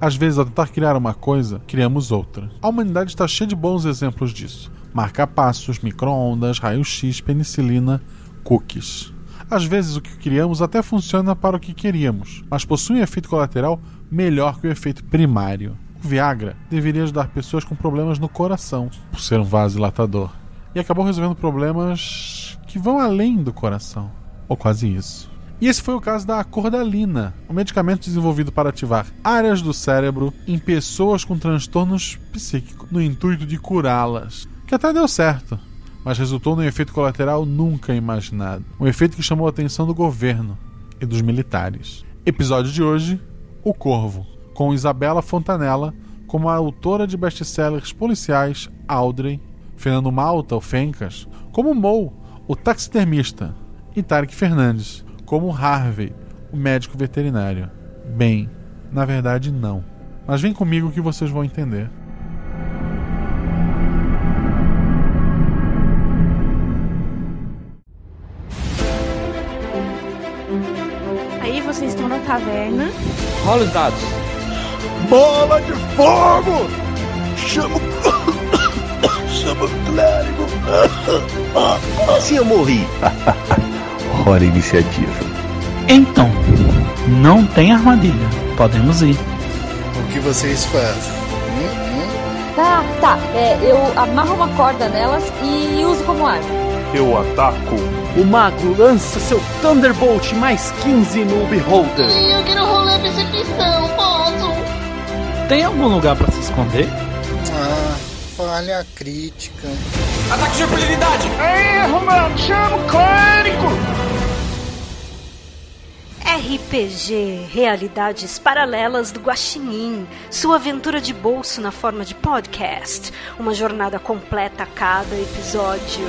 Às vezes, ao tentar criar uma coisa, criamos outra. A humanidade está cheia de bons exemplos disso: marca-passos, micro-ondas, raio-x, penicilina, cookies. Às vezes, o que criamos até funciona para o que queríamos, mas possui um efeito colateral melhor que o efeito primário. O Viagra deveria ajudar pessoas com problemas no coração, por ser um vasodilatador, e acabou resolvendo problemas que vão além do coração, ou quase isso. E esse foi o caso da acordalina, um medicamento desenvolvido para ativar áreas do cérebro em pessoas com transtornos psíquicos, no intuito de curá-las, que até deu certo, mas resultou num efeito colateral nunca imaginado, um efeito que chamou a atenção do governo e dos militares. Episódio de hoje, O Corvo, com Isabela Fontanella como a autora de best-sellers policiais Audrey, Fernando Malta, o Fencas, como Mou, o taxidermista, e Tarek Fernandes, como Harvey, o médico veterinário. Bem, na verdade, não. Mas vem comigo que vocês vão entender. Aí vocês estão na taverna. Rola os dados. Bola de fogo! Chama o. Chama o clérigo! Se eu morri. Hora iniciativa. Então, não tem armadilha. Podemos ir. O que vocês fazem? Tá, tá. É, eu amarro uma corda nelas e uso como arma. Eu ataco. O mago lança seu Thunderbolt mais 15 no Beholder. Eu quero rolar percepção, posso? Tem algum lugar para se esconder? Ah, falha crítica. Ataque de impunidade! Erro, mano! Chama o clérigo! RPG Realidades Paralelas do Guaxinim, sua aventura de bolso na forma de podcast, uma jornada completa a cada episódio.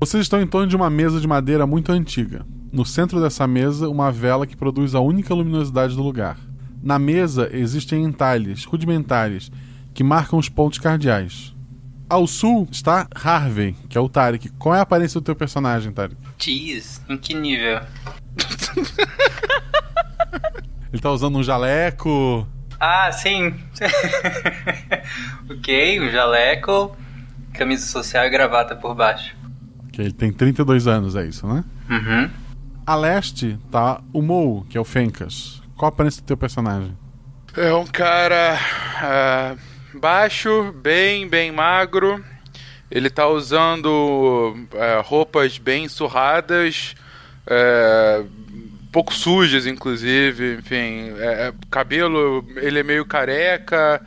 Vocês estão em torno de uma mesa de madeira muito antiga. No centro dessa mesa, uma vela que produz a única luminosidade do lugar. Na mesa existem entalhes rudimentares que marcam os pontos cardeais. Ao sul está Harvey, que é o Tarek. Qual é a aparência do teu personagem, Tarek? Jeez, em que nível? Ele tá usando um jaleco. Ah, sim. ok, um jaleco, camisa social e gravata por baixo. Que ele tem 32 anos, é isso, né? Uhum. A leste tá o Mou, que é o Fencas. Qual a aparência do teu personagem? É um cara uh, baixo, bem, bem magro. Ele tá usando uh, roupas bem surradas, uh, pouco sujas, inclusive. Enfim, é, cabelo, ele é meio careca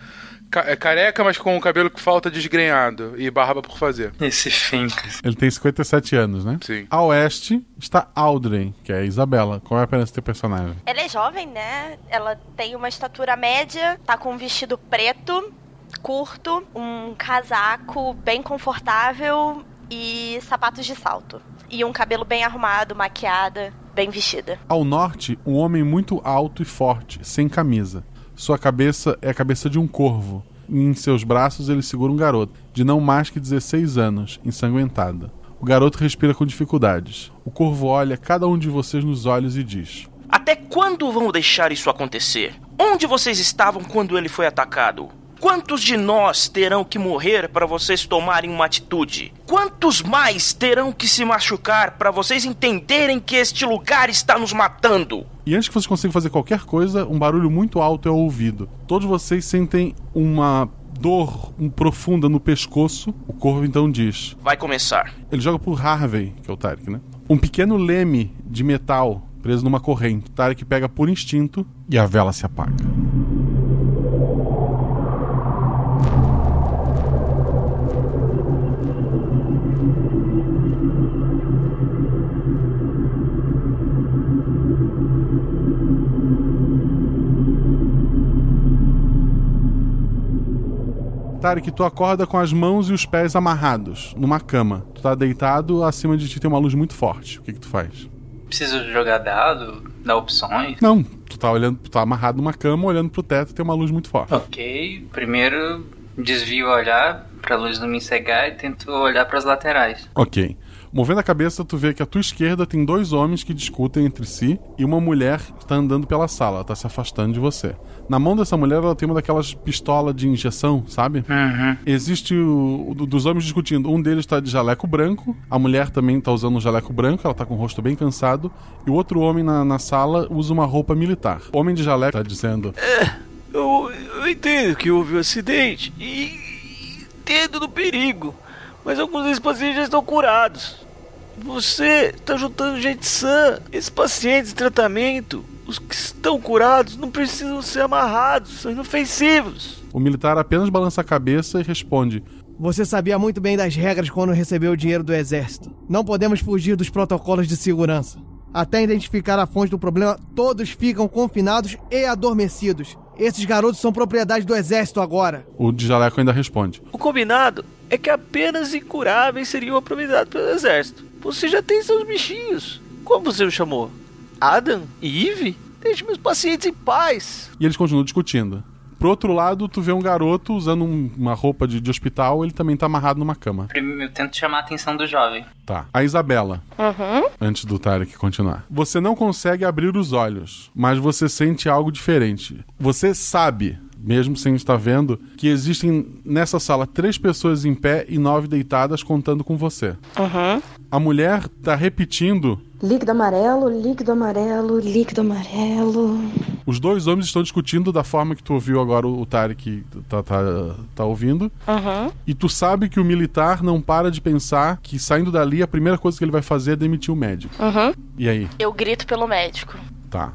é careca, mas com o cabelo que falta desgrenhado e barba por fazer. Esse Fincas. Ele tem 57 anos, né? Sim. A oeste está Aldrin, que é a Isabela. Qual é a aparência do teu personagem? Ela é jovem, né? Ela tem uma estatura média, tá com um vestido preto, curto, um casaco bem confortável e sapatos de salto. E um cabelo bem arrumado, maquiada, bem vestida. Ao norte, um homem muito alto e forte, sem camisa. Sua cabeça é a cabeça de um corvo. E em seus braços ele segura um garoto, de não mais que 16 anos, ensanguentada. O garoto respira com dificuldades. O corvo olha cada um de vocês nos olhos e diz: Até quando vão deixar isso acontecer? Onde vocês estavam quando ele foi atacado? Quantos de nós terão que morrer para vocês tomarem uma atitude? Quantos mais terão que se machucar para vocês entenderem que este lugar está nos matando? E antes que vocês consigam fazer qualquer coisa, um barulho muito alto é ouvido. Todos vocês sentem uma dor um profunda no pescoço. O corvo então diz: Vai começar. Ele joga pro Harvey, que é o Tarek, né? Um pequeno leme de metal preso numa corrente. Tarek pega por instinto e a vela se apaga. Tarek, tu acorda com as mãos e os pés amarrados numa cama. Tu tá deitado, acima de ti tem uma luz muito forte. O que, que tu faz? Preciso jogar dado, dar opções? Não, tu tá olhando, tu tá amarrado numa cama, olhando pro teto tem uma luz muito forte. Ok, primeiro desvio o olhar pra luz não me cegar e tento olhar pras laterais. Ok. Movendo a cabeça, tu vê que à tua esquerda tem dois homens que discutem entre si e uma mulher está andando pela sala, está se afastando de você. Na mão dessa mulher, ela tem uma daquelas pistolas de injeção, sabe? Uhum. Existe o, o dos homens discutindo. Um deles está de jaleco branco, a mulher também está usando um jaleco branco, ela está com o rosto bem cansado, e o outro homem na, na sala usa uma roupa militar. O homem de jaleco está dizendo: é, eu, eu entendo que houve um acidente e, e entendo do perigo. Mas alguns desses pacientes já estão curados. Você está juntando gente sã. Esses pacientes em tratamento, os que estão curados, não precisam ser amarrados, são inofensivos. O militar apenas balança a cabeça e responde: Você sabia muito bem das regras quando recebeu o dinheiro do exército. Não podemos fugir dos protocolos de segurança. Até identificar a fonte do problema, todos ficam confinados e adormecidos. Esses garotos são propriedade do exército agora. O Djaleco ainda responde: O combinado é que apenas incuráveis seriam aproveitados pelo exército. Você já tem seus bichinhos. Como você o chamou? Adam e Eve? Deixe meus pacientes em paz. E eles continuam discutindo. Pro outro lado, tu vê um garoto usando um, uma roupa de, de, hospital, ele também tá amarrado numa cama. Eu tento chamar a atenção do jovem. Tá. A Isabela. Uhum. Antes do Tarek continuar. Você não consegue abrir os olhos, mas você sente algo diferente. Você sabe mesmo sem estar vendo, que existem nessa sala três pessoas em pé e nove deitadas contando com você. Uhum. A mulher tá repetindo. Líquido amarelo, líquido amarelo, líquido amarelo. Os dois homens estão discutindo da forma que tu ouviu agora o Tarek tá, tá, tá ouvindo. Uhum. E tu sabe que o militar não para de pensar que saindo dali a primeira coisa que ele vai fazer é demitir o médico. Uhum. E aí? Eu grito pelo médico. Tá.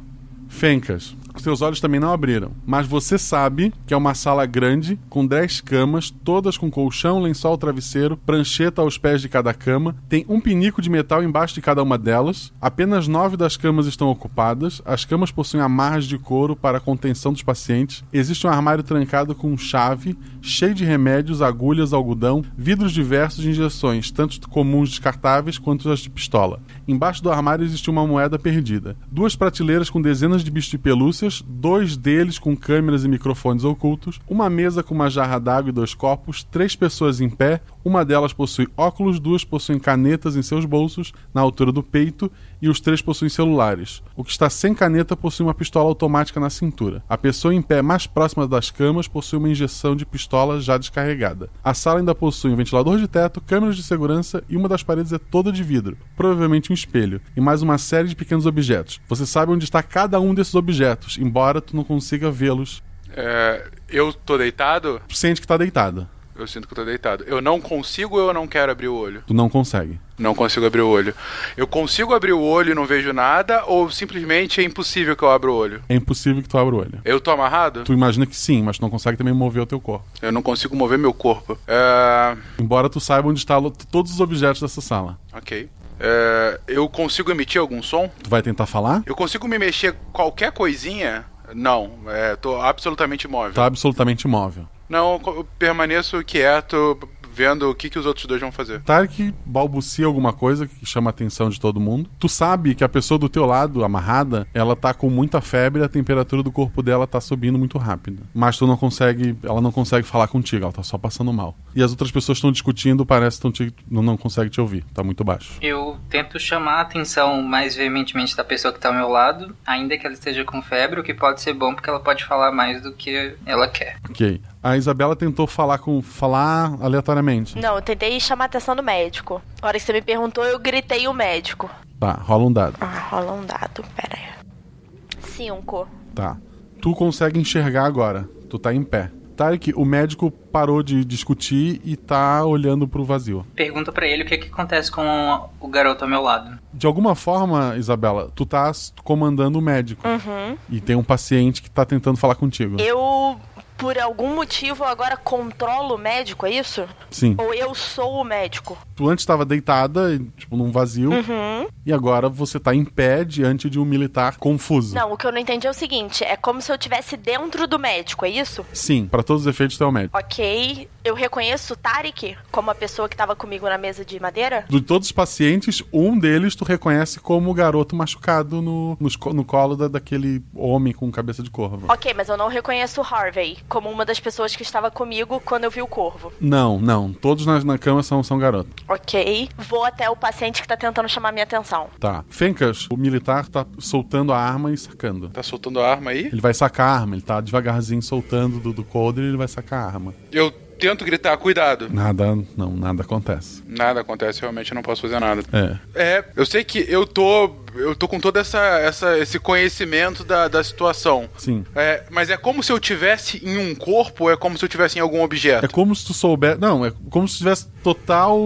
Fencas, seus olhos também não abriram, mas você sabe que é uma sala grande, com 10 camas, todas com colchão, lençol, travesseiro, prancheta aos pés de cada cama, tem um pinico de metal embaixo de cada uma delas, apenas nove das camas estão ocupadas, as camas possuem amarras de couro para a contenção dos pacientes, existe um armário trancado com chave, cheio de remédios, agulhas, algodão, vidros diversos de injeções, tanto comuns descartáveis quanto as de pistola. Embaixo do armário existe uma moeda perdida, duas prateleiras com dezenas de bichos de pelúcia, dois deles com câmeras e microfones ocultos, uma mesa com uma jarra d'água e dois copos, três pessoas em pé, uma delas possui óculos, duas possuem canetas em seus bolsos, na altura do peito, e os três possuem celulares. O que está sem caneta possui uma pistola automática na cintura. A pessoa em pé mais próxima das camas possui uma injeção de pistola já descarregada. A sala ainda possui um ventilador de teto, câmeras de segurança e uma das paredes é toda de vidro, provavelmente um espelho, e mais uma série de pequenos objetos. Você sabe onde está cada um desses objetos, embora tu não consiga vê-los. É, eu tô deitado? Sente que tá deitado. Eu sinto que eu tô deitado. Eu não consigo ou eu não quero abrir o olho? Tu não consegue. Não consigo abrir o olho. Eu consigo abrir o olho e não vejo nada, ou simplesmente é impossível que eu abra o olho? É impossível que tu abra o olho. Eu tô amarrado? Tu imagina que sim, mas tu não consegue também mover o teu corpo. Eu não consigo mover meu corpo. É... Embora tu saiba onde estão todos os objetos dessa sala. Ok. É... Eu consigo emitir algum som? Tu vai tentar falar? Eu consigo me mexer qualquer coisinha? Não, é, tô absolutamente imóvel. Tá absolutamente imóvel. Não, eu permaneço quieto, vendo o que, que os outros dois vão fazer. Tarek balbucia alguma coisa que chama a atenção de todo mundo. Tu sabe que a pessoa do teu lado, amarrada, ela tá com muita febre, a temperatura do corpo dela tá subindo muito rápido. Mas tu não consegue, ela não consegue falar contigo, ela tá só passando mal. E as outras pessoas estão discutindo, parece que te, não, não consegue te ouvir, tá muito baixo. Eu tento chamar a atenção mais veementemente da pessoa que tá ao meu lado, ainda que ela esteja com febre, o que pode ser bom porque ela pode falar mais do que ela quer. Ok. A Isabela tentou falar com falar aleatoriamente. Não, eu tentei chamar a atenção do médico. Na hora que você me perguntou, eu gritei o médico. Tá, rola um dado. Ah, rola um dado, pera aí. Cinco. Tá. Tu consegue enxergar agora. Tu tá em pé. Tarek, o médico parou de discutir e tá olhando pro vazio. Pergunta para ele o que, é que acontece com o garoto ao meu lado. De alguma forma, Isabela, tu tá comandando o médico. Uhum. E tem um paciente que tá tentando falar contigo. Eu por algum motivo eu agora controlo o médico, é isso? Sim. Ou eu sou o médico? Tu antes estava deitada, tipo, num vazio. Uhum. E agora você tá em pé diante de um militar confuso. Não, o que eu não entendi é o seguinte: é como se eu estivesse dentro do médico, é isso? Sim, para todos os efeitos tu é o médico. Ok. Eu reconheço o Tarek como a pessoa que estava comigo na mesa de madeira? De todos os pacientes, um deles tu reconhece como o garoto machucado no, nos co- no colo da, daquele homem com cabeça de corvo. Ok, mas eu não reconheço o Harvey como uma das pessoas que estava comigo quando eu vi o corvo. Não, não. Todos na, na cama são, são garotos. Ok. Vou até o paciente que tá tentando chamar minha atenção. Tá. Fencas, o militar tá soltando a arma e sacando. Tá soltando a arma aí? Ele vai sacar a arma, ele tá devagarzinho soltando do, do coldre e ele vai sacar a arma. Eu tento gritar, cuidado. Nada, não, nada acontece. Nada acontece, realmente eu não posso fazer nada. É. É, eu sei que eu tô. Eu tô com todo essa, essa, esse conhecimento da, da situação. Sim. É, mas é como se eu tivesse em um corpo ou é como se eu tivesse em algum objeto? É como se tu soubesse. Não, é como se tu tivesse total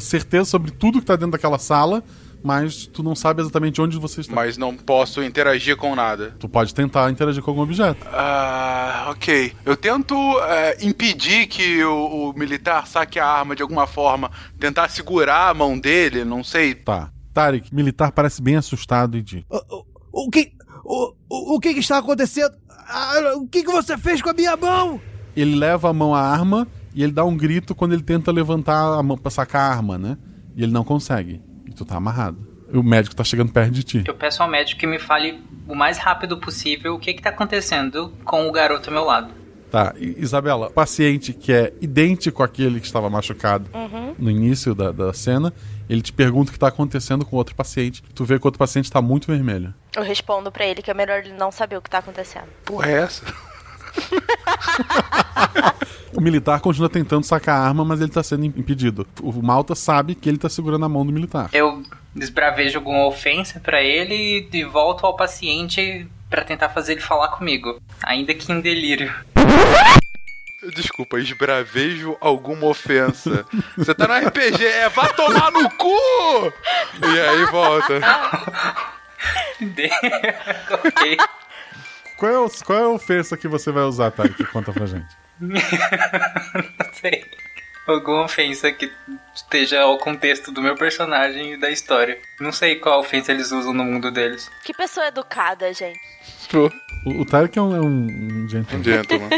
certeza sobre tudo que tá dentro daquela sala, mas tu não sabe exatamente onde você está. Mas não posso interagir com nada. Tu pode tentar interagir com algum objeto. Ah, ok. Eu tento eh, impedir que o, o militar saque a arma de alguma forma, tentar segurar a mão dele, não sei. Tá. Tarek, militar parece bem assustado e diz: O, o- o que. O, o, o que, que está acontecendo? Ah, o que, que você fez com a minha mão? ele leva a mão à arma e ele dá um grito quando ele tenta levantar a mão pra sacar a arma, né? E ele não consegue. E tu tá amarrado. E o médico tá chegando perto de ti. Eu peço ao médico que me fale o mais rápido possível o que está acontecendo com o garoto ao meu lado. Tá, I- Isabela, o paciente que é idêntico àquele que estava machucado Uhum. no início da, da cena, ele te pergunta o que tá acontecendo com outro paciente. Tu vê que o outro paciente tá muito vermelho. Eu respondo pra ele que é melhor ele não saber o que tá acontecendo. Porra, é essa? O militar continua tentando sacar a arma, mas ele tá sendo im- impedido. O o Malta sabe que ele tá segurando a mão do militar. Eu desbravejo alguma ofensa pra ele e volto ao paciente pra tentar fazer ele falar comigo, ainda que em delírio. Desculpa, esbravejo alguma ofensa. Você tá no RPG, é vá tomar no cu! E aí volta. ok. Qual é, o- qual é a ofensa que você vai usar, Tarek? Conta pra gente. Não sei. Alguma ofensa que esteja ao contexto do meu personagem e da história. Não sei qual ofensa eles usam no mundo deles. Que pessoa educada, gente. O, o Tarek é um, é um, um gentleman. Tipo, Um gentleman.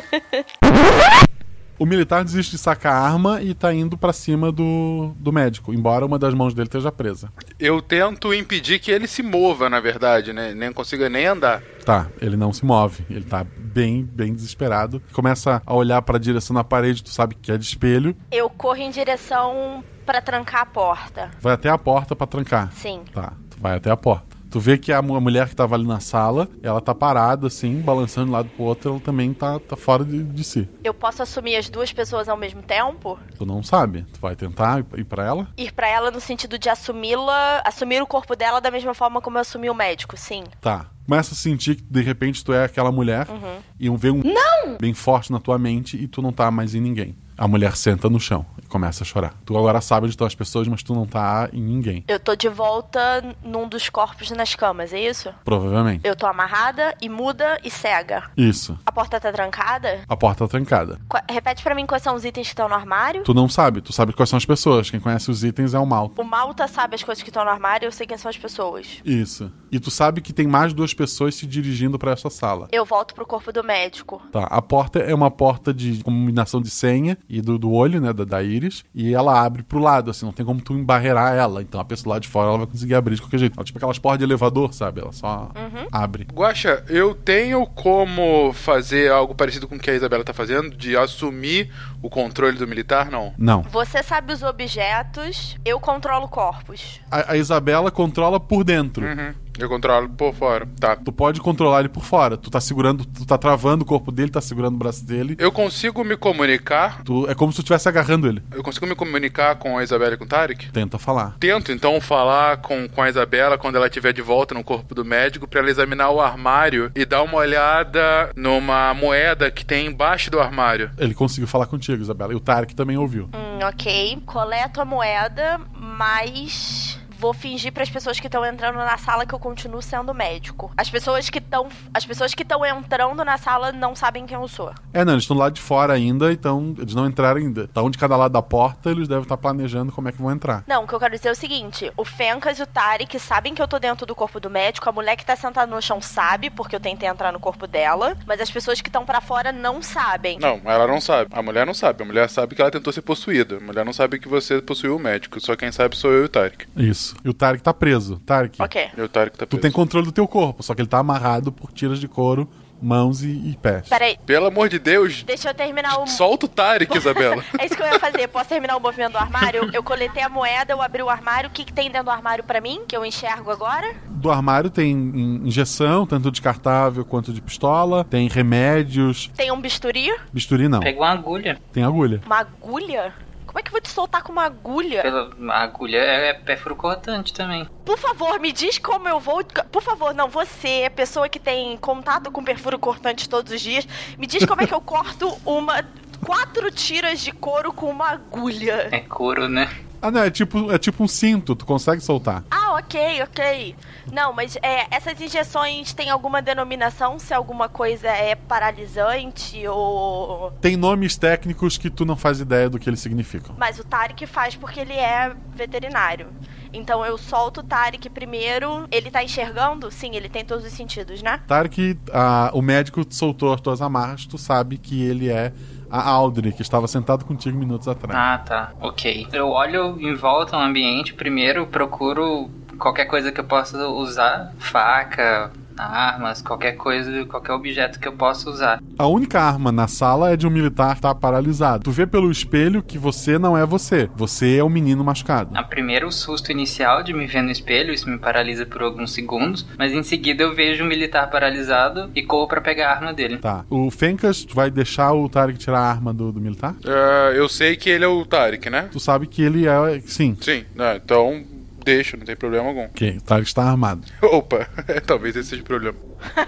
o militar desiste de sacar a arma e tá indo pra cima do, do médico, embora uma das mãos dele esteja presa. Eu tento impedir que ele se mova, na verdade, né? Nem consiga nem andar. Tá, ele não se move, ele tá bem, bem desesperado. Começa a olhar pra direção da parede, tu sabe que é de espelho, Eu corro em direção pra trancar a porta. vai até a porta pra trancar. Sim. Tá, tu vai até a porta. Tu vê que a mu- a mulher que tava ali na sala, ela tá parada, assim, balançando de um lado pro outro, ela também tá, tá fora de, de si. Eu posso assumir as duas pessoas ao mesmo tempo? Tu não sabe. Tu vai tentar ir- ir pra ela? Ir pra ela no sentido de assumi-la, assumir o corpo dela da mesma forma como eu assumi o médico, sim. Tá. Começa a sentir que de repente tu é aquela mulher Uhum. e um vê um Não! bem forte na tua mente e tu não tá mais em ninguém. A mulher senta no chão e começa a chorar. Tu agora sabe onde estão as pessoas, mas tu não tá em ninguém. Eu tô de volta num dos corpos nas camas, é isso? Provavelmente. Eu tô amarrada e muda e cega. Isso. A porta tá trancada? A porta tá trancada. Qua- Repete pra mim quais são os itens que estão no armário. Tu não sabe, tu sabe quais são as pessoas. Quem conhece os itens é o mal. O Malta sabe as coisas que estão no armário, eu sei quem são as pessoas. Isso. E tu sabe que tem mais duas pessoas se dirigindo pra essa sala. Eu volto pro corpo do médico. Tá, a porta é uma porta de combinação de senha e do, do olho, né, da, da íris, e ela abre pro lado, assim, não tem como tu embarrear ela. Então a pessoa lá de fora, ela vai conseguir abrir de qualquer jeito. Ela, tipo aquelas portas de elevador, sabe? Ela só abre. Guaxa, eu tenho como fazer algo parecido com o que a Isabela tá fazendo, de assumir o controle do militar, não? Não. Você sabe os objetos, eu controlo corpos. A, a Isabela controla por dentro. Uhum. Eu controlo por fora, tá. Tu pode controlar ele por fora. Tu tá segurando, tu tá travando o corpo dele, tá segurando o braço dele. Eu consigo me comunicar, Tu, é como se tu estivesse agarrando ele. eu consigo me comunicar com a Isabela e com o Tarek? Tenta falar. Tento então falar com, com a Isabela quando ela estiver de volta no corpo do médico pra ela examinar o armário e dar uma olhada numa moeda que tem embaixo do armário. Ele conseguiu falar contigo, Isabela. E o Tarek também ouviu. Hum, ok. Coleto a moeda, mas vou fingir para as pessoas que estão entrando na sala que eu continuo sendo médico. As pessoas que estão, as pessoas que estão entrando na sala não sabem quem eu sou. É, não, eles estão lá de fora ainda, então eles não entraram ainda. Tá um de cada lado da porta, eles devem estar planejando como é que vão entrar. Não, o que eu quero dizer é o seguinte: o Fencas e o Tarek sabem que eu tô dentro do corpo do médico, a mulher que tá sentada no chão sabe, porque eu tentei entrar no corpo dela, mas as pessoas que estão para fora não sabem. Não, ela não sabe. A mulher não sabe. A mulher sabe que ela tentou ser possuída. A mulher não sabe que você possuiu o médico. Só quem sabe sou eu e o Tarek. Isso. E o Tarek tá preso. Tarek. Ok. E o Tarek tá preso. Tu tem controle do teu corpo, só que ele tá amarrado por tiras de couro mãos e, e, pés. Peraí. Pelo amor de Deus. Deixa eu terminar o. Solta o Tarek, Isabela. é isso que eu ia fazer. Posso terminar o movimento do armário? Eu, eu coletei a moeda, eu abri o armário. O que, que tem dentro do armário para mim, que eu enxergo agora? Do armário tem injeção, tanto descartável quanto de pistola. Tem remédios. Tem um bisturi? Bisturi É não. Pega uma agulha. Tem agulha. Uma agulha? Como é que eu vou te soltar com uma agulha? a agulha é, é perfuro cortante também. Por favor, me diz como eu vou. Por favor, não, você, pessoa que tem contato com perfuro cortante todos os dias, me diz como é que eu corto uma. quatro tiras de couro com uma agulha. É couro, né? Ah, não, é tipo, é tipo um cinto, tu consegue soltar. Ah, ok, ok. Não, mas é, essas injeções têm alguma denominação? Se alguma coisa é paralisante ou. Tem nomes técnicos que tu não faz ideia do que eles significam. Mas o Tarek faz porque ele é veterinário. Então eu solto o Tarek primeiro. Ele tá enxergando? Sim, ele tem todos os sentidos, né? Tarek, ah, o médico soltou as tuas amarras, tu sabe que ele é a Audrey, que estava sentado contigo minutos atrás. Ah, tá. Ok. Eu olho em volta ao ambiente primeiro, procuro qualquer coisa que eu possa usar, faca, armas, qualquer coisa, qualquer objeto que eu possa usar. A única arma na sala é de um militar que tá paralisado. Tu vê pelo espelho que você não é você. Você é o um menino machucado. A primeiro o susto inicial de me ver no espelho, isso me paralisa por alguns segundos, mas em seguida eu vejo o um militar paralisado e corro para pegar a arma dele. Tá. O Fencas vai deixar o Tarek tirar a arma do, do militar? Uh, eu sei que ele é o Tarek, né? Tu sabe que ele é. Sim. Sim, ah, então deixo, não tem problema algum. Ok, o Tarek está armado. Opa, talvez esse seja o problema.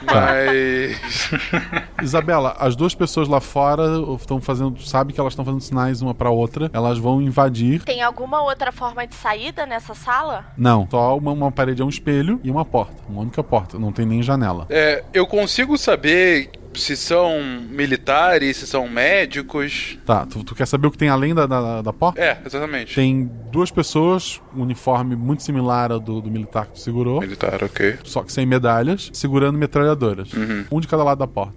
Mas. Isabela, as duas pessoas lá fora estão fazendo. Sabe que elas estão fazendo sinais uma pra outra. Elas vão invadir. Tem alguma outra forma de saída nessa sala? Não, só uma, uma parede é um espelho e uma porta. Uma única porta, não tem nem janela. É, eu consigo saber se são militares, se são médicos. Tá, tu, tu quer saber o que tem além da, da, da, porta? É, exatamente. Tem duas pessoas, um uniforme muito similar ao do, do militar que tu segurou. Militar, ok. Só que sem medalhas, segurando metralhadoras. Uhum. Um de cada lado da porta.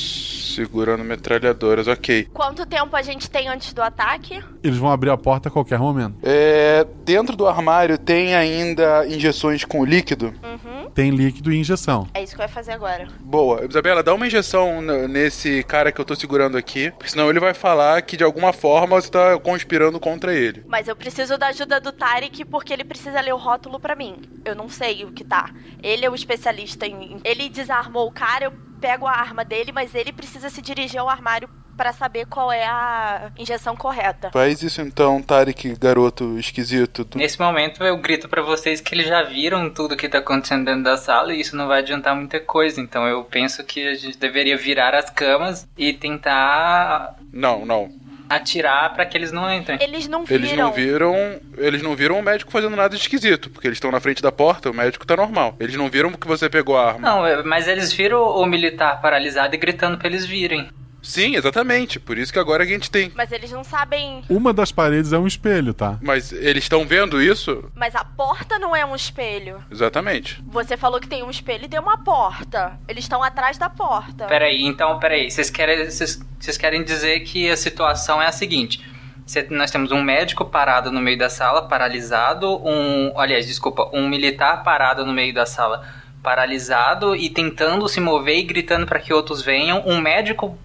Segurando metralhadoras, ok. Quanto tempo a gente tem antes do ataque? Eles vão abrir a porta a qualquer momento. É. Dentro do armário tem ainda injeções com líquido? Uhum tem líquido e injeção. É isso que vai fazer agora. Boa. Isabela, dá uma injeção nesse cara que eu tô segurando aqui, porque senão ele vai falar que de alguma forma você tá conspirando contra ele. Mas eu preciso da ajuda do Tarek porque ele precisa ler o rótulo para mim. Eu não sei o que tá. Ele é o um especialista em. Ele desarmou o cara, eu pego a arma dele, mas ele precisa se dirigir ao armário para saber qual é a injeção correta. Faz isso então, Tarek, garoto esquisito. Tu... Nesse momento eu grito para vocês que eles já viram tudo que tá acontecendo dentro da sala e isso não vai adiantar muita coisa. Então eu penso que a gente deveria virar as camas e tentar. Não, não atirar para que eles não entrem. Eles não viram. Eles não viram, eles não viram o médico fazendo nada de esquisito, porque eles estão na frente da porta, o médico tá normal. Eles não viram que você pegou a arma. Não, é, mas eles viram o militar paralisado e gritando para eles virem. Sim, exatamente. Por isso que agora a gente tem. Mas eles não sabem. Uma das paredes é um espelho, tá? Mas eles estão vendo isso? Mas a porta não é um espelho. Exatamente. Você falou que tem um espelho e tem uma porta. Eles estão atrás da porta. Peraí, então, peraí. Vocês querem, vocês, vocês querem dizer que a situação é a seguinte. Cê, nós temos um médico parado no meio da sala, paralisado, um. Aliás, desculpa, um militar parado no meio da sala, paralisado e tentando se mover e gritando para que outros venham. Um médico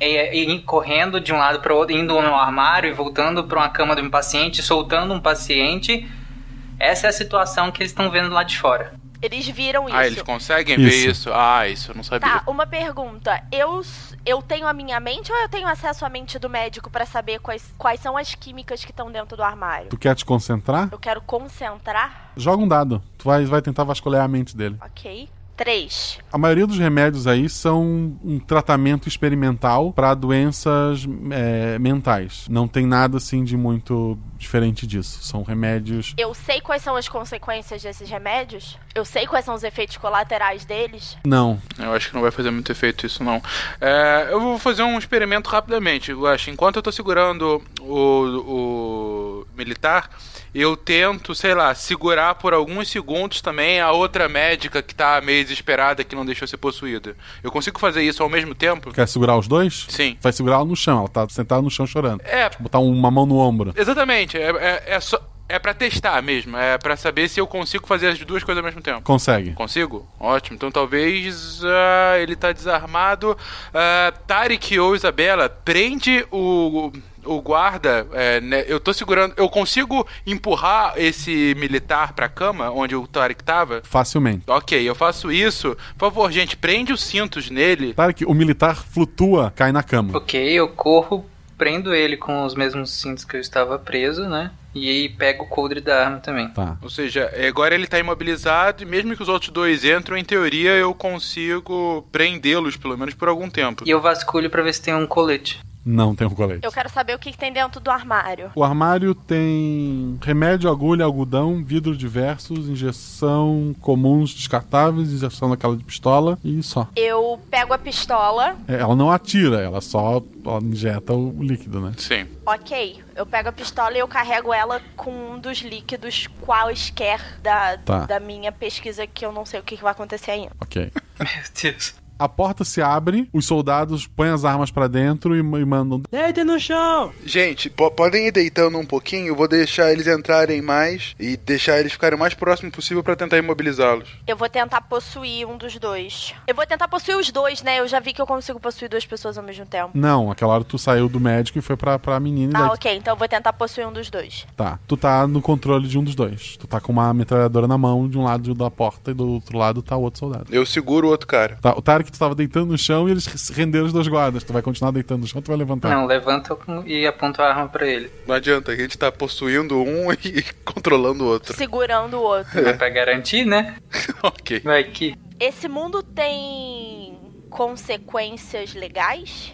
e, e, correndo de um lado para o outro, indo no armário e voltando para uma cama de um paciente, soltando um paciente. Essa é a situação que eles estão vendo lá de fora. Eles viram isso. Ah, eles conseguem isso. ver isso? Ah, isso eu não sabia. Tá, uma pergunta. Eu, eu tenho a minha mente ou eu tenho acesso à mente do médico para saber quais, quais são as químicas que estão dentro do armário? Tu quer te concentrar? Eu quero concentrar. Joga um dado. Tu vai, vai tentar vasculhar a mente dele. Ok. Três. A maioria dos remédios aí são um tratamento experimental para doenças é, mentais. Não tem nada assim de muito diferente disso. São remédios. Eu sei quais são as consequências desses remédios? Eu sei quais são os efeitos colaterais deles? Não. Eu acho que não vai fazer muito efeito isso, não. É, eu vou fazer um experimento rapidamente, Guax. Enquanto eu tô segurando o, o militar, eu tento, sei lá, segurar por alguns segundos também a outra médica que tá meio desesperada que não deixou ser possuída. Eu consigo fazer isso ao mesmo tempo? Quer segurar os dois? Sim. Vai segurar ela no chão, ela tá sentada no chão chorando. Tipo, É. Botar uma mão no ombro. Exatamente. É, é, é só. É pra testar mesmo, é pra saber se eu consigo fazer as duas coisas ao mesmo tempo. Consegue. Consigo? Ótimo. Então talvez uh, ele tá desarmado. Uh, Tarek ou Isabela, prende o, o guarda, é, né, eu tô segurando. Eu consigo empurrar esse militar pra cama onde o Tarek tava? Facilmente. Ok, eu faço isso. Por favor, gente, prende os cintos nele. Tarek, o militar flutua, cai na cama. Ok, eu corro, prendo ele com os mesmos cintos que eu estava preso, né? E pega o coldre da arma também. Tá. Ou seja, agora ele tá imobilizado e mesmo que os outros dois entram, em teoria eu consigo prendê-los, pelo menos por algum tempo. E eu vasculho pra ver se tem um colete. Não tem um colete. Eu quero saber o que, que, tem dentro do armário. O armário tem remédio, agulha, algodão, vidro diversos, injeção comuns descartáveis, injeção daquela de pistola e só. Eu pego a pistola. É, Ela não atira, ela só ela injeta o líquido, né? Sim. Ok. Eu pego a pistola e eu carrego ela com um dos líquidos quaisquer da, tá. da minha pesquisa, que eu não sei o que, que vai acontecer ainda. Ok. Meu Deus. A porta se abre, os soldados põem as armas para dentro e, e, mandam. Deita no chão! Gente, po podem ir deitando um pouquinho, eu vou deixar eles entrarem mais e deixar eles ficarem o mais próximo possível para tentar imobilizá-los. Eu vou tentar possuir um dos dois. Eu vou tentar possuir os dois, né? Eu já vi que eu consigo possuir duas pessoas ao mesmo tempo. Não, aquela hora tu saiu do médico e foi pra, pra menina. Ah, daí... ok, então eu vou tentar possuir um dos dois. Tá. Tu tá no controle de um dos dois. Tu tá com uma metralhadora na mão, de um lado da porta e do outro lado tá o outro soldado. Eu seguro o outro cara. Tá, o Tarek que tu tava deitando no chão e eles renderam os dois guardas. Tu vai continuar deitando no chão, tu vai levantar. Não, levanta e aponta a arma para ele. Tá. Não adianta, a gente tá possuindo um e controlando o outro. Segurando o outro. É. Pra garantir, né? ok. Vai que. Esse mundo tem consequências legais?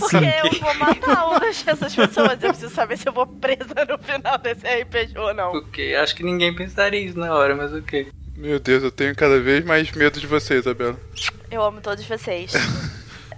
Porque eu vou matar hoje essas pessoas. Eu preciso saber se eu vou presa no final desse RPG ou não. Ok, acho que ninguém pensaria isso na hora, mas ok. Meu Deus, eu tenho cada vez mais medo de você, Isabela. Eu amo todos vocês.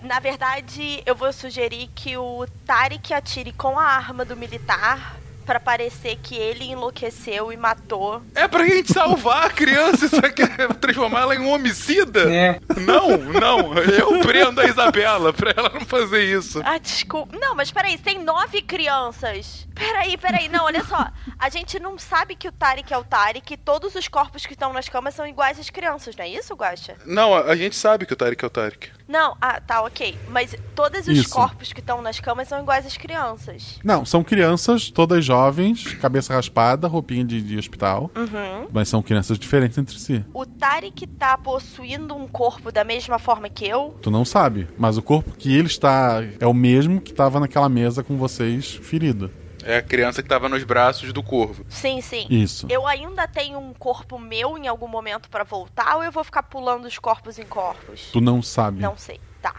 Na verdade, eu vou sugerir que o Tarek atire com a arma do militar para parecer que ele enlouqueceu e matou. É pra gente salvar a criança, isso aqui é transformar ela em um homicida? É. Não, não, eu prendo a Isabela pra ela não fazer isso. Ah, desculpa. Não, mas peraí, tem nove crianças. Peraí, peraí, não, olha só. A gente não sabe que o Tarek é o Tarek, todos os corpos que estão nas camas são iguais às crianças, não é isso, Guaxa? Não, a, a gente sabe que o Tarek é o Tarek. Não, ah, tá, ok. Mas todos os Isso. corpos que estão nas camas são iguais às crianças. Não, são crianças, todas jovens, cabeça raspada, roupinha de, de hospital. Uhum. Mas são crianças diferentes entre si. O Tarek tá possuindo um corpo da mesma forma que eu? Tu não sabe, mas o corpo que ele está é o mesmo que estava naquela mesa com vocês, ferido. É a criança que tava nos braços do corvo. Sim, sim. Isso. Eu ainda tenho um corpo meu em algum momento para voltar ou eu vou ficar pulando os corpos em corpos? Tu não sabe. Não sei. Tá.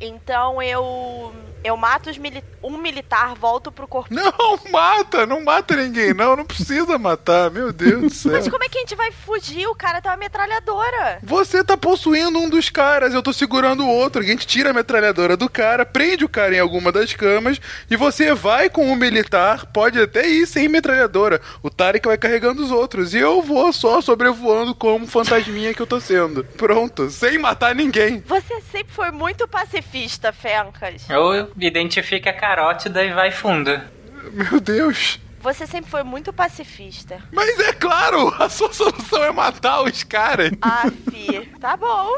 Então eu eu mato mili um militar, volto pro corpo. Não, mata, não mata ninguém, não, não precisa matar, meu Deus do céu. Mas como é que a gente vai fugir? O cara tem tá uma metralhadora. Você tá possuindo um dos caras, eu tô segurando o outro. A gente tira a metralhadora do cara, prende o cara em alguma das camas e você vai com o um militar, pode até ir sem metralhadora. O Tarek vai carregando os outros e eu vou só sobrevoando como fantasminha que eu tô sendo. Pronto, sem matar ninguém. Você sempre foi muito pacifista, Fencas. Ou identifica a carótida e vai fundo. Meu Deus. Você sempre foi muito pacifista. Mas é claro, a sua solução é matar os caras. Ah, fi. Tá bom.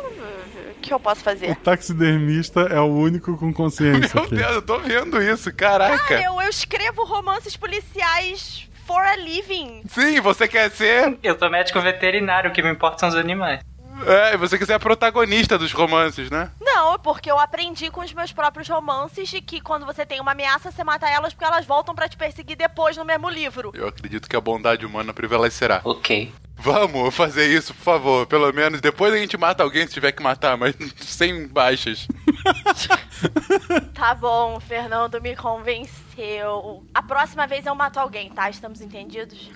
O que eu posso fazer? O taxidermista é o único com consciência. Meu aqui. Deus, eu tô vendo isso, caraca. Cara, eu, eu escrevo romances policiais for a living. Sim, você quer ser? Eu sou médico veterinário, o que me importa são os animais. É, você quiser a protagonista dos romances, né? Não, é porque eu aprendi com os meus próprios romances de que quando você tem uma ameaça, você mata elas porque elas voltam para te perseguir depois no mesmo livro. Eu acredito que a bondade humana prevalecerá. Ok. Vamos fazer isso, por favor. Pelo menos depois a gente mata alguém se tiver que matar, mas sem baixas. Tá bom, o Fernando me convenceu. A próxima vez eu mato alguém, tá? Estamos entendidos?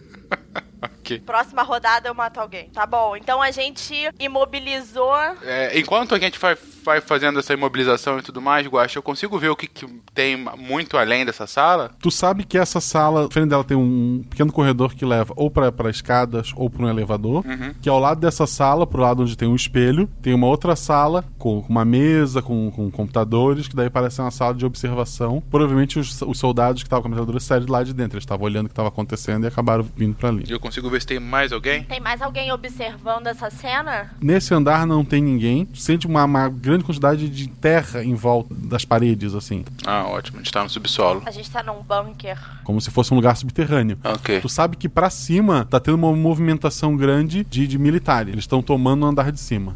ok. Próxima rodada eu mato alguém. Tá bom, então a gente imobilizou. É, enquanto a gente vai, vai fazendo essa imobilização e tudo mais, Guaxa, eu consigo ver o que, que tem muito além dessa sala? Tu sabe que essa sala, frente dela tem um pequeno corredor que leva ou para escadas ou para um elevador, Uhum. que ao lado dessa sala, pro lado onde tem um espelho, tem uma outra sala com com uma mesa, com, com computadores, que daí parece uma sala de observação. Provavelmente os, os soldados que estavam com a metralhadora saíram de lá de dentro, eles estavam olhando o que estava acontecendo e acabaram vindo para ali. Eu consigo ver se tem mais alguém? Tem mais alguém observando essa cena? Nesse andar não tem ninguém, Tu sente uma, uma grande quantidade de terra em volta das paredes, assim, Ah, ótimo, a gente tá no subsolo. A gente tá num bunker. como se fosse um lugar subterrâneo. Ok. Tu sabe que para cima tá tendo uma movimentação grande de, de militares, eles estão tomando o andar de cima.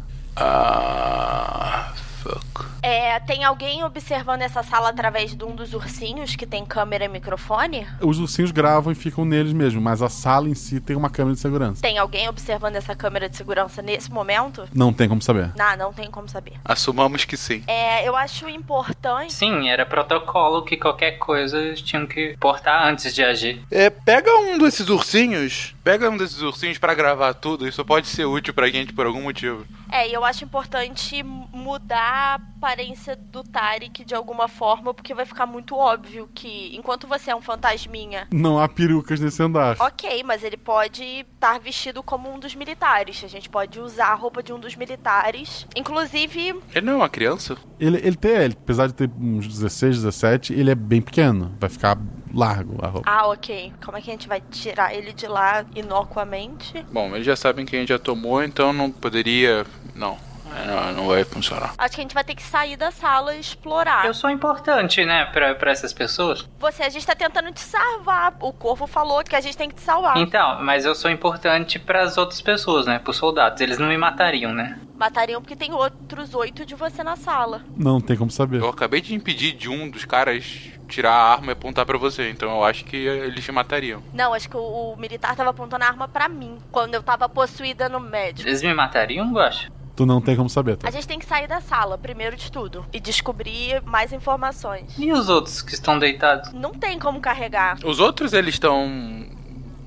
Ah, fuck. É, tem alguém observando essa sala através de um dos ursinhos que tem câmera e microfone? Os ursinhos gravam e ficam neles mesmo, mas a sala em si tem uma câmera de segurança. Tem alguém observando essa câmera de segurança nesse momento? Ah, Não tem como saber. Não, não tem como saber. Assumamos que sim. É, eu acho importante. Sim, era protocolo que qualquer coisa eles tinham que portar antes de agir. É, pega um desses ursinhos. Pega um desses ursinhos pra gravar tudo. Isso pode ser útil pra gente por algum motivo. É, e eu acho importante mudar a aparência do Tarek de alguma forma, porque vai ficar muito óbvio que enquanto você é um fantasminha. Não há perucas nesse andar. Ok, mas ele pode estar vestido como um dos militares. A gente pode usar a roupa de um dos militares. Inclusive, Ele não é uma criança? Ele, ele tem, ele, apesar de ter uns 16, 17, ele é bem pequeno. Vai ficar largo a roupa. Ah, ok. Como é que a gente vai tirar ele de lá inocuamente? Bom, eles já sabem que a gente já tomou, então não poderia. Não, É, não, não vai funcionar. Acho que a gente vai ter que sair da sala e explorar. Eu sou importante, né, pra, pra essas pessoas. Você, a gente tá tentando te salvar. O corvo falou que a gente tem que te salvar. Então, mas eu sou importante pras outras pessoas, né, pros soldados. Eles não me matariam, né? Matariam porque tem outros oito de você na sala. Não tem como saber. Eu acabei de impedir de um dos caras tirar a arma e apontar pra você, então eu acho que eles te matariam. Não, acho que o, o militar tava apontando a arma pra mim quando eu tava possuída no médico. Eles me matariam, Guacha? Tu não tem como saber, tá? A gente tem que sair da sala, primeiro de tudo, e descobrir mais informações. E os outros que estão deitados? Não tem como carregar. Os outros, eles estão.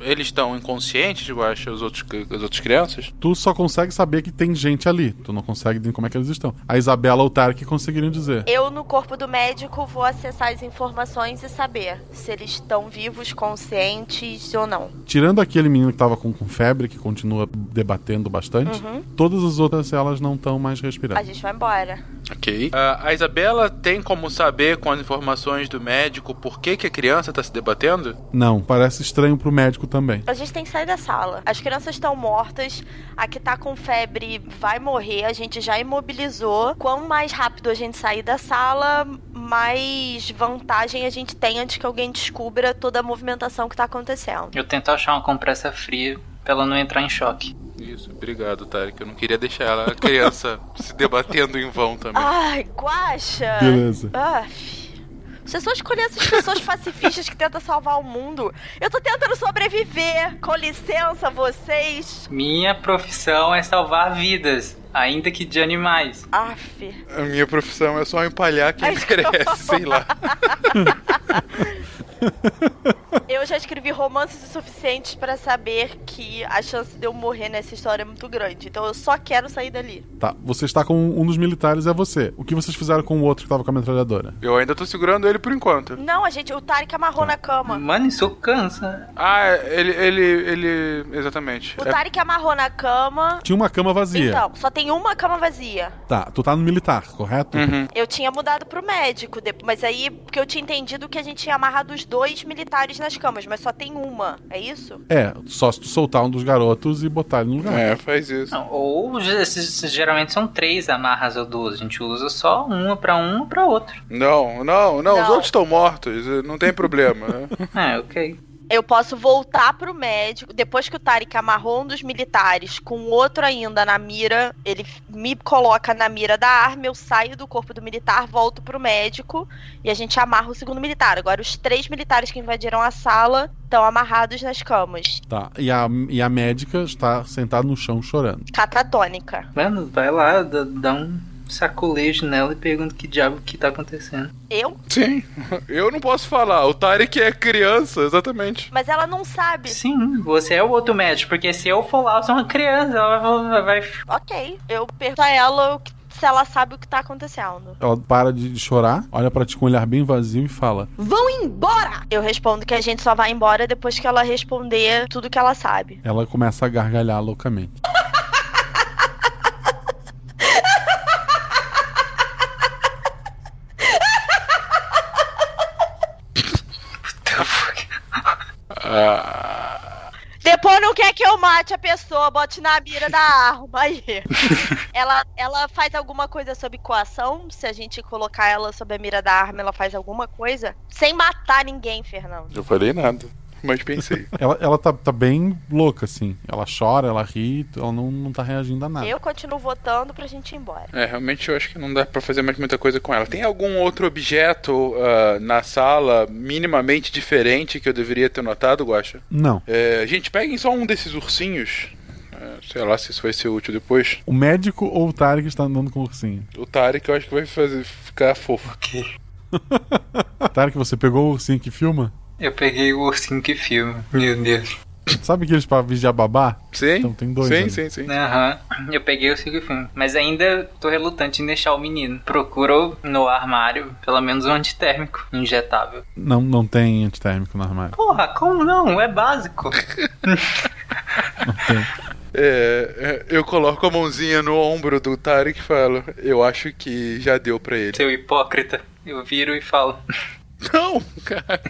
Eles estão inconscientes, eu acho, os outros, as outras crianças. Tu só consegue saber que tem gente ali. Tu não consegue dizer como é que eles estão. A Isabela ou o Tarek conseguiriam dizer. Eu, no corpo do médico, vou acessar as informações e saber se eles estão vivos, conscientes ou não. Tirando aquele menino que tava com, com febre, que continua debatendo bastante, Uhum. todas as outras elas não estão mais A respirando. gente vai embora. Ok. Ah, a Isabela tem como saber com as informações do médico por que, que a criança tá se debatendo? Não, parece estranho pro médico também. A gente tem que sair da sala. As crianças estão mortas. A que tá com febre vai morrer. A gente já imobilizou. Quanto mais rápido a gente sair da sala, mais vantagem a gente tem antes que alguém descubra toda a movimentação que tá acontecendo. Eu tento achar uma compressa fria pra ela não entrar em choque. Isso, obrigado, Tarek. Eu não queria deixar ela, a criança, se debatendo em vão também. Ah. Ai, guacha! Beleza. Ah, vocês só escolhem essas pessoas pacifistas que tentam salvar o mundo. Eu tô tentando sobreviver. Com licença, vocês. Minha profissão é salvar vidas, ainda que de animais. Aff. A minha profissão é só empalhar quem merece, sei lá. Eu já escrevi romances o suficiente pra saber que a chance de eu morrer nessa história é muito grande. Então eu só quero sair dali. Tá, você está com um dos militares, é você. O que vocês fizeram com o outro que tava com a metralhadora? Eu ainda tô segurando ele por enquanto. Não, a gente, o Tarek Tá. amarrou na cama. Mano, isso cansa. Ah, ele. ele. ele. Exatamente. O É- Tarek amarrou na cama. Tinha uma cama vazia. Então, só tem uma cama vazia. Tá, tu tá no militar, correto? Eu tinha mudado pro médico, de- mas aí, porque eu tinha entendido que a gente tinha amarrado os dois militares nas camas, mas só tem uma, é isso? É, só se tu soltar um dos garotos e botar ele no lugar. É, faz isso. Não, ou ge- esses- esses geralmente são três amarras ou duas. A gente usa só uma pra um ou pra outro. Não, não, não, os Não. outros estão mortos, não tem problema. É, ok. Eu posso voltar pro médico. Depois que o Tarek amarrou um dos militares com outro ainda na mira, ele me coloca na mira da arma, eu saio do corpo do militar, volto pro médico e a gente amarra o segundo militar. Agora, os três militares que invadiram a sala estão amarrados nas camas. Tá. E a, e a médica está sentada no chão chorando. Catatônica. Mano, vai lá, dá, dá um sacolejo nela e pergunta que diabo que tá acontecendo. Eu? Sim, eu não posso falar. O Tarek é criança, exatamente. Mas ela não sabe. Sim, você é o outro médico, porque se eu for lá, eu sou uma criança, ela vai. Ok, eu pergunto a ela o que se ela sabe o que tá acontecendo. Ela para de chorar, olha para ti com um olhar bem vazio e fala: Vão embora! Eu respondo que a gente só vai embora depois que ela responder tudo que ela sabe. Ela começa a gargalhar loucamente. Depois não quer que eu mate a pessoa, bote na mira da arma aí. ela, ela faz alguma coisa sobre coação? Se a gente colocar ela sob a mira da arma, ela faz alguma coisa? Sem matar ninguém, Fernando. Eu falei nada. Mas pensei. ela ela tá, tá bem louca, assim. Ela chora, ela ri, ela não, não tá reagindo a nada. Eu continuo votando pra gente ir embora. É, realmente eu acho que não dá pra fazer mais muita coisa com ela. Tem algum outro objeto uh, na sala minimamente diferente que eu deveria ter notado, Guacha? Não. É, gente, peguem só um desses ursinhos. Uh, sei lá se isso vai ser útil depois. O médico ou o Tarek está andando com o ursinho? O Tarek eu acho que vai fazer, ficar fofo. Ok. Tarek, você pegou o ursinho que filma? Eu peguei o ursinho que filma. Meu Deus. Sabe aqueles pra vigiar babá? Sim. Então tem dois. Sim, ali. sim, sim. Aham. Eu peguei o ursinho que filma. Mas ainda tô relutante em deixar o menino. Procuro no armário, pelo menos um antitérmico injetável. Não, não tem antitérmico no armário. Porra, como não? É básico. não tem. É, eu coloco a mãozinha no ombro do Tarek e falo: Eu acho que já deu pra ele. Seu hipócrita. Eu viro e falo: não, cara.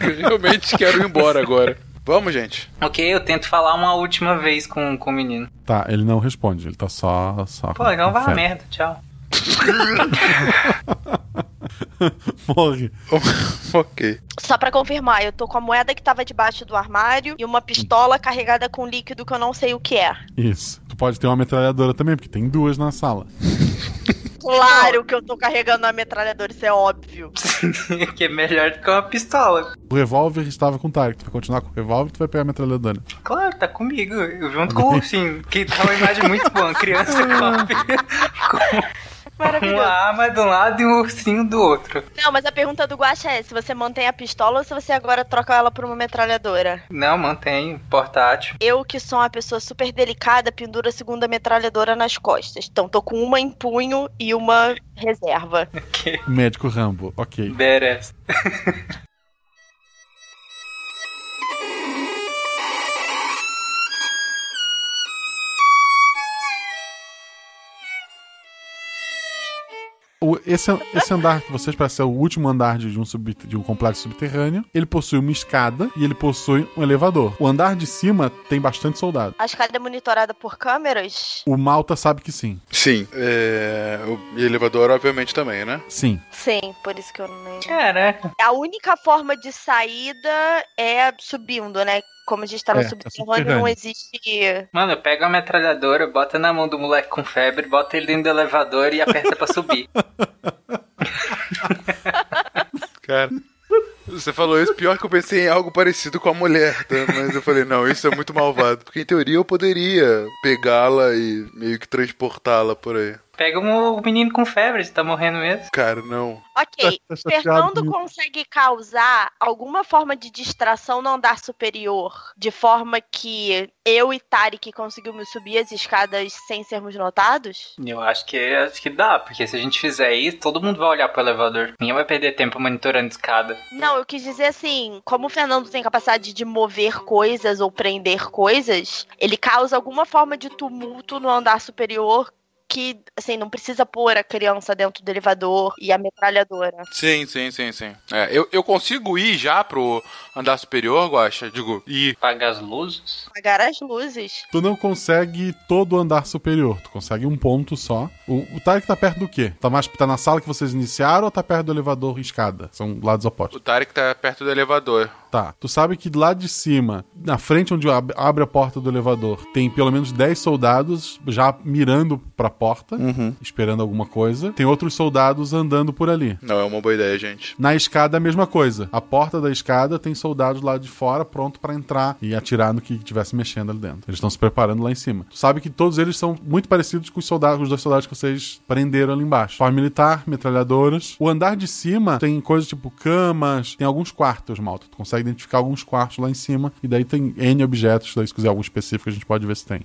Eu realmente quero ir embora agora. Vamos, gente. Ok, eu tento falar uma última vez com, com o menino. Tá, ele não responde, ele tá só. só Pô, então vai a merda, tchau. Morre. ok. Só para confirmar, eu tô com a moeda que tava debaixo do armário e uma pistola carregada com líquido que eu não sei o que é. Isso. Tu pode ter uma metralhadora também, porque tem duas na sala. Claro que eu tô carregando uma metralhadora, isso é óbvio. que é melhor do que uma pistola. O revólver estava com o Tarek. Tu vai continuar com o revólver tu vai pegar a metralhadora? Claro, tá comigo. Junto com o ursinho. Que tá uma imagem muito boa. Criança com, com uma arma de um lado e um ursinho do outro. Não, mas a pergunta do Guaxa é se você mantém a pistola ou se você agora troca ela por uma metralhadora. Não, mantenho. Portátil. Eu, que sou uma pessoa super delicada, penduro a segunda metralhadora nas costas. Então, tô com uma em punho e uma reserva. Okay. Médico Rambo, ok. Badass. Esse, esse, andar que vocês parece ser o último andar de um, sub, de um complexo subterrâneo. Ele possui uma escada e ele possui um elevador. O andar de cima tem bastante soldado. A escada é monitorada por câmeras? O Malta sabe que sim. Sim. É... O elevador, obviamente, também, né? Sim. Sim, por isso que eu não lembro. Caraca. A única forma de saída é subindo, né? como a gente tá no é, subterrâneo, é não existe. Mano, pega a metralhadora, bota na mão do moleque com febre, bota ele dentro do elevador e aperta pra subir. Cara. Você falou isso, pior que eu pensei em algo parecido com a mulher, tá? mas eu falei, não, isso é muito malvado. Porque em teoria eu poderia pegá-la e meio que transportá-la por aí. Pega um menino com febre, você tá morrendo mesmo. Cara, não. Ok, Fernando consegue causar alguma forma de distração no andar superior, de forma que eu e Tarek conseguimos subir as escadas sem sermos notados? Eu acho que acho que dá, porque se a gente fizer isso, todo mundo vai olhar pro elevador. Ninguém vai perder tempo monitorando escada. Não, eu quis dizer assim, como o Fernando tem capacidade de mover coisas ou prender coisas, ele causa alguma forma de tumulto no andar superior que, assim, não precisa pôr a criança dentro do elevador e a metralhadora. Sim, sim, sim, sim. É, eu, eu consigo ir já pro andar superior, Guaxa? Digo, ir. Pagar as luzes? Pagar as luzes. Tu não consegue todo o andar superior, tu consegue um ponto só. O, o Tarek tá perto do quê? Tá, mais, tá na sala que vocês iniciaram ou tá perto do elevador e escada? São lados opostos. O Tarek tá perto do elevador. Tá. Tu sabe que lá de cima, na frente onde ab- abre a porta do elevador, tem pelo menos 10 soldados já mirando pra porta, Uhum. esperando alguma coisa. Tem outros soldados andando por ali. Não é uma boa ideia, gente. Na escada a mesma coisa. A porta da escada tem soldados lá de fora pronto pra entrar e atirar no que estivesse mexendo ali dentro. Eles estão se preparando lá em cima. Tu sabe que todos eles são muito parecidos com os soldados, com os dois soldados que vocês prenderam ali embaixo. Forma militar, metralhadoras. O andar de cima tem coisas tipo camas, tem alguns quartos, Malta. Tu consegue identificar alguns quartos lá em cima e daí tem N objetos, daí se quiser algum específico a gente pode ver se tem.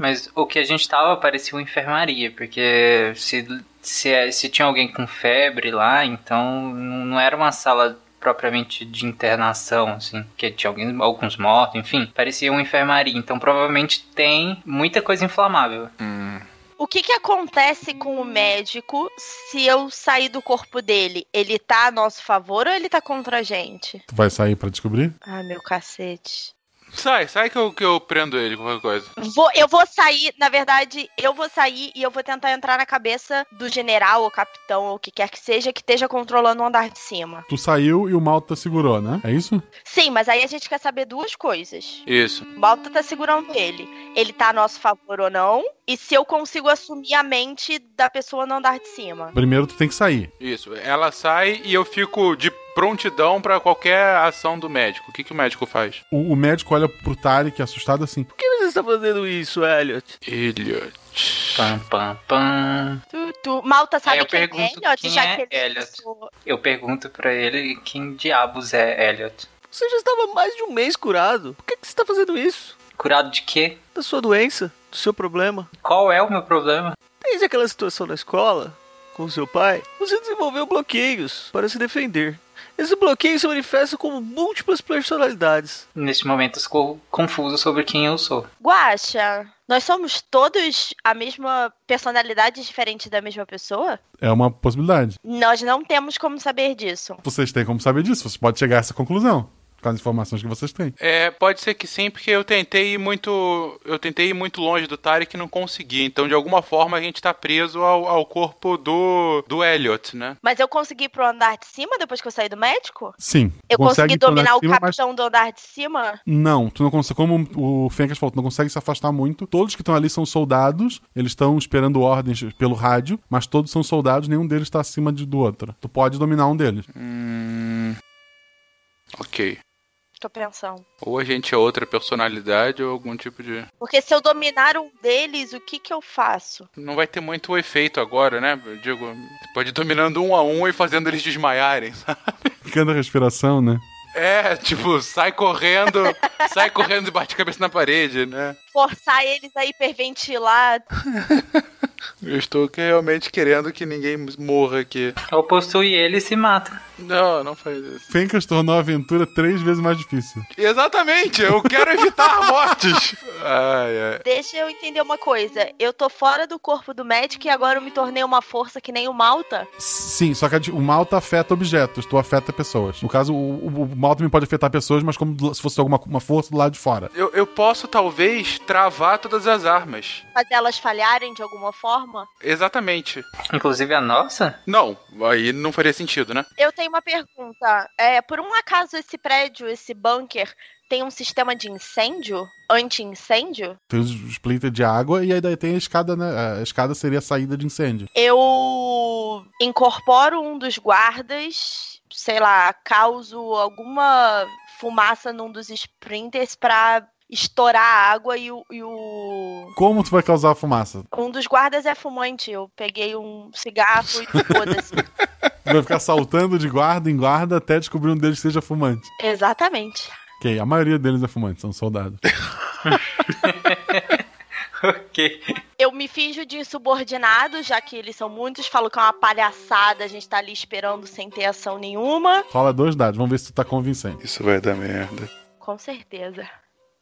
Mas o que a gente tava parecia uma enfermaria, porque se, se, é, se tinha alguém com febre lá, então não não era uma sala propriamente de internação, assim, que tinha alguém, alguns mortos, enfim, parecia uma enfermaria, então provavelmente tem muita coisa inflamável. O que que acontece com o médico se eu sair do corpo dele? Ele tá a nosso favor ou ele tá contra a gente? Tu vai sair pra descobrir? Ai, meu cacete. Sai, sai que eu, que eu prendo ele, qualquer coisa. Vou, eu vou sair, na verdade, eu vou sair e eu vou tentar entrar na cabeça do general ou capitão ou o que quer que seja que esteja controlando o andar de cima. Tu saiu e o Malta segurou, né? É isso? Sim, mas aí a gente quer saber duas coisas. Isso. O Malta tá segurando ele. Ele tá a nosso favor ou não? E se eu consigo assumir a mente da pessoa no andar de cima? Primeiro tu tem que sair. Isso. Ela sai e eu fico de prontidão pra qualquer ação do médico. O que, que o médico faz? O, o médico olha pro Tarek assustado assim. Por que você está fazendo isso, Elliot? Elliot. Pam, pam, pam. Tu, tu- Malta sabe eu quem é pergunto Elliot, quem já é que ele Elliot. passou- Eu pergunto pra ele quem diabos é Elliot. Você já estava há mais de um mês curado. Por que, que você está fazendo isso? Curado de quê? Da sua doença? Do seu problema? Qual é o meu problema? Desde aquela situação na escola, com seu pai, você desenvolveu bloqueios para se defender. Esses bloqueios se manifestam como múltiplas personalidades. Neste momento eu estou confuso sobre quem eu sou. Guaxa, nós somos todos a mesma personalidade diferente da mesma pessoa? É uma possibilidade. Nós não temos como saber disso. Vocês têm como saber disso, você pode chegar a essa conclusão com as informações que vocês têm. É, pode ser que sim, porque eu tentei ir muito. Eu tentei ir muito longe do Tarek e não consegui. Então, de alguma forma, a gente tá preso ao, ao corpo do. do Elliot, né? Mas eu consegui ir pro andar de cima depois que eu saí do médico? Sim. Eu consegui consegue dominar o pular de cima, mas- capitão do andar de cima? Não, tu não consegue. Como o Fencas falou, tu não consegue se afastar muito. Todos que estão ali são soldados, eles estão esperando ordens pelo rádio, mas todos são soldados, nenhum deles está acima de- do outro. Tu pode dominar um deles. Hum. Ok. Tô pensando. Ou a gente é outra personalidade ou algum tipo de. Porque se eu dominar um deles, o que que eu faço? Não vai ter muito efeito agora, né? Eu digo, você pode ir dominando um a um e fazendo eles desmaiarem, sabe? Ficando a respiração, né? É, tipo, sai correndo, sai correndo e bate a cabeça na parede, né? Forçar eles a hiperventilar? Eu estou que- realmente querendo que ninguém morra aqui. Ou possui ele e se mata. Não, não faz isso. Fencas tornou a aventura três vezes mais difícil. Exatamente, eu quero evitar mortes. Ai, ai. Deixa eu entender uma coisa. Eu tô fora do corpo do médico e agora eu me tornei uma força que nem o Malta? Sim, só que a di- o malta afeta objetos, tu afeta pessoas. No caso, o, o- o mal também pode afetar pessoas, mas como do- se fosse alguma uma força do lado de fora. Eu, eu posso, talvez, travar todas as armas. Fazer elas falharem de alguma forma? Exatamente. Inclusive a nossa? Não, aí não faria sentido, né? Eu tenho uma pergunta. É, por um acaso esse prédio, esse bunker, tem um sistema de incêndio? Anti-incêndio? Tem os splitter de água e aí daí tem a escada, né? A escada seria a saída de incêndio. Eu incorporo um dos guardas, sei lá, causo alguma fumaça num dos sprinters pra estourar a água e o, e o- Como tu vai causar a fumaça? Um dos guardas é fumante. Eu peguei um cigarro e foda-se. Tu vai ficar saltando de guarda em guarda até descobrir um deles que seja fumante. Exatamente. Ok, a maioria deles é fumante, são soldados. ok. Eu me finjo de insubordinado, já que eles são muitos, falo que é uma palhaçada, a gente tá ali esperando sem ter ação nenhuma. Rola dois dados, vamos ver se tu tá convincente. Isso vai dar merda. Com certeza.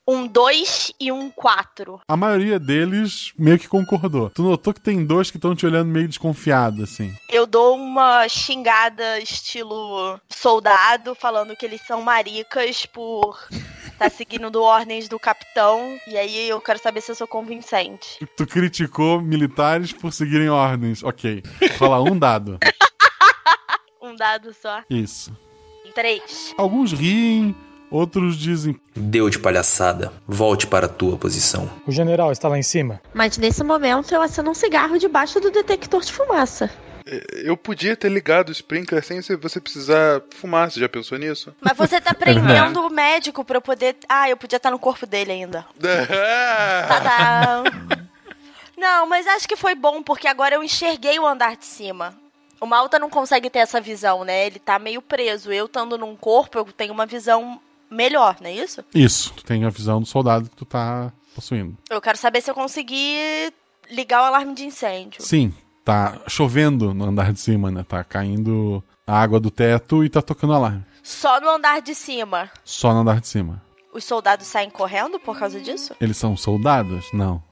Um 2 e um 4. A maioria deles meio que concordou. Tu notou que tem dois que estão te olhando meio desconfiado, assim. Eu dou uma xingada estilo soldado, falando que eles são maricas por tá seguindo do ordens do capitão. E aí eu quero saber se eu sou convincente. Tu criticou militares por seguirem ordens. Ok. Rola um dado. Um dado só. Isso. Três. Alguns riem, Outros dizem: Deu de palhaçada, volte para a tua posição. O general está lá em cima. Mas nesse momento eu acendo um cigarro debaixo do detector de fumaça. É, Eu podia ter ligado o sprinkler sem você precisar fumar, você já pensou nisso? Mas você tá prendendo o médico pra eu poder. Ah, eu podia estar no corpo dele ainda. Tadá. Não, mas acho que foi bom, porque agora eu enxerguei o andar de cima. O Malta não consegue ter essa visão, né? Ele tá meio preso. Eu estando num corpo, eu tenho uma visão melhor, não é isso? Isso, tu tem a visão do soldado que tu tá possuindo. Eu quero saber se eu consegui ligar o alarme de incêndio. Sim, tá chovendo no andar de cima, né? Tá caindo a água do teto e tá tocando alarme. Só no andar de cima. Só no andar de cima. Os soldados saem correndo por causa disso? Eles são soldados? Não.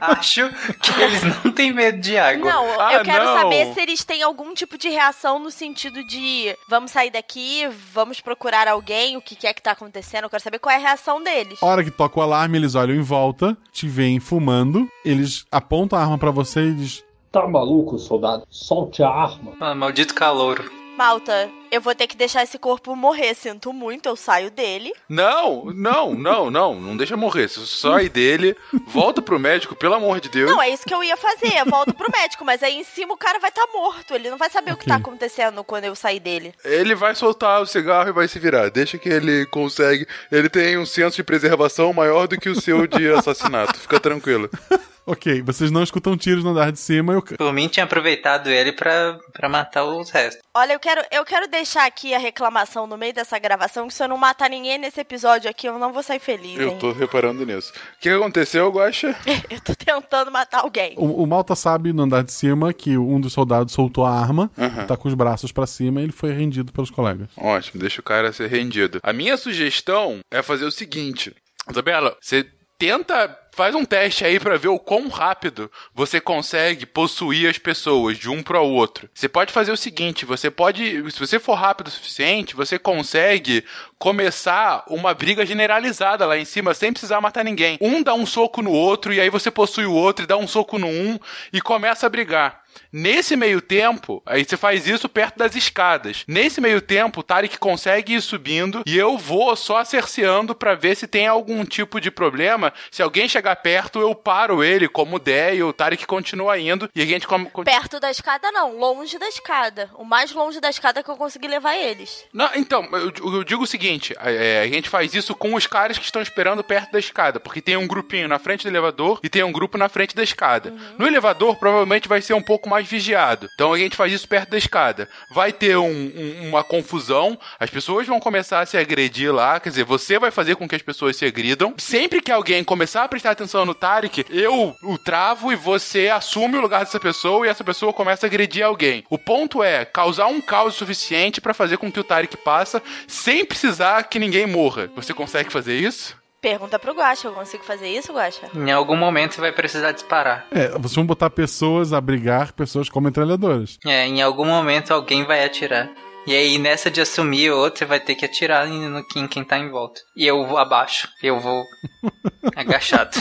Acho que eles não têm medo de água. Não, Ah, eu quero não. saber se eles têm algum tipo de reação no sentido de vamos sair daqui, vamos procurar alguém, o que que é que tá acontecendo. Eu quero saber qual é a reação deles. A hora que toca o alarme, eles olham em volta, te veem fumando, eles apontam a arma pra você e diz: Tá maluco, soldado? Solte a arma. Ah, maldito calouro. Malta, eu vou ter que deixar esse corpo morrer. Sinto muito, eu saio dele. Não, não, não, não. Não deixa morrer. Sai dele, volta pro médico, pelo amor de Deus. Não, é isso que eu ia fazer. Eu volto pro médico, mas aí em cima o cara vai estar morto. Ele não vai saber o que tá acontecendo quando eu sair dele. Ele vai soltar o cigarro e vai se virar. Deixa que ele consegue. Ele tem um senso de preservação maior do que o seu de assassinato. Fica tranquilo. Ok, vocês não escutam tiros no andar de cima. Eu... Por mim, tinha aproveitado ele pra, pra matar os restos. Olha, eu quero, eu quero deixar aqui a reclamação no meio dessa gravação que se eu não matar ninguém nesse episódio aqui, eu não vou sair feliz, Eu hein? tô reparando nisso. O que aconteceu, Guaxa? Eu tô tentando matar alguém. O, o Malta sabe no andar de cima que um dos soldados soltou a arma, Aham. tá com os braços pra cima e ele foi rendido pelos colegas. Ótimo, deixa o cara ser rendido. A minha sugestão é fazer o seguinte: Isabela, você tenta. Faz um teste aí pra ver o quão rápido você consegue possuir as pessoas de um para o outro. Você pode fazer o seguinte, você pode, se você for rápido o suficiente, você consegue começar uma briga generalizada lá em cima sem precisar matar ninguém. Um dá um soco no outro e aí você possui o outro e dá um soco no um e começa a brigar. Nesse meio tempo, aí você faz isso perto das escadas. Nesse meio tempo, o Tarek consegue ir subindo e eu vou só cerceando pra ver se tem algum tipo de problema. Se alguém chegar perto, eu paro ele como der e o Tarek continua indo e a gente come. con- Perto da escada, não. Longe da escada. O mais longe da escada que eu consegui levar eles. Não, então, eu, eu digo o seguinte: é, a gente faz isso com os caras que estão esperando perto da escada, porque tem um grupinho na frente do elevador e tem um grupo na frente da escada. No elevador, provavelmente vai ser um pouco mais vigiado. Então a gente faz isso perto da escada. Vai ter um- um- uma confusão, as pessoas vão começar a se agredir lá, quer dizer, você vai fazer com que as pessoas se agridam. Sempre que alguém começar a prestar atenção no Tarek, eu o travo e você assume o lugar dessa pessoa e essa pessoa começa a agredir alguém. O ponto é causar um caos suficiente pra fazer com que o Tarek passa sem precisar que ninguém morra. Você consegue fazer isso? Pergunta pro Guaxa, eu consigo fazer isso, Guaxa? Em algum momento você vai precisar disparar. É, vocês vão botar pessoas a brigar, pessoas com metralhadoras. É, em algum momento alguém vai atirar. E aí, nessa de assumir o outro, você vai ter que atirar em, no, em quem tá em volta. E eu vou abaixo. Eu vou agachado.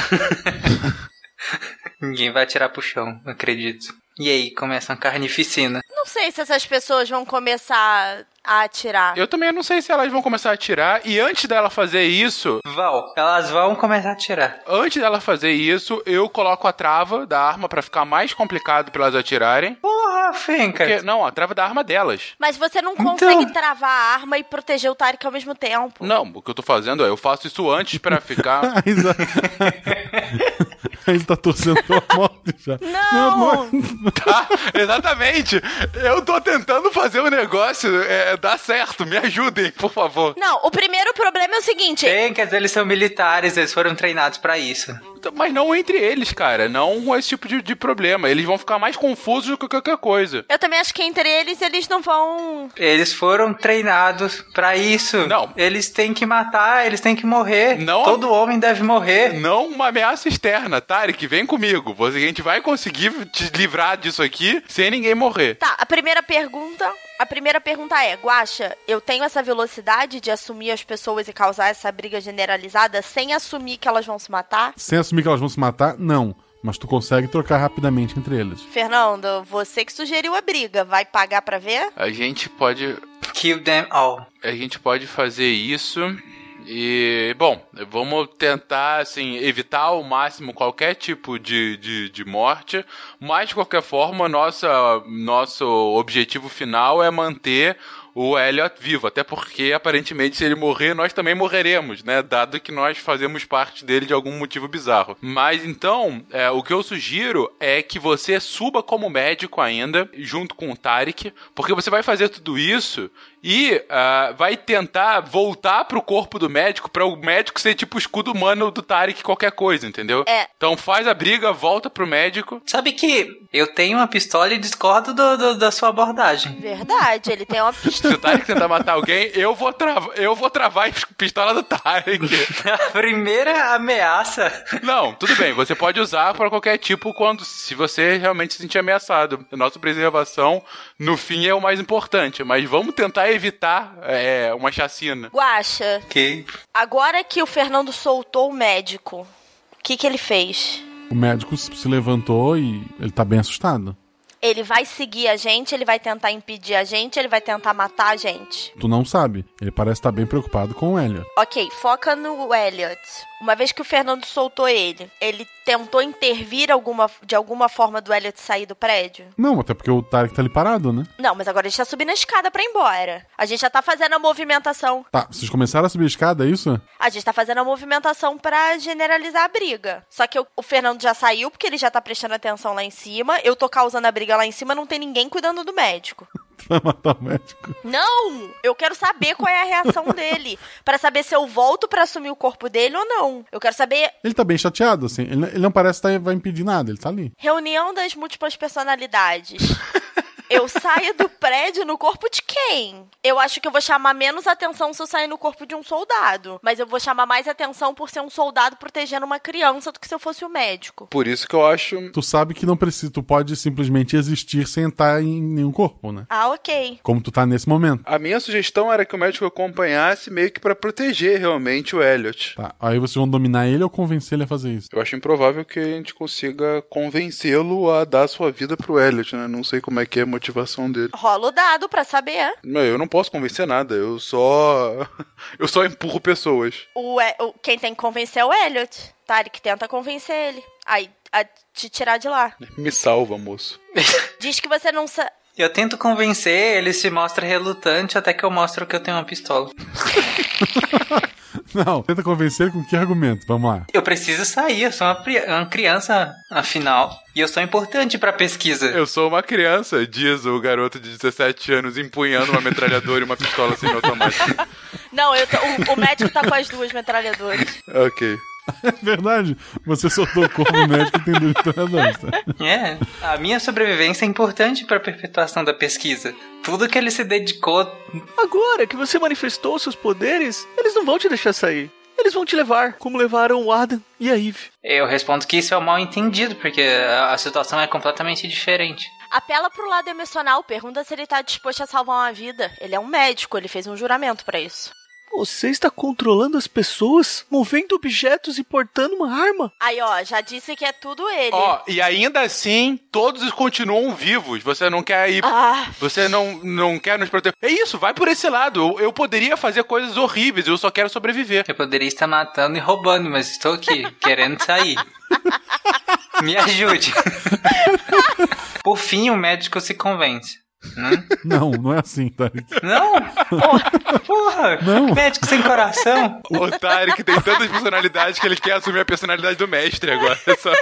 Ninguém vai atirar pro chão, eu acredito. E aí, começa uma carnificina. Não sei se essas pessoas vão começar a atirar. Eu também não sei se elas vão começar a atirar e antes dela fazer isso, Val, elas vão começar a atirar. antes dela fazer isso, eu coloco a trava da arma pra ficar mais complicado pra elas atirarem. Porra, Fenca. Porque, não, a trava da arma é delas. Mas você não consegue travar a arma e proteger o Tarek ao mesmo tempo. Não, o que eu tô fazendo é, eu faço isso antes pra ficar. Ele tá torcendo pela morte já. Não! tá, exatamente. Eu tô tentando fazer o negócio é, dar certo. Me ajudem, por favor. Não, o primeiro problema é o seguinte. Tem, quer dizer, eles são militares, eles foram treinados pra isso. Então, Mas não entre eles, cara. Não com esse tipo de, de problema. Eles vão ficar mais confusos do que qualquer coisa. Eu também acho que entre eles, eles não vão. Eles foram treinados pra isso. Não. Eles têm que matar, eles têm que morrer. Não. Todo homem deve morrer. Não uma ameaça externa, Tarek. Vem comigo. Você- A gente vai conseguir te livrar disso aqui sem ninguém morrer. Tá, a primeira pergunta. A primeira pergunta é: Guaxa, eu tenho essa velocidade de assumir as pessoas e causar essa briga generalizada sem assumir que elas vão se matar? Sem assumir que elas vão se matar, não. Mas tu consegue trocar rapidamente entre eles. Fernando, você que sugeriu a briga, vai pagar pra ver? A gente pode. Kill them all. A gente pode fazer isso. E, bom, vamos tentar, assim, evitar ao máximo qualquer tipo de, de, de morte, mas de qualquer forma, nossa, nosso objetivo final é manter o Elliot vivo, até porque aparentemente se ele morrer, nós também morreremos, né? Dado que nós fazemos parte dele de algum motivo bizarro. Mas então, é, o que eu sugiro é que você suba como médico ainda, junto com o Tarek, porque você vai fazer tudo isso e uh, vai tentar voltar pro corpo do médico para o médico ser tipo o escudo humano do Tarek qualquer coisa, entendeu? É. Então faz a briga, volta pro médico. Sabe que eu tenho uma pistola e discordo do, do da sua abordagem. Verdade, ele tem uma pistola. Se o Tarek tentar matar alguém, eu vou, trava eu vou travar a pistola do Tarek. a primeira ameaça. Não, tudo bem, você pode usar para qualquer tipo quando se você realmente se sentir ameaçado. Nossa preservação, no fim, é o mais importante, mas vamos tentar evitar é, uma chacina. Guaxa. Que? Agora que o Fernando soltou o médico, o que, que ele fez? O médico se levantou e ele tá bem assustado. Ele vai seguir a gente, ele vai tentar impedir a gente, ele vai tentar matar a gente. Tu não sabe. Ele parece estar bem preocupado com o Elliot. Ok, foca no Elliot. Uma vez que o Fernando soltou ele, ele tentou intervir alguma, de alguma forma do Elliot sair do prédio? Não, até porque o Tarek tá ali parado, né? Não, mas agora a gente tá subindo a escada pra ir embora. A gente já tá fazendo a movimentação. Tá, vocês começaram a subir a escada, é isso? A gente tá fazendo a movimentação pra generalizar a briga. Só que o, o Fernando já saiu, porque ele já tá prestando atenção lá em cima. Eu tô causando a briga lá em cima, não tem ninguém cuidando do médico. Tu vai matar o médico? Não! Eu quero saber qual é a reação dele. para saber se eu volto para assumir o corpo dele ou não. Eu quero saber. Ele tá bem chateado, assim. Ele, ele não parece que tá, vai impedir nada, ele tá ali. Reunião das múltiplas personalidades. Eu saio do prédio no corpo de quem? Eu acho que eu vou chamar menos atenção se eu sair no corpo de um soldado. Mas eu vou chamar mais atenção por ser um soldado protegendo uma criança do que se eu fosse o um médico. Por isso que eu acho. Tu sabe que não precisa. Tu pode simplesmente existir sem estar em nenhum corpo, né? Ah, ok. Como tu tá nesse momento. A minha sugestão era que o médico acompanhasse meio que para proteger realmente o Elliot. Tá. Aí vocês vão dominar ele ou convencer ele a fazer isso? Eu acho improvável que a gente consiga convencê-lo a dar sua vida pro Elliot, né? Não sei como é que é motivação dele. Rola o dado pra saber. Não, eu não posso convencer nada, eu só. eu só empurro pessoas. O, e... o, quem tem que convencer é o Elliot. Tá, ele que tenta convencer ele. Aí, a te tirar de lá. Me salva, moço. Diz que você não sa... Eu tento convencer, ele se mostra relutante até que eu mostro que eu tenho uma pistola. Não, tenta convencer com que argumento? Vamos lá. Eu preciso sair, eu sou uma, uma criança, afinal. E eu sou importante pra pesquisa. Eu sou uma criança, diz o garoto de 17 anos empunhando uma metralhadora e uma pistola semiautomática. Não, eu tô, o, o médico tá com as duas metralhadoras. Ok. É verdade. Você soltou o corpo médico e tem dois treinadores. Tá? É. A minha sobrevivência é importante para a perpetuação da pesquisa. Tudo que ele se dedicou. Agora que você manifestou seus poderes, eles não vão te deixar sair. Eles vão te levar, como levaram o Adam e a Eve. Eu respondo que isso é um mal entendido, porque a situação é completamente diferente. Apela pro lado emocional, pergunta se ele tá disposto a salvar uma vida. Ele é um médico, ele fez um juramento para isso. Você está controlando as pessoas, movendo objetos e portando uma arma? Aí, ó, já disse que é tudo ele. Ó, e ainda assim, todos continuam vivos. Você não quer ir. Ah. Você não, não quer nos proteger. É isso, vai por esse lado. Eu, eu, poderia fazer coisas horríveis, eu só quero sobreviver. Eu poderia estar matando e Tá roubando, mas estou aqui, querendo sair. Me ajude. por fim, o médico se convence. Hum? Não, não é assim, Tarek. Não? Porra! porra não. Médico sem coração! O Tarek tem tantas personalidades que ele quer assumir a personalidade do mestre agora, sabe?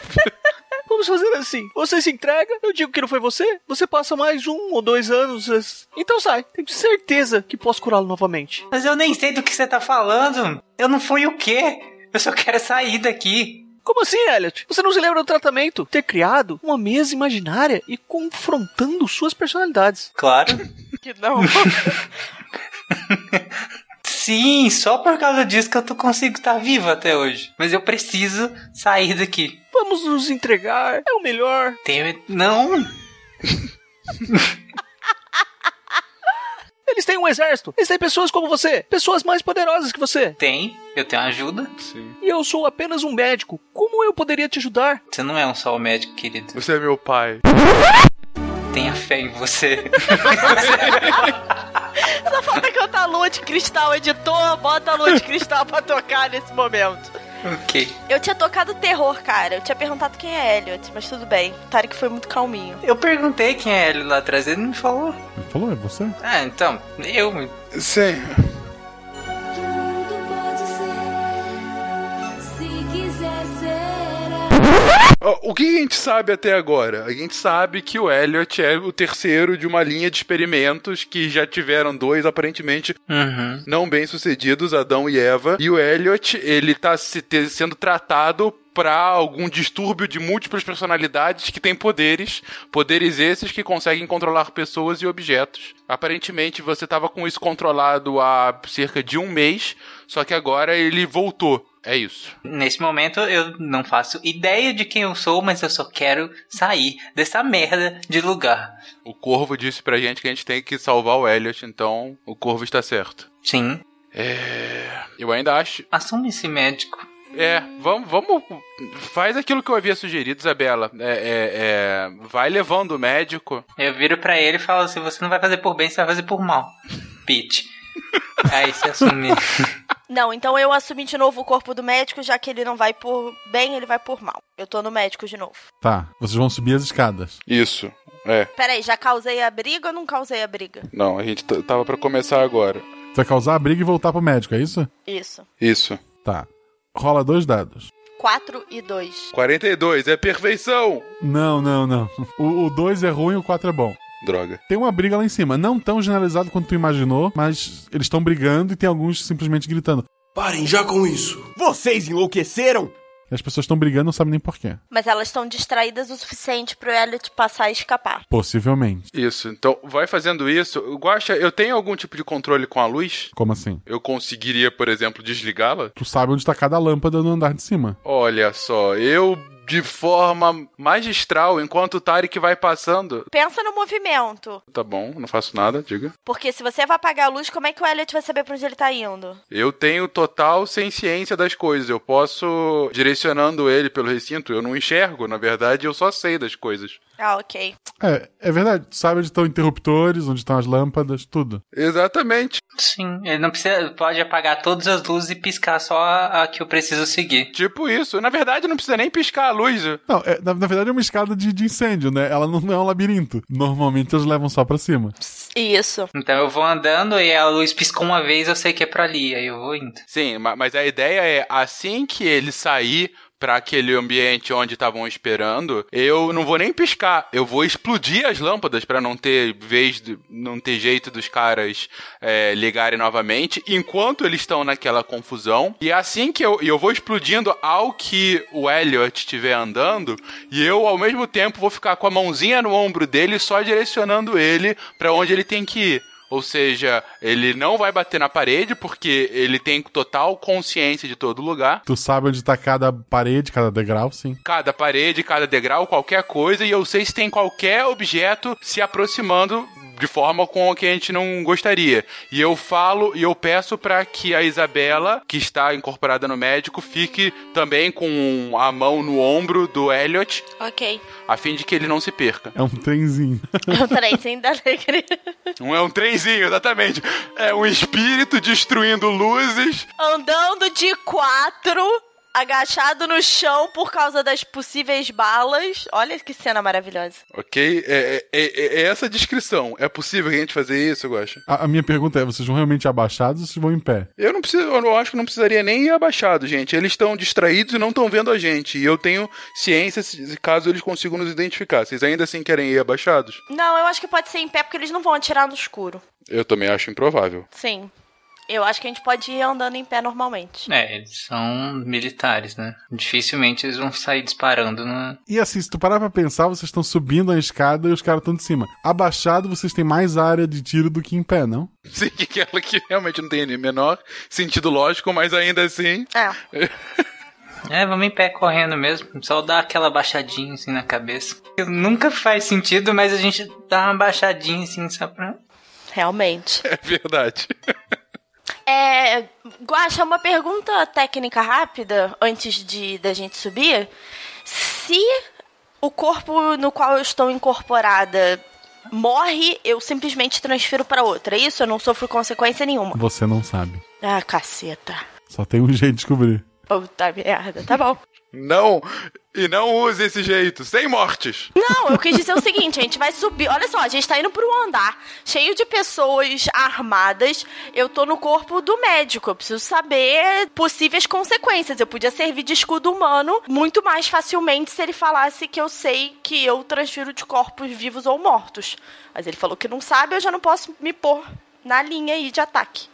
Vamos fazer assim. Você se entrega, eu digo que não foi você, você passa mais um ou dois anos. Então sai. Tenho certeza que posso curá-lo novamente. Mas eu nem sei do que você tá falando. Eu não fui o quê? Eu só quero sair daqui. Como assim, Elliot? Você não se lembra do tratamento? Ter criado uma mesa imaginária e confrontando suas personalidades. Claro. que não. Sim, só por causa disso que eu tô consigo estar vivo até hoje. Mas eu preciso sair daqui. Vamos nos entregar, é o melhor. Tem... Não. Eles têm um exército. Eles têm pessoas como você. Pessoas mais poderosas que você. Tem. Eu tenho ajuda. Sim. E eu sou apenas um médico. Como eu poderia te ajudar? Você não é um só médico, querido. Você é meu pai. Tenha fé em você. Só falta cantar Lua de Cristal, editor. Bota a Lua de Cristal pra tocar nesse momento. Ok. Eu tinha tocado terror, cara. Eu tinha perguntado quem é Elliot, mas tudo bem. O Tarek foi muito calminho. Eu perguntei quem é Elliot lá atrás, ele não me falou. Ele falou, é você? Ah, então, eu. Sim. O que a gente sabe até agora? A gente sabe que o Elliot é o terceiro de uma linha de experimentos que já tiveram dois aparentemente uhum. não bem sucedidos, Adão e Eva. E o Elliot, ele tá se te- sendo tratado para algum distúrbio de múltiplas personalidades que tem poderes, poderes esses que conseguem controlar pessoas e objetos. Aparentemente você estava com isso controlado há cerca de um mês, só que agora ele voltou. É isso. Nesse momento eu não faço ideia de quem eu sou, mas eu só quero sair dessa merda de lugar. O Corvo disse pra gente que a gente tem que salvar o Elliot, então o Corvo está certo. Sim. É... Eu ainda acho. Assume esse médico. É, vamos, vamos. Faz aquilo que eu havia sugerido, Isabela. É, é, é... Vai levando o médico. Eu viro pra ele e falo assim: você não vai fazer por bem, você vai fazer por mal. Pete. Aí se assume. Não, então eu assumi de novo o corpo do médico, já que ele não vai por bem, ele vai por mal. Eu tô no médico de novo. Tá, vocês vão subir as escadas. Isso, é. Peraí, já causei a briga ou não causei a briga? Não, a gente t- tava para começar agora. Você vai causar a briga e voltar pro médico, é isso? Isso. Isso. Tá. Rola dois dados. 4 e 2. 42, é perfeição! Não, não, não. O 2 é ruim, o 4 é bom. Droga. Tem uma briga lá em cima, não tão generalizado quanto tu imaginou, mas eles estão brigando e tem alguns simplesmente gritando: Parem já com isso! Vocês enlouqueceram! E as pessoas estão brigando, não sabem nem porquê. Mas elas estão distraídas o suficiente pro Elliot passar e escapar. Possivelmente. Isso, então vai fazendo isso. Guaxa, eu tenho algum tipo de controle com a luz? Como assim? Eu conseguiria, por exemplo, desligá-la? Tu sabe onde está cada lâmpada no andar de cima. Olha só, eu de forma magistral enquanto o Tarek vai passando. Pensa no movimento. Tá bom, não faço nada, diga. Porque se você vai apagar a luz, como é que o Elliot vai saber pra onde ele tá indo? Eu tenho total sem ciência das coisas. Eu posso, direcionando ele pelo recinto, eu não enxergo, na verdade, eu só sei das coisas. Ah, ok. É, é verdade. Tu sabe onde estão interruptores, onde estão as lâmpadas, tudo. Exatamente. Sim, ele não precisa. Pode apagar todas as luzes e piscar só a, a que eu preciso seguir. Tipo isso. Na verdade, não precisa nem piscar a luz. Não, é, na, na, verdade é uma escada de, de, incêndio, né? Ela não é um labirinto. Normalmente eles levam só pra cima. Isso. Então eu vou andando e a luz piscou uma vez, eu sei que é pra ali, aí eu vou indo. Sim, mas a ideia é assim que ele sair para aquele ambiente onde estavam esperando, eu não vou nem piscar, eu vou explodir as lâmpadas para não ter vez, de, não ter jeito dos caras é, ligarem novamente, enquanto eles estão naquela confusão. E assim que eu, eu vou explodindo ao que o Elliot estiver andando, e eu ao mesmo tempo vou ficar com a mãozinha no ombro dele, só direcionando ele para onde ele tem que ir. Ou seja, ele não vai bater na parede porque ele tem total consciência de todo lugar. Tu sabe onde tá cada parede, cada degrau, sim? Cada parede, cada degrau, qualquer coisa, e eu sei se tem qualquer objeto se aproximando de forma com a que a gente não gostaria. E eu falo e eu peço para que a Isabela, que está incorporada no médico, fique também com a mão no ombro do Elliot. Ok. A fim de que ele não se perca. É um trenzinho. É um trenzinho da alegria. Não é um trenzinho, exatamente. É um espírito destruindo luzes. Andando de quatro agachado no chão por causa das possíveis balas. Olha que cena maravilhosa. Ok, é, é, é essa descrição. É possível a gente fazer isso, eu acho. A, a, minha pergunta é: vocês vão realmente abaixados ou vocês vão em pé? Eu não preciso, eu acho que não precisaria nem ir abaixado, gente. Eles estão distraídos e não estão vendo a gente. E eu tenho ciência caso eles consigam nos identificar. Vocês ainda assim querem ir abaixados? Não, eu acho que pode ser em pé porque eles não vão atirar no escuro. Eu também acho improvável. Sim. Eu acho que a gente pode ir andando em pé normalmente. É, eles são militares, né? Dificilmente eles vão sair disparando, né? E assim, se tu parar pra pensar, vocês estão subindo a escada e os caras estão de cima. Abaixado, vocês têm mais área de tiro do que em pé, não? Sim, que ela que realmente não tem nem menor sentido lógico, mas ainda assim. É. É, vamos em pé correndo mesmo. Só dar aquela baixadinha assim na cabeça. Nunca faz sentido, mas a gente dá uma baixadinha assim só pra. Realmente. É verdade. É, Guaxa, uma pergunta técnica rápida antes de da gente subir. Se o corpo no qual eu estou incorporada morre, eu simplesmente transfiro para outra. É Isso eu não sofro consequência nenhuma. Você não sabe. Ah, caceta. Só tem um jeito de descobrir. Puta merda, tá bom. Não, e não use esse jeito, sem mortes. Não, eu quis dizer o seguinte, a gente vai subir. Olha só, a gente tá indo pra um andar cheio de pessoas armadas. Eu tô no corpo do médico. Eu preciso saber possíveis consequências. Eu podia servir de escudo humano muito mais facilmente se ele falasse que eu sei que eu transfiro de corpos vivos ou mortos. Mas ele falou que não sabe, eu já não posso me pôr na linha aí de ataque.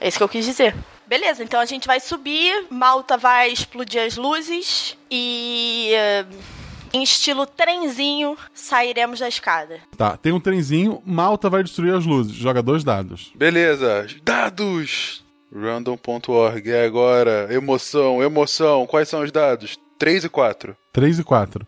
É isso que eu quis dizer. Beleza, então a gente vai subir, Malta vai explodir as luzes e. eh, Em estilo trenzinho, sairemos da escada. Tá, tem um trenzinho, Malta vai destruir as luzes. Joga dois dados. Beleza, dados! Random.org é agora. Emoção, emoção. Quais são os dados? 3 e 4. 3 e 4.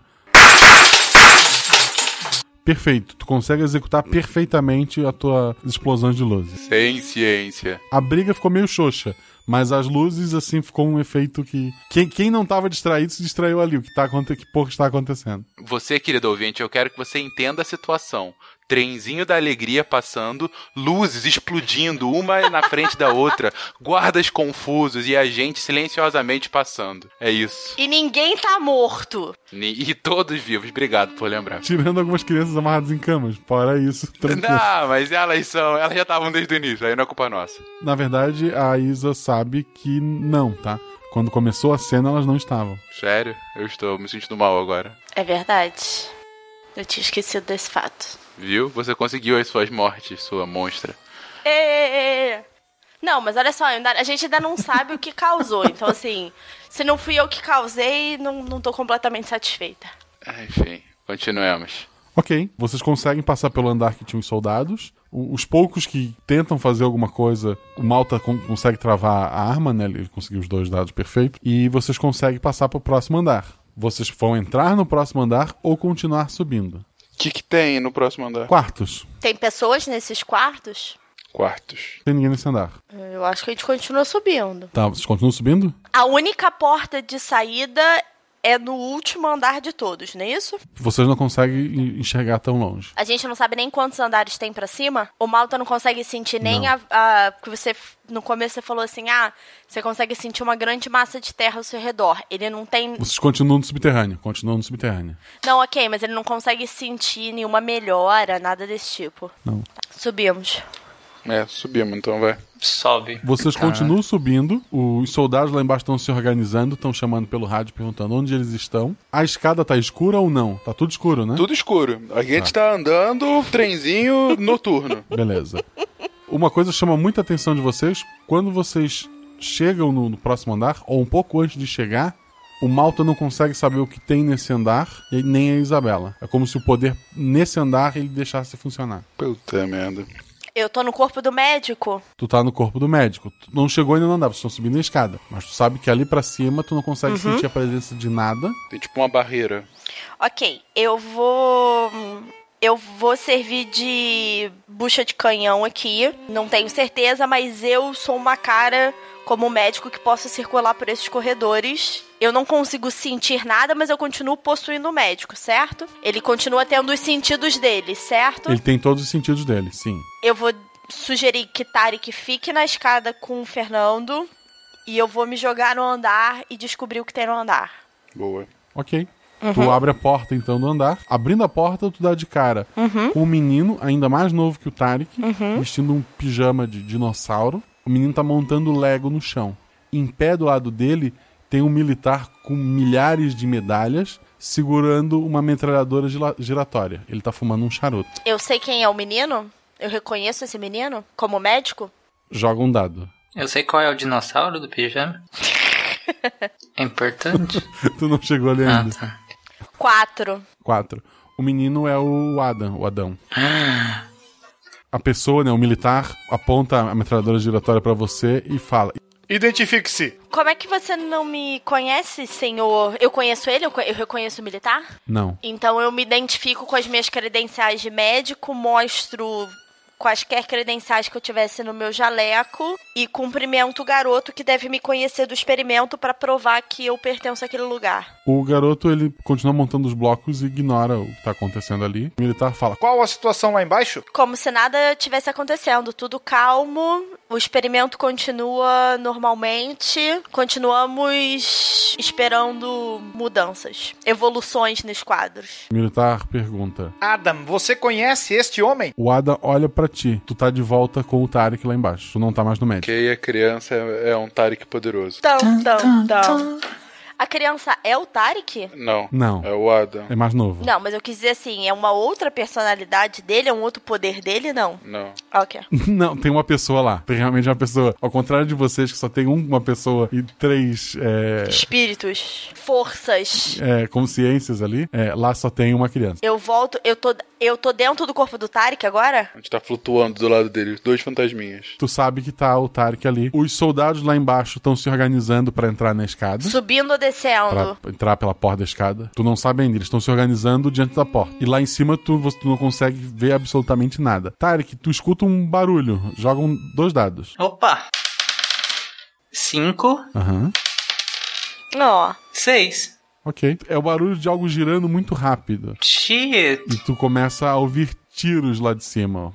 Perfeito. Tu consegue executar perfeitamente a tua explosão de luzes. Sem ciência. A briga ficou meio xoxa, mas as luzes, assim, ficou um efeito que. Quem, quem não estava distraído se distraiu ali. O que, tá, que porra está acontecendo? Você, querido ouvinte, eu quero que você entenda a situação. Trenzinho da alegria passando, luzes explodindo uma na frente da outra, guardas confusos e a gente silenciosamente passando. É isso. E ninguém tá morto. E todos vivos, obrigado por lembrar. Tirando algumas crianças amarradas em camas, fora isso. Tranquilo. Não, mas elas são, elas já estavam desde o início, aí não é culpa nossa. Na verdade, a Isa sabe que não, tá? Quando começou a cena, elas não estavam. Sério? Eu estou me sentindo mal agora. É verdade. Eu tinha esquecido desse fato. Viu? Você conseguiu as suas mortes, sua monstra. É. Não, mas olha só, a gente ainda não sabe o que causou. Então, assim, se não fui eu que causei, não, não tô completamente satisfeita. Ah, Enfim, continuemos. Ok, vocês conseguem passar pelo andar que tinha os soldados. Os poucos que tentam fazer alguma coisa, o Malta consegue travar a arma, né? Ele conseguiu os dois dados perfeito. E vocês conseguem passar para o próximo andar. Vocês vão entrar no próximo andar ou continuar subindo. O que, que tem no próximo andar? Quartos. Tem pessoas nesses quartos? Quartos. Tem ninguém nesse andar. Eu acho que a gente continua subindo. Tá, vocês continuam subindo? A única porta de saída é no último andar de todos, não é isso? Vocês não conseguem enxergar tão longe. A gente não sabe nem quantos andares tem para cima. O Malta não consegue sentir nem a, a, que você no começo você falou assim, ah, você consegue sentir uma grande massa de terra ao seu redor. Ele não tem. Vocês continuam no subterrâneo, continuam no subterrâneo. Não, ok, mas ele não consegue sentir nenhuma melhora, nada desse tipo. Não. Subimos. É, subimos, então vai. Ah, Sobe. Vocês Caraca. continuam subindo, os soldados lá embaixo estão se organizando, estão chamando pelo rádio, perguntando onde eles estão. A escada tá escura ou não? Tá tudo escuro, né? Tudo escuro. A gente tá, tá andando, trenzinho noturno. Beleza. Uma coisa chama muita atenção de vocês, quando vocês chegam no, no próximo andar, ou um pouco antes de chegar, o Malta não consegue saber o que tem nesse andar, e nem a Isabela. É como se o poder nesse andar ele deixasse funcionar. Puta merda. Eu tô no corpo do médico. Tu tá no corpo do médico. Tu não chegou ainda não andar, vocês estão subindo a escada. Mas tu sabe que ali para cima tu não consegue uhum. sentir a presença de nada. Tem tipo uma barreira. Ok, eu vou. Eu vou servir de bucha de canhão aqui. Não tenho certeza, mas eu sou uma cara como um médico que possa circular por esses corredores. Eu não consigo sentir nada, mas eu continuo possuindo o médico, certo? Ele continua tendo os sentidos dele, certo? Ele tem todos os sentidos dele, sim. Eu vou sugerir que Tarek fique na escada com o Fernando e eu vou me jogar no andar e descobrir o que tem no andar. Boa. Ok. Uhum. Tu abre a porta então do andar. Abrindo a porta, tu dá de cara uhum. com um menino, ainda mais novo que o Tarek, uhum. vestindo um pijama de dinossauro. O menino tá montando Lego no chão. Em pé do lado dele tem um militar com milhares de medalhas segurando uma metralhadora giratória. Ele tá fumando um charuto. Eu sei quem é o menino? Eu reconheço esse menino como médico? Joga um dado. Eu sei qual é o dinossauro do pijama. é importante. tu não chegou ali ainda. Ah, tá. Quatro. Quatro. O menino é o Adam, o Adão. Ah a pessoa, né, o militar, aponta a metralhadora giratória para você e fala: Identifique-se. Como é que você não me conhece, senhor? Eu conheço ele? Eu, eu reconheço o militar? Não. Então eu me identifico com as minhas credenciais de médico, mostro quaisquer credenciais que eu tivesse no meu jaleco e cumprimento o garoto que deve me conhecer do experimento para provar que eu pertenço àquele lugar. O garoto, ele continua montando os blocos e ignora o que tá acontecendo ali. O militar fala: Qual a situação lá embaixo? Como se nada tivesse acontecendo, tudo calmo, o experimento continua normalmente, continuamos esperando mudanças, evoluções nos quadros. O militar pergunta: Adam, você conhece este homem? O Adam olha para ti. Tu tá de volta com o Tarek lá embaixo. Tu não tá mais no médico. Ok, a criança é um Tarek poderoso. Tão, tão, tão. A criança é o Tarek? Não. Não. É o Adam. É mais novo. Não, mas eu quis dizer assim, é uma outra personalidade dele, é um outro poder dele, não? Não. Ok. não, tem uma pessoa lá. Tem realmente uma pessoa. Ao contrário de vocês, que só tem um, uma pessoa e três. É... Espíritos. Forças. É, consciências ali. É, lá só tem uma criança. Eu volto, eu tô, eu tô dentro do corpo do Tarek agora? A gente tá flutuando do lado dele, dois fantasminhas. Tu sabe que tá o Tarek ali. Os soldados lá embaixo estão se organizando para entrar na escada. Subindo ou descendo? Pra entrar pela porta da escada. Tu não sabe ainda, eles estão se organizando diante da porta. E lá em cima tu, você, tu não consegue ver absolutamente nada. Tarek, tu escuta um barulho. Jogam dois dados. Opa! Cinco. Aham. Ó. Seis. Ok. É o barulho de algo girando muito rápido. Shit. E tu começa a ouvir tiros lá de cima.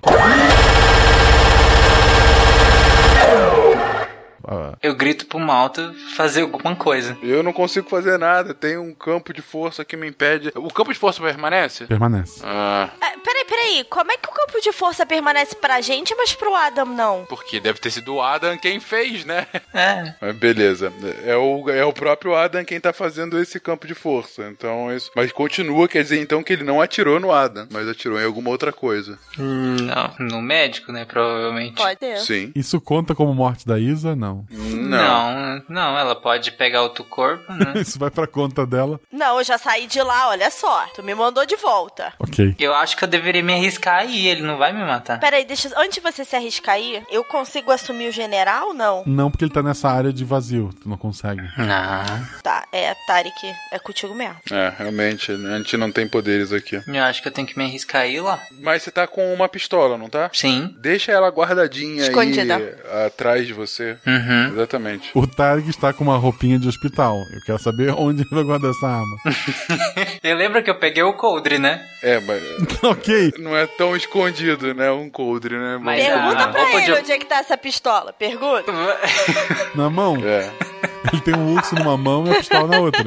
Ah. Eu grito pro Malta fazer alguma coisa. Eu não consigo fazer nada. Tem um campo de força que me impede. O campo de força permanece? Permanece. Ah. Ah, peraí, peraí. Como é que o campo de força permanece pra gente, mas pro Adam não? Porque deve ter sido o Adam quem fez, né? É. Beleza. É o, é o próprio Adam quem tá fazendo esse campo de força. Então isso. Mas continua, quer dizer então que ele não atirou no Adam, mas atirou em alguma outra coisa. Hum. Não, no médico, né? Provavelmente. Pode ser. Sim. Isso conta como morte da Isa? Não. Não. não. Não, ela pode pegar outro corpo, né? Isso vai pra conta dela. Não, eu já saí de lá, olha só. Tu me mandou de volta. Ok. Eu acho que eu deveria me arriscar aí, ele não vai me matar. Peraí, deixa. Antes de você se arriscar aí, eu consigo assumir o general ou não? Não, porque ele tá nessa área de vazio. Tu não consegue. Ah. Tá, é, Tarek, é contigo mesmo. É, realmente, a gente não tem poderes aqui. Eu acho que eu tenho que me arriscar aí lá. Mas você tá com uma pistola, não tá? Sim. Deixa ela guardadinha Escondida. aí atrás de você. Hum. Uhum. Exatamente. O Targ está com uma roupinha de hospital. Eu quero saber onde ele vai guardar essa arma. eu lembro que eu peguei o coldre, né? É, mas. ok. Não é tão escondido, né? Um coldre, né? Mas, Pergunta ah, pra ele de... onde é que tá essa pistola. Pergunta. na mão? É. Ele tem um urso numa mão e a pistola na outra.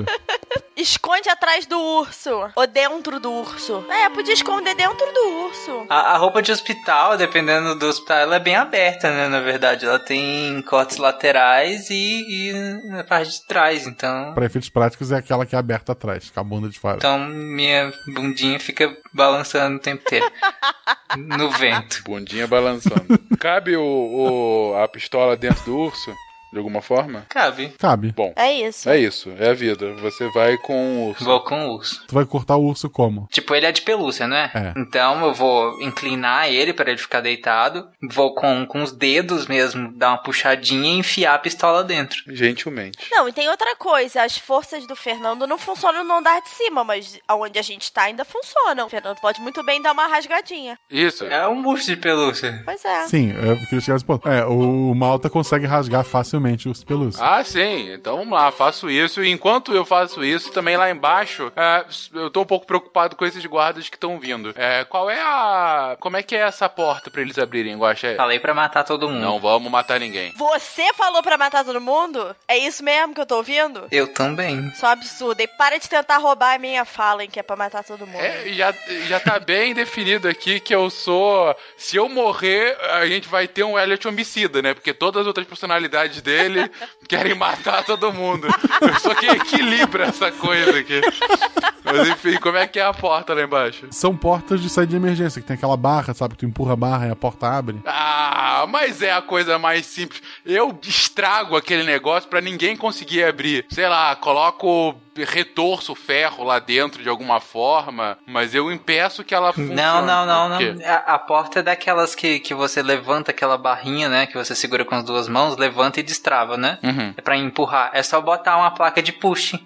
Esconde atrás do urso. Ou dentro do urso. É, podia esconder dentro do urso. A, a roupa de hospital, dependendo do hospital, ela é bem aberta, né? Na verdade, ela tem cortes laterais e, e na parte de trás, então. Para efeitos práticos, é aquela que é aberta atrás, com a bunda de fora. Então, minha bundinha fica balançando o tempo inteiro. no vento. Bundinha balançando. Cabe o, o, a pistola dentro do urso? De alguma forma? Cabe. Cabe. Bom. É isso. É isso. É a vida. Você vai com o urso. Vou com o urso. Tu vai cortar o urso como? Tipo, ele é de pelúcia, né? É. Então eu vou inclinar ele para ele ficar deitado. Vou com, com os dedos mesmo, dar uma puxadinha e enfiar a pistola dentro. Gentilmente. Não, e tem outra coisa. As forças do Fernando não funcionam no andar de cima, mas onde a gente tá ainda funcionam. O Fernando pode muito bem dar uma rasgadinha. Isso. É um urso de pelúcia. Pois é. Sim, eu queria chegar nesse ponto. É, o Malta consegue rasgar facilmente facilmente os pelúcias. Ah, sim. Então vamos lá, faço isso. E enquanto eu faço isso, também lá embaixo, é, eu tô um pouco preocupado com esses guardas que estão vindo. É, qual é a. Como é que é essa porta pra eles abrirem, Guaxa? Falei pra matar todo mundo. Não vamos matar ninguém. Você falou pra matar todo mundo? É isso mesmo que eu tô ouvindo? Eu também. Isso é um absurdo. E para de tentar roubar a minha fala, em que é pra matar todo mundo. É, já, já tá bem definido aqui que eu sou. Se eu morrer, a gente vai ter um Elliot homicida, né? Porque todas as outras personalidades dele querem matar todo mundo. Só que equilibra essa coisa aqui. Mas enfim, como é que é a porta lá embaixo? São portas de saída de emergência, que tem aquela barra, sabe? Que tu empurra a barra e a porta abre. Ah, mas é a coisa mais simples. Eu estrago aquele negócio para ninguém conseguir abrir. Sei lá, coloco retorço o ferro lá dentro de alguma forma, mas eu impeço que ela funcione. Não, não, não, não. A, a, porta é daquelas que, que você levanta aquela barrinha, né? Que você segura com as duas mãos, levanta e destrava, né? Uhum. É pra empurrar. É só botar uma placa de push.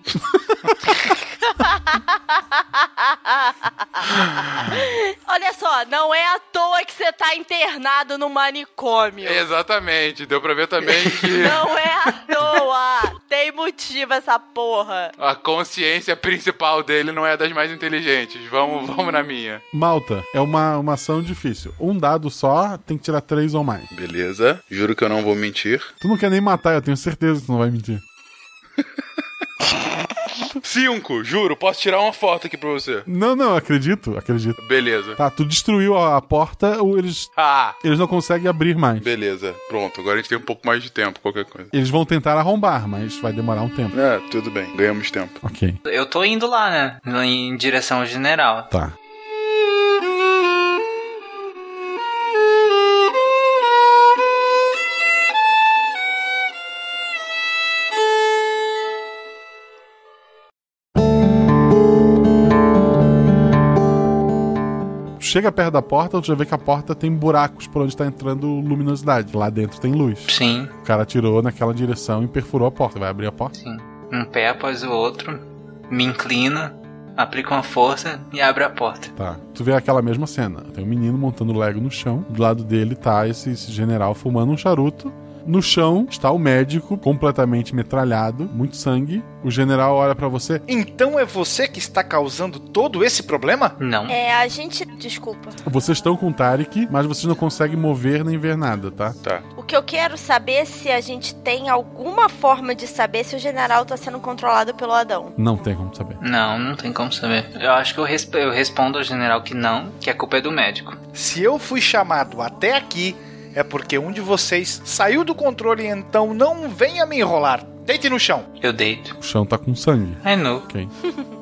Olha só, não é à toa que você tá internado no manicômio. Exatamente, deu pra ver também que. Não é à toa! Tem motivo essa porra. A consciência principal dele não é das mais inteligentes. Vamos, vamos na minha. Malta, é uma, uma ação difícil. Um dado só, tem que tirar três ou mais. Beleza, juro que eu não vou mentir. Tu não quer nem matar, eu tenho certeza que tu não vai mentir. Cinco, juro, posso tirar uma foto aqui pra você. Não, não, acredito, acredito. Beleza. Tá, tu destruiu a, a porta ou eles. Ah! Eles não conseguem abrir mais. Beleza, pronto, agora a gente tem um pouco mais de tempo, qualquer coisa. Eles vão tentar arrombar, mas vai demorar um tempo. É, tudo bem, ganhamos tempo. Ok. Eu tô indo lá, né? Em direção ao general. Tá. chega perto da porta, tu já vê que a porta tem buracos por onde tá entrando luminosidade. Lá dentro tem luz. Sim. O cara atirou naquela direção e perfurou a porta. Vai abrir a porta? Sim. Um pé após o outro, me inclina, aplica uma força e abre a porta. Tá. Tu vê aquela mesma cena. Tem um menino montando Lego no chão. Do lado dele tá esse, esse general fumando um charuto. No chão está o médico completamente metralhado, muito sangue. O general olha para você. Então é você que está causando todo esse problema? Não. É, a gente. Desculpa. Vocês estão com o Tarek, mas vocês não conseguem mover nem ver nada, tá? Tá. O que eu quero saber é se a gente tem alguma forma de saber se o general está sendo controlado pelo Adão. Não tem como saber. Não, não tem como saber. Eu acho que eu, resp eu respondo ao general que não, que a culpa é do médico. Se eu fui chamado até aqui é porque um de vocês saiu do controle, então não venha me enrolar. Deite no chão. Eu deito. O chão tá com sangue. I know. Ok.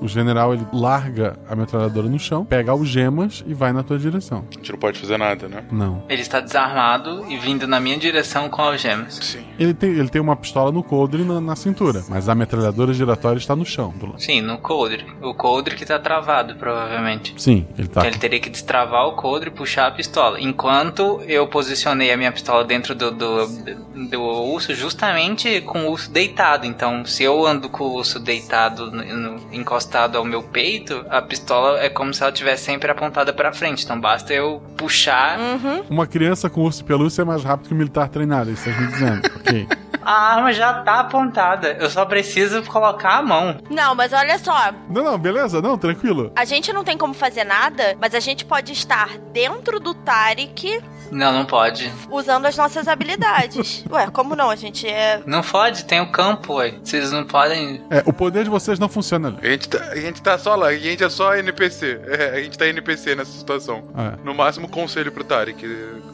o general, ele larga a metralhadora no chão, pega algemas e vai na tua direção. A gente não pode fazer nada, né? Não. Ele está desarmado e vindo na minha direção com algemas. Sim. Ele tem, ele tem uma pistola no coldre na, na cintura, mas a metralhadora giratória está no chão. Sim, no coldre. O coldre que tá travado, provavelmente. Sim, ele tá. Então ele teria que destravar o coldre e puxar a pistola. Enquanto eu posicionei a minha pistola dentro do, do, do, do urso, justamente com o urso deitado deitado. Então, se eu ando com o osso deitado, no, no, encostado ao meu peito, a pistola é como se ela estivesse sempre apontada para frente. Então, basta eu puxar. Uhum. Uma criança com urso pelúcia é mais rápido que um militar treinado, isso vocês me dizendo. ok. A arma já tá apontada. Eu só preciso colocar a mão. Não, mas olha só. Não, não, beleza, não, tranquilo. A gente não tem como fazer nada, mas a gente pode estar dentro do Tarek. Não, não pode. Usando as nossas habilidades. Ué, como não? A gente é. Não pode, tem o um campo, ué. Vocês não podem. É, o poder de vocês não funciona ali. A gente tá, a gente tá só lá, a gente é só NPC. É, a gente tá NPC nessa situação. Ah, é. No máximo, conselho pro Tarek.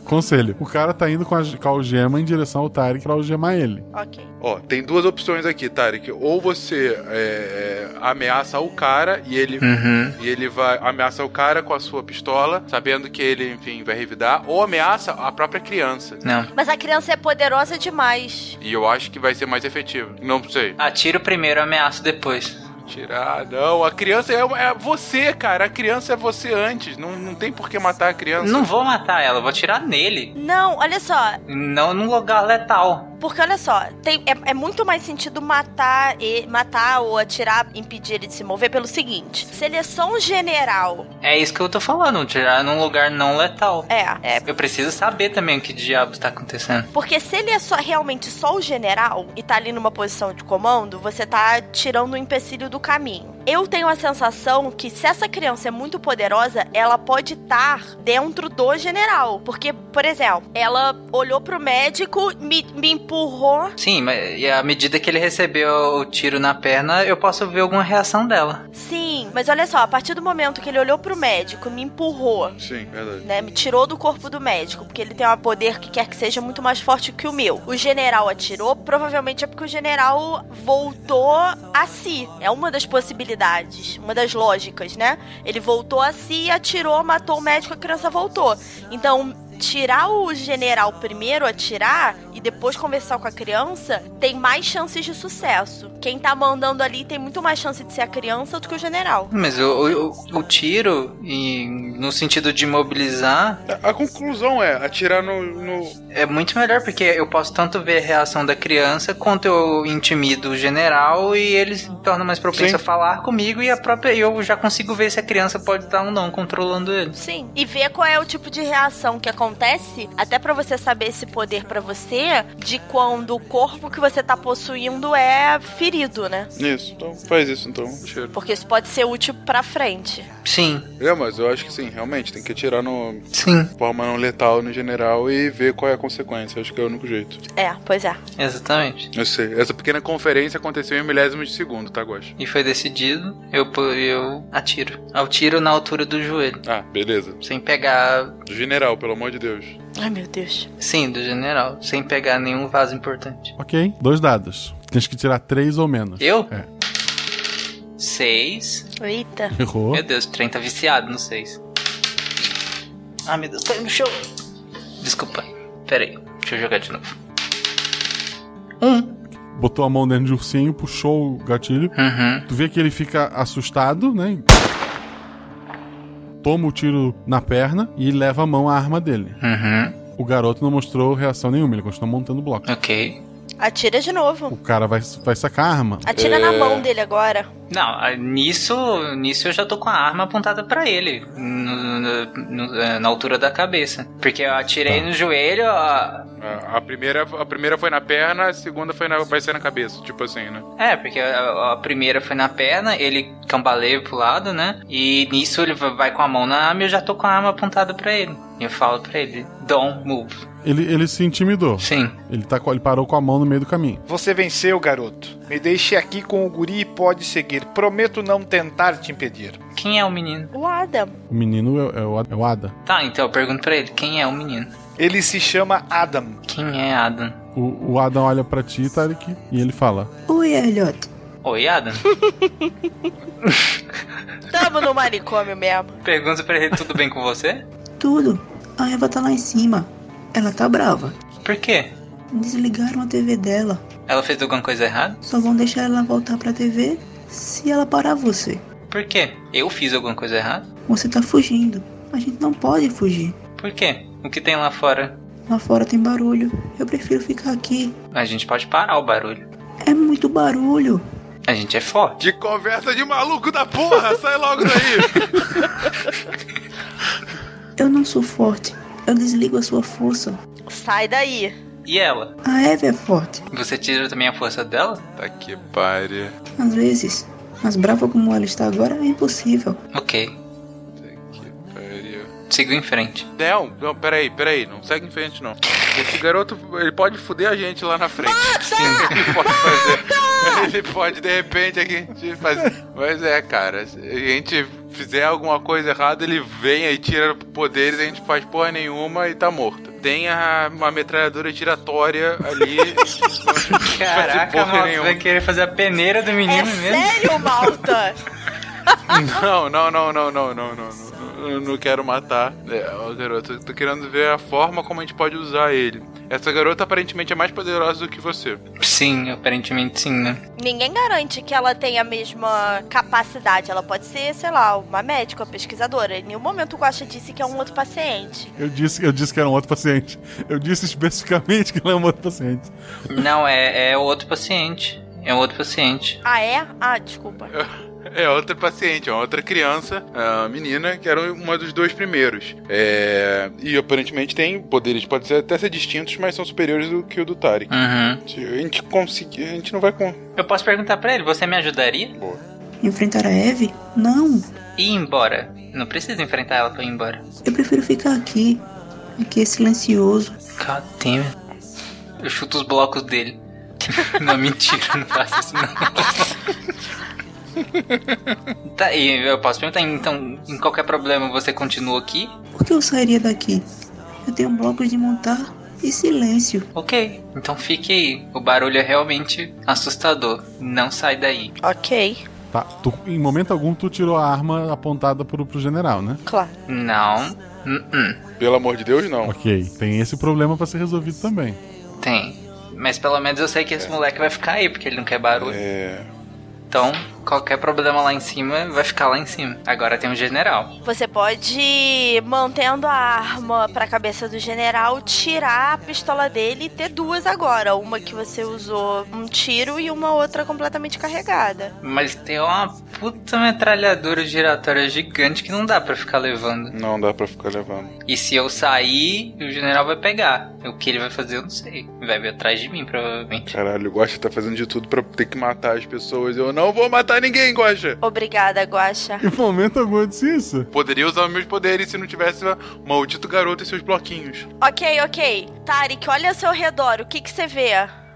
Conselho. O cara tá indo com a, com a algema em direção ao Tarek pra algemar ele. Ok. Ó, tem duas opções aqui, Tarek. Ou você é, ameaça o cara e ele, uhum. e ele vai ameaça o cara com a sua pistola, sabendo que ele, enfim, vai revidar, ou ameaça a própria criança. Não. Mas a criança é poderosa demais. E eu acho que vai ser mais efetivo. Não sei. Atiro primeiro, ameaça depois. Tirar, não. A criança é, é, você, cara. A criança é você antes. Não, não tem por que matar a criança. Não vou matar ela, vou tirar nele. Não, olha só. Não num lugar letal. Porque olha só, tem, é, é, muito mais sentido matar e matar ou atirar, impedir ele de se mover pelo seguinte: se ele é só um general. É isso que eu tô falando, tirar num lugar não letal. É, é. Eu preciso saber também o que diabos tá acontecendo. Porque se ele é só realmente só o general e tá ali numa posição de comando, você tá tirando o empecilho do caminho eu tenho a sensação que se essa criança é muito poderosa, ela pode estar dentro do general. Porque, por exemplo, ela olhou pro médico, me, me empurrou. Sim, mas à medida que ele recebeu o tiro na perna, eu posso ver alguma reação dela. Sim, mas olha só, a partir do momento que ele olhou pro médico, me empurrou. Sim, verdade. Né, me tirou do corpo do médico, porque ele tem um poder que quer que seja muito mais forte que o meu. O general atirou, provavelmente é porque o general voltou a si. É uma das possibilidades uma das lógicas, né? Ele voltou a si, atirou, matou o médico, a criança voltou. Então, tirar o general primeiro, atirar, e depois conversar com a criança, tem mais chances de sucesso. Quem tá mandando ali tem muito mais chance de ser a criança do que o general. Mas o, o, o tiro, e, no sentido de mobilizar. A, a conclusão é atirar no, no, É muito melhor, porque eu posso tanto ver a reação da criança quanto eu intimido o general e ele se torna mais propenso Sim. a falar comigo e a própria. Eu já consigo ver se a criança pode dar um não controlando ele. Sim. E ver qual é o tipo de reação que acontece, até para você saber esse poder para você, de quando o corpo que você tá possuindo é ferido, né? Isso, então faz isso então. Tira. Porque isso pode ser útil pra frente. Sim. É, mas eu acho que sim, realmente, tem que atirar no. Sim. Forma não letal no general e ver qual é a consequência. Acho que é o único jeito. É, pois é. Exatamente. Eu sei. Essa pequena conferência aconteceu em milésimos de segundo, tá, Gosto? E foi decidido, eu, eu atiro. Eu tiro na altura do joelho. Ah, beleza. Sem pegar. Do general, pelo amor de Deus. Ai, meu Deus. Sim, do general. Sem pegar nenhum vaso importante. Ok, dois dados. Tens que tirar três ou menos. Eu? É. Seis. Eita. Errou. Meu Deus, o trem tá viciado no seis. Ah, meu Deus, caiu no chão. Desculpa. Pera aí. Deixa eu jogar de novo. Um. Botou a mão dentro de ursinho, puxou o gatilho. Uhum. Tu vê que ele fica assustado, né? Toma o tiro na perna e leva a mão à arma dele. Uhum. O garoto não mostrou reação nenhuma, ele continua montando o bloco. Ok. Atira de novo. O cara vai, vai sacar a arma. Atira é... na mão dele agora. Não, ah, nisso, nisso eu já tô com a arma apontada para ele, no, no, eh, na altura da cabeça. Porque eu atirei tá. no joelho. A... a... primeira, a primeira foi na perna, a segunda foi na, vai ser na cabeça, tipo assim, né? É, porque a, a, primeira foi na perna, ele cambaleia pro lado, né? E nisso ele vai com a mão na arma e eu já tô com a arma apontada para ele. E eu falo para ele: don't move. Ele, ele se intimidou. Sim. Ele, tá, ele parou com a mão no meio do caminho. Você venceu, garoto. Me deixe aqui com o guri e pode seguir. Prometo não tentar te impedir. Quem é o menino? O Adam. O menino é, é, o, é o Adam. Tá, então eu pergunto pra ele: quem é o menino? Ele se chama Adam. Quem é Adam? O, o Adam olha pra ti, Tarek, e ele fala: Oi, Elliot. Oi, Adam. Tamo no manicômio mesmo. Pergunta pra ele: tudo bem com você? Tudo. A Eva tá lá em cima. Ela tá brava. Por quê? Desligaram a TV dela. Ela fez alguma coisa errada? Só vão deixar ela voltar pra TV se ela parar você. Por quê? Eu fiz alguma coisa errada? Você tá fugindo. A gente não pode fugir. Por quê? O que tem lá fora? Lá fora tem barulho. Eu prefiro ficar aqui. A gente pode parar o barulho. É muito barulho. A gente é forte. De conversa de maluco da porra! Sai logo daí! Eu não sou forte. Eu desligo a sua força. Sai daí. E ela? A Eve é forte. Você tira também a força dela? Tá que pare. Às vezes. Mas brava como ela está agora é impossível. Ok. Tá que pariu. Siga em frente. Não, não, peraí, peraí. Não segue em frente, não. Esse garoto, ele pode foder a gente lá na frente. Mata! Sim, ele pode Mata! fazer. Ele pode, de repente, a gente fazer. Mas é, cara, a gente fizer alguma coisa errada, ele vem aí, tira poderes, a gente faz porra nenhuma e tá morto. Tem a, uma metralhadora giratória ali. Caraca, Malta vai querer fazer a peneira do menino é mesmo. Sério, Malta? não, não, não, não, não, não, não. Eu não quero matar. É, ó, garoto, tô querendo ver a forma como a gente pode usar ele. Essa garota aparentemente é mais poderosa do que você. Sim, aparentemente sim, né? Ninguém garante que ela tenha a mesma capacidade. Ela pode ser, sei lá, uma médica, uma pesquisadora. Em nenhum momento o Guaxa disse que é um outro paciente. Eu disse, eu disse que era um outro paciente. Eu disse especificamente que ela é um outro paciente. Não, é, é outro paciente. É outro paciente. Ah, é? Ah, desculpa. É outra paciente, uma outra criança, a menina, que era uma dos dois primeiros. É... E aparentemente tem poderes, pode ser, até ser distintos, mas são superiores do que o do Tarek. Uhum. A gente conseguir, a gente não vai com. Eu posso perguntar para ele, você me ajudaria? Boa. Enfrentar a Eve? Não. Ir embora. Não precisa enfrentar ela pra ir embora. Eu prefiro ficar aqui. Aqui é silencioso. God damn. Eu chuto os blocos dele. não, mentira, não faço isso não. tá, e eu posso perguntar, então, em qualquer problema você continua aqui? Por que eu sairia daqui? Eu tenho blocos de montar e silêncio. Ok, então fique aí. O barulho é realmente assustador. Não sai daí. Ok. Tá, tu, em momento algum tu tirou a arma apontada pro, pro general, né? Claro. Não. Uh -uh. Pelo amor de Deus, não. Ok, tem esse problema para ser resolvido também tem. Mas pelo menos eu sei que esse moleque vai ficar aí, porque ele não quer barulho. É. Então, qualquer problema lá em cima vai ficar lá em cima. Agora tem um general. Você pode, mantendo a arma para a cabeça do general, tirar a pistola dele e ter duas agora. Uma que você usou um tiro e uma outra completamente carregada. Mas tem uma puta metralhadora giratória gigante que não dá para ficar levando. Não dá para ficar levando. E se eu sair, o general vai pegar. O que ele vai fazer, eu não sei. Vai vir atrás de mim, provavelmente. Caralho, o Guacha tá fazendo de tudo para ter que matar as pessoas. Eu não vou matar ninguém, Guaxa. Obrigada, Guaxa. Em momento algum disse isso. Poderia usar meus poderes se não tivesse o maldito garoto e seus bloquinhos. Ok, ok. Tarek, olha ao seu redor. O que que você vê?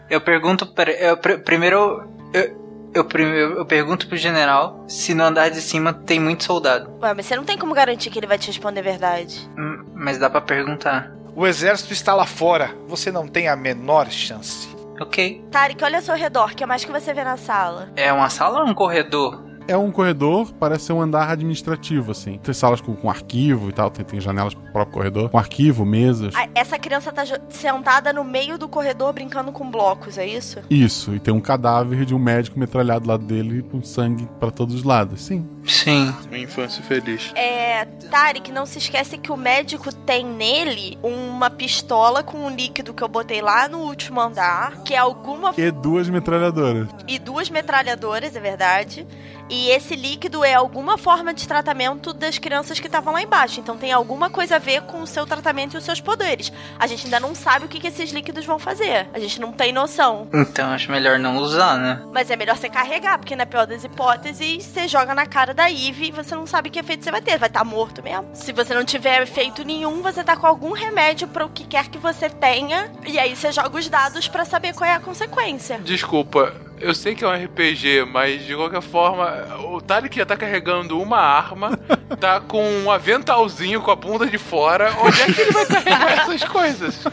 Eu pergunto... Pra, eu, pr primeiro... Eu... Eu, eu, eu pergunto pro general se no andar de cima tem muito soldado. Ué, mas você não tem como garantir que ele vai te responder a verdade. Hum, mas dá para perguntar. O exército está lá fora. Você não tem a menor chance. Ok. Tarek, olha ao seu redor. O que mais que você vê na sala? É uma sala ou um corredor? É um corredor, parece ser um andar administrativo, assim. Tem salas com, com arquivo e tal, tem, tem janelas pro próprio corredor, com arquivo, mesas. Ah, essa criança tá sentada no meio do corredor brincando com blocos, é isso? Isso, e tem um cadáver de um médico metralhado lá dele com sangue para todos os lados, sim. Sim. Uma infância feliz. É, Tarek, não se esquece que o médico tem nele uma pistola com um líquido que eu botei lá no último andar, que é alguma. E duas metralhadoras. E duas metralhadoras, é verdade. E esse líquido é alguma forma de tratamento das crianças que estavam lá embaixo. Então tem alguma coisa a ver com o seu tratamento e os seus poderes. A gente ainda não sabe o que, que esses líquidos vão fazer. A gente não tem noção. Então acho melhor não usar, né? Mas é melhor você carregar, porque né, na pior das hipóteses, você joga na cara da Eve e você não sabe que efeito você vai ter. Vai estar tá morto mesmo. Se você não tiver efeito nenhum, você tá com algum remédio para o que quer que você tenha. E aí você joga os dados para saber qual é a consequência. Desculpa, eu sei que é um RPG, mas de qualquer forma, o Tarek já tá carregando uma arma, tá com um aventalzinho com a bunda de fora. Onde é que ele vai carregar essas coisas?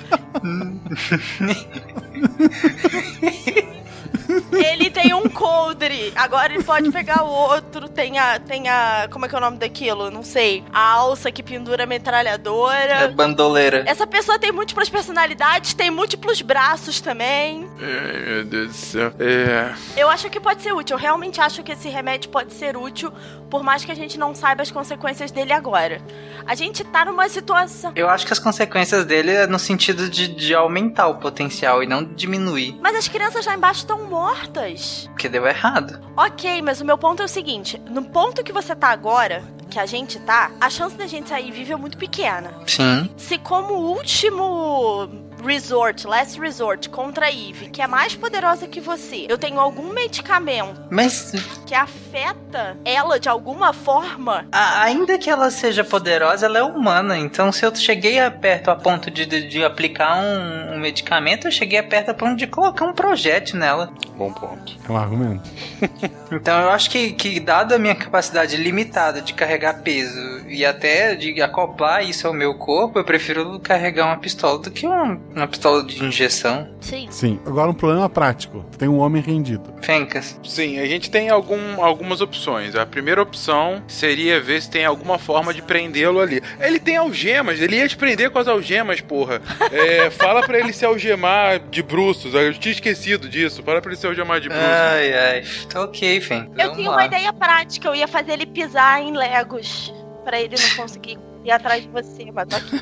Ele tem um coldre. Agora ele pode pegar o outro. Tem a, tem a. Como é que é o nome daquilo? Não sei. A alça que pendura a metralhadora. É bandoleira. Essa pessoa tem múltiplas personalidades, tem múltiplos braços também. Ai, meu Deus do céu. É... Eu acho que pode ser útil. Eu realmente acho que esse remédio pode ser útil, por mais que a gente não saiba as consequências dele agora. A gente tá numa situação. Eu acho que as consequências dele é no sentido de, de aumentar o potencial e não diminuir. Mas as crianças lá embaixo estão mortas. Porque deu errado. Ok, mas o meu ponto é o seguinte: no ponto que você tá agora, que a gente tá, a chance da gente sair viva é muito pequena. Sim. Se como último resort, last resort, contra a Eve, que é mais poderosa que você, eu tenho algum medicamento mas... que afeta ela de alguma forma. A, ainda que ela seja poderosa, ela é humana. Então, se eu cheguei a perto a ponto de, de, de aplicar um, um, medicamento, eu cheguei a perto a ponto de colocar um projétil nela. Bom ponto. É um argumento. então, eu acho que, que, dado a minha capacidade limitada de carregar peso e até de acoplar isso ao meu corpo, eu prefiro carregar uma pistola do que um uma pistola de injeção? Sim. Sim. Agora um problema prático. Tem um homem rendido. Fencas. Sim, a gente tem algum, algumas opções. A primeira opção seria ver se tem alguma forma de prendê-lo ali. Ele tem algemas, ele ia te prender com as algemas, porra. É, fala para ele se algemar de bruços. Eu tinha esquecido disso. Fala pra ele se algemar de bruços. Ai, ai. Tá ok, Fencas. Eu tenho uma ideia prática. Eu ia fazer ele pisar em Legos. para ele não conseguir ir atrás de você, mas tá aqui.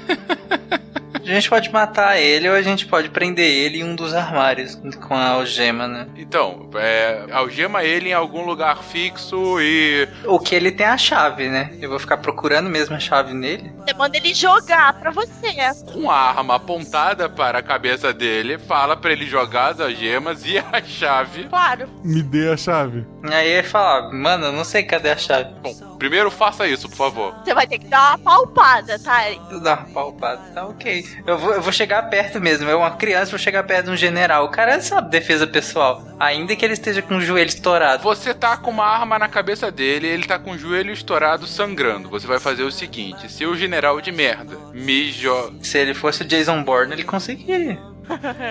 A gente pode matar ele ou a gente pode prender ele em um dos armários com a algema, né? Então, é, algema ele em algum lugar fixo e. O que ele tem a chave, né? Eu vou ficar procurando mesmo a chave nele. Você manda ele jogar pra você. é Com a arma apontada para a cabeça dele, fala para ele jogar as algemas e a chave. Claro. Me dê a chave. Aí ele fala, mano, eu não sei cadê a chave. Bom, primeiro faça isso, por favor. Você vai ter que dar uma palpada, tá? Dar uma palpada, tá ok. Eu vou, eu vou chegar perto mesmo. Eu, uma criança, vou chegar perto de um general. O cara sabe defesa pessoal. Ainda que ele esteja com o um joelho estourado. Você tá com uma arma na cabeça dele, ele tá com o joelho estourado, sangrando. Você vai fazer o seguinte: se o general de merda me joga. Se ele fosse o Jason Bourne, ele conseguiria.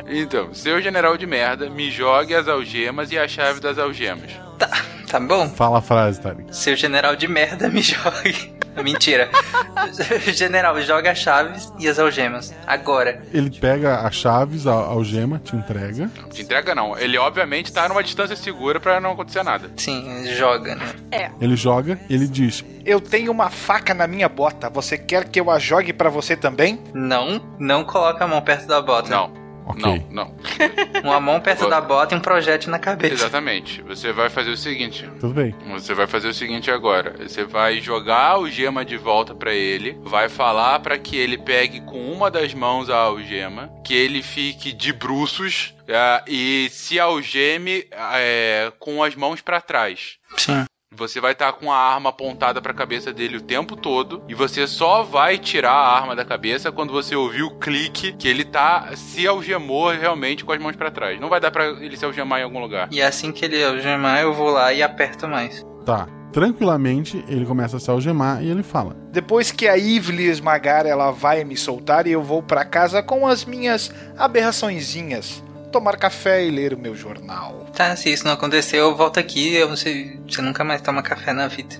então, seu general de merda, me jogue as algemas e a chave das algemas. Tá, tá bom? Fala a frase, Tarek. Seu general de merda, me jogue. Mentira. General, joga as chaves e as algemas. Agora. Ele pega as chaves, a algema, te entrega. Te entrega não. Ele obviamente tá numa distância segura para não acontecer nada. Sim, joga, né? É. Ele joga e ele diz: Eu tenho uma faca na minha bota. Você quer que eu a jogue para você também? Não, não coloca a mão perto da bota. Não. Okay. Não, não. Uma mão perto da bota e um projétil na cabeça. Exatamente. Você vai fazer o seguinte. Tudo bem. Você vai fazer o seguinte agora. Você vai jogar a algema de volta para ele, vai falar para que ele pegue com uma das mãos a algema, que ele fique de bruços uh, e se algeme uh, com as mãos para trás. Sim. Você vai estar com a arma apontada para a cabeça dele o tempo todo e você só vai tirar a arma da cabeça quando você ouvir o clique que ele tá se algemou realmente com as mãos para trás. Não vai dar para ele se algemar em algum lugar. E assim que ele algemar, eu vou lá e aperto mais. Tá. Tranquilamente, ele começa a se algemar e ele fala: Depois que a Eve lhe esmagar, ela vai me soltar e eu vou para casa com as minhas aberraçõezinhas tomar café e ler o meu jornal. Tá, se isso não acontecer, eu volto aqui. Eu não sei, você nunca mais toma café na vida.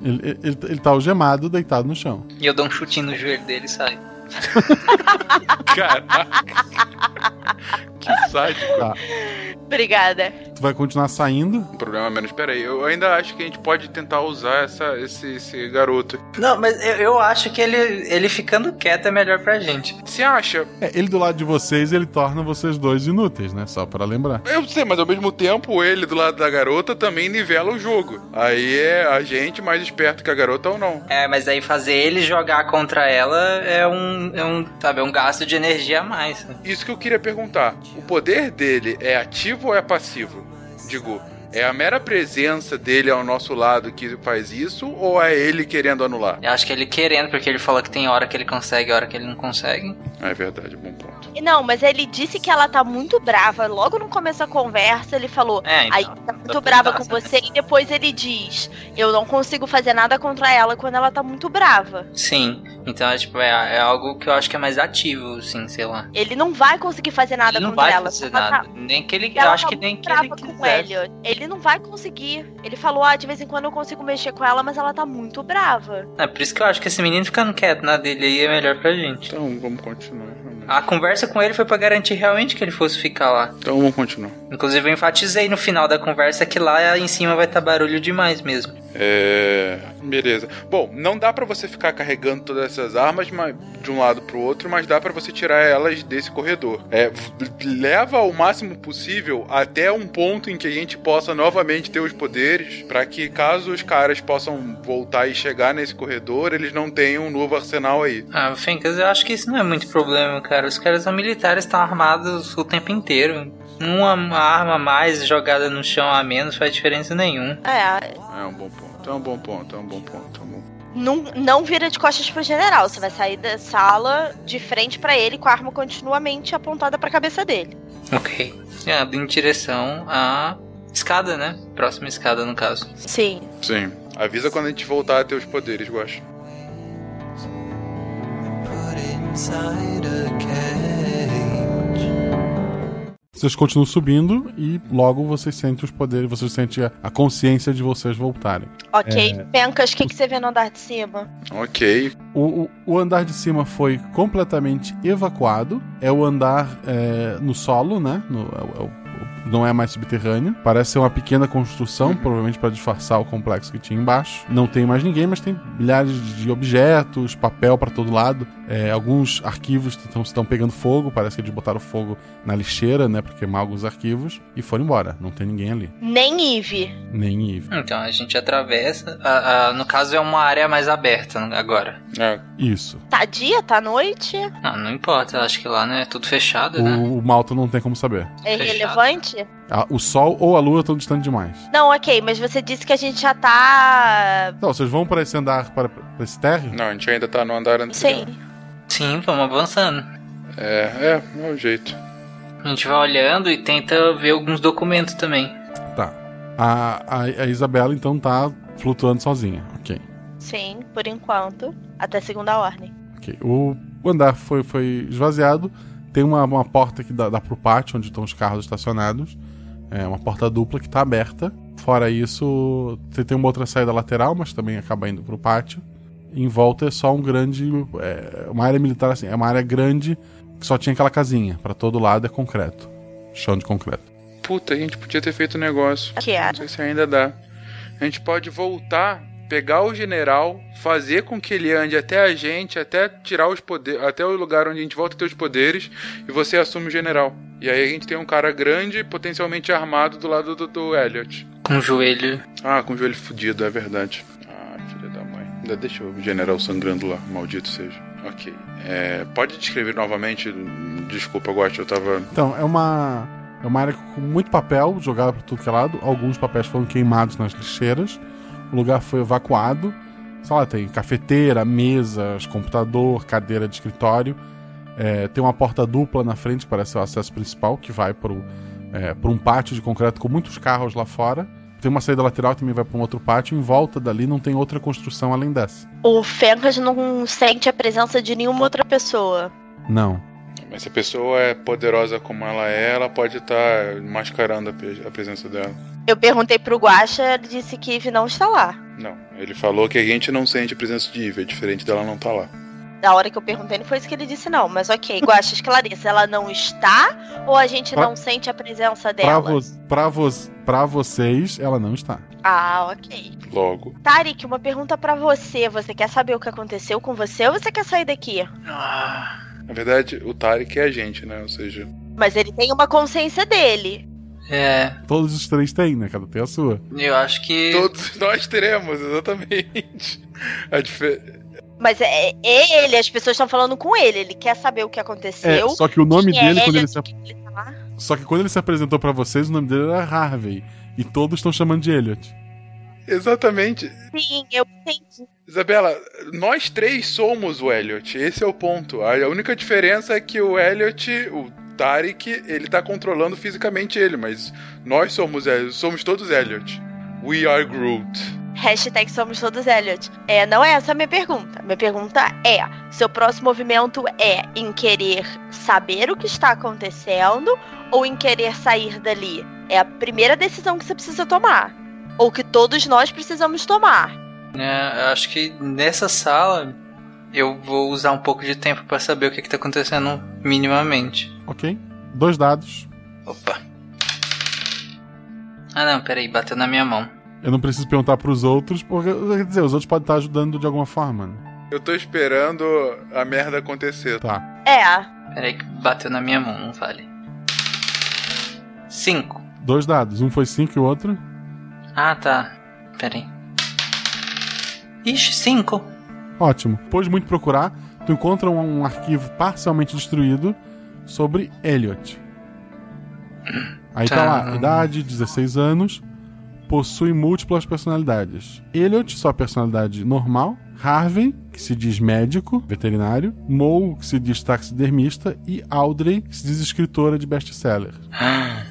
ele, ele, ele tá algemado, deitado no chão. E eu dou um chutinho no joelho dele e saio. Caraca. Que sádico. Tá. Obrigada. Tu vai continuar saindo? O problema é menos. Pera aí, eu ainda acho que a gente pode tentar usar essa, esse, esse garoto. Não, mas eu, eu, acho que ele, ele ficando quieto é melhor pra gente. Você acha? É, ele do lado de vocês, ele torna vocês dois inúteis, né? Só pra lembrar. Eu sei, mas ao mesmo tempo, ele do lado da garota também nivela o jogo. Aí é a gente mais esperto que a garota ou não. É, mas aí fazer ele jogar contra ela é um, é um, sabe, é um gasto de energia a mais. né? Isso que eu queria perguntar. O poder dele é ativo ou é passivo? Digo, é a mera presença dele ao nosso lado que faz isso ou é ele querendo anular? Eu acho que ele querendo, porque ele falou que tem hora que ele consegue, hora que ele não consegue. É verdade, bom ponto. Não, mas ele disse que ela tá muito brava. Logo no começo da conversa, ele falou: é, então, aí tá muito brava com você, e depois ele diz: Eu não consigo fazer nada contra ela quando ela tá muito brava. Sim, então é, tipo, é, é algo que eu acho que é mais ativo, sim, sei lá. Ele não vai conseguir fazer nada ele não contra vai ela. Fazer nada. Tá, nem que ele. Eu acho tá que nem que ele. Com ele. ele não vai conseguir. Ele falou: Ah, de vez em quando eu consigo mexer com ela, mas ela tá muito brava. É por isso que eu acho que esse menino ficando quieto na dele aí é melhor pra gente. Então vamos continuar. A conversa com ele foi para garantir realmente que ele fosse ficar lá. Então vamos continuar. Inclusive eu enfatizei no final da conversa que lá em cima vai estar tá barulho demais mesmo. É, beleza. Bom, não dá para você ficar carregando todas essas armas mas, de um lado pro outro, mas dá para você tirar elas desse corredor. É, leva o máximo possível até um ponto em que a gente possa novamente ter os poderes para que caso os caras possam voltar e chegar nesse corredor, eles não tenham um novo arsenal aí. Ah, Fencas, eu acho que isso não é muito problema, cara. Os caras são militares, estão armados o tempo inteiro. Uma arma a mais jogada no chão a menos faz diferença nenhuma. É. É um bom ponto, é um bom ponto, é um bom ponto. É um bom... Não, não vira de costas pro general. Você vai sair da sala de frente para ele com a arma continuamente apontada pra cabeça dele. Ok. É, em direção à escada, né? Próxima escada, no caso. Sim. Sim. Avisa quando a gente voltar a ter os poderes, Guacha. Vocês continuam subindo e logo vocês sentem os poderes, vocês sentem a, a consciência de vocês voltarem. Ok. É... Pencas, o que, que você vê no andar de cima? Ok. O, o, o andar de cima foi completamente evacuado. É o andar é, no solo, né? No, é, o, não é mais subterrâneo. Parece ser uma pequena construção, uhum. provavelmente para disfarçar o complexo que tinha embaixo. Não tem mais ninguém, mas tem milhares de objetos, papel para todo lado. É, alguns arquivos estão pegando fogo, parece que eles botaram fogo na lixeira, né, para queimar alguns arquivos e foram embora. Não tem ninguém ali. Nem Ive. Nem Ive. Então a gente atravessa. A, a, no caso é uma área mais aberta agora. É. Isso. Tá dia, tá noite? Não, não importa. Eu acho que lá né, é tudo fechado, o, Uhum. né? O Malta não tem como saber. É relevante? Ah, o Sol ou a Lua estão distantes demais. Não, ok, mas você disse que a gente já tá. Não, vocês vão para esse andar, para, para esse térreo? Não, a gente ainda tá no andar anterior. Sim. Sim, vamos avançando. É, é, é o jeito. A gente vai olhando e tenta ver alguns documentos também. Tá. A, a, a Isabela então tá flutuando sozinha, ok. Sim, por enquanto. Até segunda ordem. Ok. O, o andar foi, foi esvaziado. Tem uma, uma porta que dá, dá pro pátio, onde estão os carros estacionados. É uma porta dupla que tá aberta Fora isso, você tem uma outra saída lateral, mas também acaba indo pro pátio. Em volta é só um grande. É, uma área militar assim, é uma área grande que só tinha aquela casinha. Para todo lado é concreto. Chão de concreto. Puta, a gente podia ter feito um negócio. Que era? Não sei se ainda dá. A gente pode voltar, pegar o general, fazer com que ele ande até a gente, até tirar os poderes, até o lugar onde a gente volta a ter os poderes, e você assume o general. E aí a gente tem um cara grande, potencialmente armado do lado do, do Elliot. Com o joelho. Ah, com o joelho fudido, é verdade. Ah, filha da mãe. Ainda deixa o general sangrando lá, maldito seja. Ok. É, pode descrever novamente? Desculpa, Gosto, eu tava. Então, é uma. É uma área com muito papel jogado para tudo que é lado. Alguns papéis foram queimados nas lixeiras. O lugar foi evacuado. Sei lá, tem cafeteira, mesas, computador, cadeira de escritório. É, tem uma porta dupla na frente, parece o acesso principal, que vai para é, um pátio de concreto com muitos carros lá fora. Tem uma saída lateral que também vai para um outro pátio. Em volta dali não tem outra construção além dessa. O Fencas não sente a presença de nenhuma outra pessoa. Não. Mas se a pessoa é poderosa como ela é, ela pode estar tá mascarando a presença dela. Eu perguntei pro Guacha, ele disse que Eve não está lá. Não, ele falou que a gente não sente a presença de Eve, é diferente dela não estar tá lá. Da hora que eu perguntei, não foi isso que ele disse, não. Mas ok, Guacha, esclareça. Ela não está ou a gente pra... não sente a presença dela? Pra, vo pra, vo pra vocês, ela não está. Ah, ok. Logo. Tarik, uma pergunta para você. Você quer saber o que aconteceu com você ou você quer sair daqui? Ah. Na verdade, o Tarek é a gente, né? Ou seja. Mas ele tem uma consciência dele. É. Todos os três têm, né? Cada tem a sua. Eu acho que. Todos nós teremos, exatamente. A diferença. Mas é, é, ele, as pessoas estão falando com ele, ele quer saber o que aconteceu. É, só que o nome dele, é quando ele, ele se ap... ele tá Só que quando ele se apresentou para vocês, o nome dele era Harvey. E todos estão chamando de Elliot. Exatamente. Sim, eu entendi. Isabela, nós três somos o Elliot. Esse é o ponto. A única diferença é que o Elliot, o Tarek, ele tá controlando fisicamente ele, mas nós somos é, somos todos Elliot. We are Groot. Hashtag somos todos Elliot. É, não é essa a minha pergunta. Minha pergunta é: seu próximo movimento é em querer saber o que está acontecendo ou em querer sair dali? É a primeira decisão que você precisa tomar. Ou que todos nós precisamos tomar. É, acho que nessa sala eu vou usar um pouco de tempo para saber o que, está acontecendo minimamente. Ok. Dois dados. Opa. Ah não, peraí, bateu na minha mão. Eu não preciso perguntar para os outros, porque quer dizer, os outros podem estar ajudando de alguma forma. Né? Eu tô esperando a merda acontecer. Tá. É. Peraí que bateu na minha mão, não vale. Cinco. Dois dados, um foi cinco e o outro. Ah tá. Peraí. Ixi, cinco. Ótimo. Depois de muito procurar, tu encontra um, um arquivo parcialmente destruído sobre Elliot. Aí tá, tá lá, idade, 16 anos, possui múltiplas personalidades. Elliot, sua personalidade normal, Harvey, que se diz médico, veterinário, Moe, que se diz taxidermista, e Audrey, que se diz escritora de best-seller.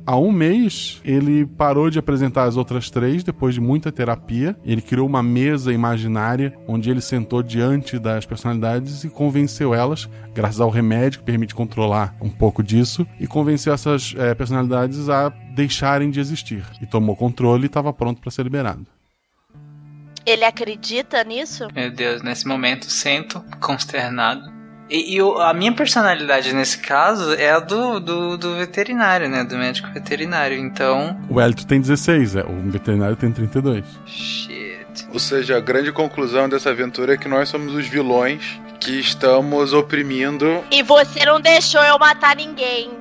Há um mês, ele parou de apresentar as outras três depois de muita terapia. Ele criou uma mesa imaginária onde ele sentou diante das personalidades e convenceu elas, graças ao remédio que permite controlar um pouco disso, e convenceu essas é, personalidades a deixarem de existir. E tomou controle e estava pronto para ser liberado. Ele acredita nisso? Meu Deus, nesse momento sinto consternado. E, e o, a minha personalidade nesse caso é a do, do, do veterinário, né? Do médico veterinário, então. O Elito tem 16, é. o veterinário tem 32. Shit. Ou seja, a grande conclusão dessa aventura é que nós somos os vilões que estamos oprimindo. E você não deixou eu matar ninguém.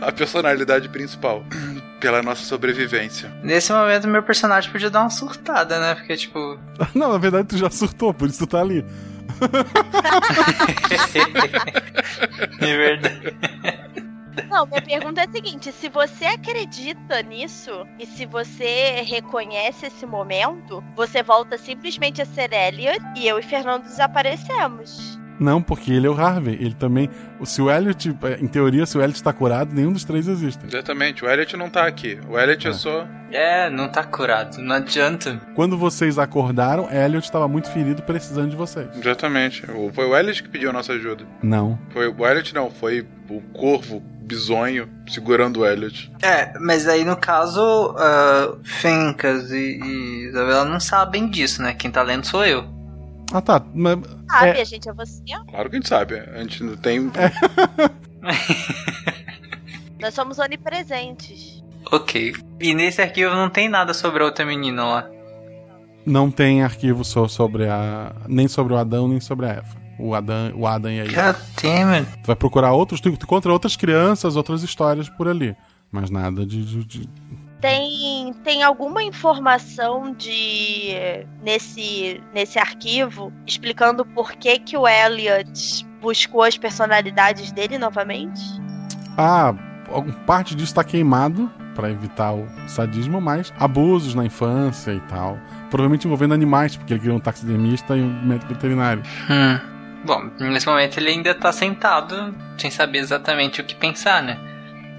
a personalidade principal pela nossa sobrevivência. Nesse momento, meu personagem podia dar uma surtada, né? Porque, tipo. Não, na verdade, tu já surtou, por isso tu tá ali. é verdade. Não, minha pergunta é a seguinte: se você acredita nisso e se você reconhece esse momento, você volta simplesmente a ser Elliot e eu e Fernando desaparecemos. Não, porque ele é o Harvey. Ele também. Se o Elliot, em teoria, se o Elliot tá curado, nenhum dos três existe. Exatamente, o Elliot não tá aqui. O Elliot é, é só. É, não tá curado, não adianta. Quando vocês acordaram, Elliot estava muito ferido, precisando de vocês. Exatamente. Foi o Elliot que pediu a nossa ajuda. Não. Foi o Elliot, não, foi o corvo bizonho segurando o Elliot. É, mas aí no caso, uh, Fencas e, e Isabela não sabem disso, né? Quem tá lendo sou eu. Ah tá, mas. Sabe, a gente é você? Claro que a gente sabe, a gente não tem. É. Nós somos onipresentes. Ok. E nesse arquivo não tem nada sobre a outra menina lá. Não tem arquivo só sobre a. nem sobre o Adão, nem sobre a Eva. O Adam, o Adam e a Eva. God damn it. Tu vai procurar outros, tu encontra outras crianças, outras histórias por ali. Mas nada de. de- de- Tem, tem alguma informação de nesse, nesse arquivo explicando por que, que o Elliot buscou as personalidades dele novamente? Ah, algum- parte disso tá queimado pra evitar o sadismo, mas abusos na infância e tal. Provavelmente envolvendo animais, porque ele queria um taxidermista e um médico veterinário. Hum. Bom, nesse momento ele ainda tá sentado, sem saber exatamente o que pensar, né?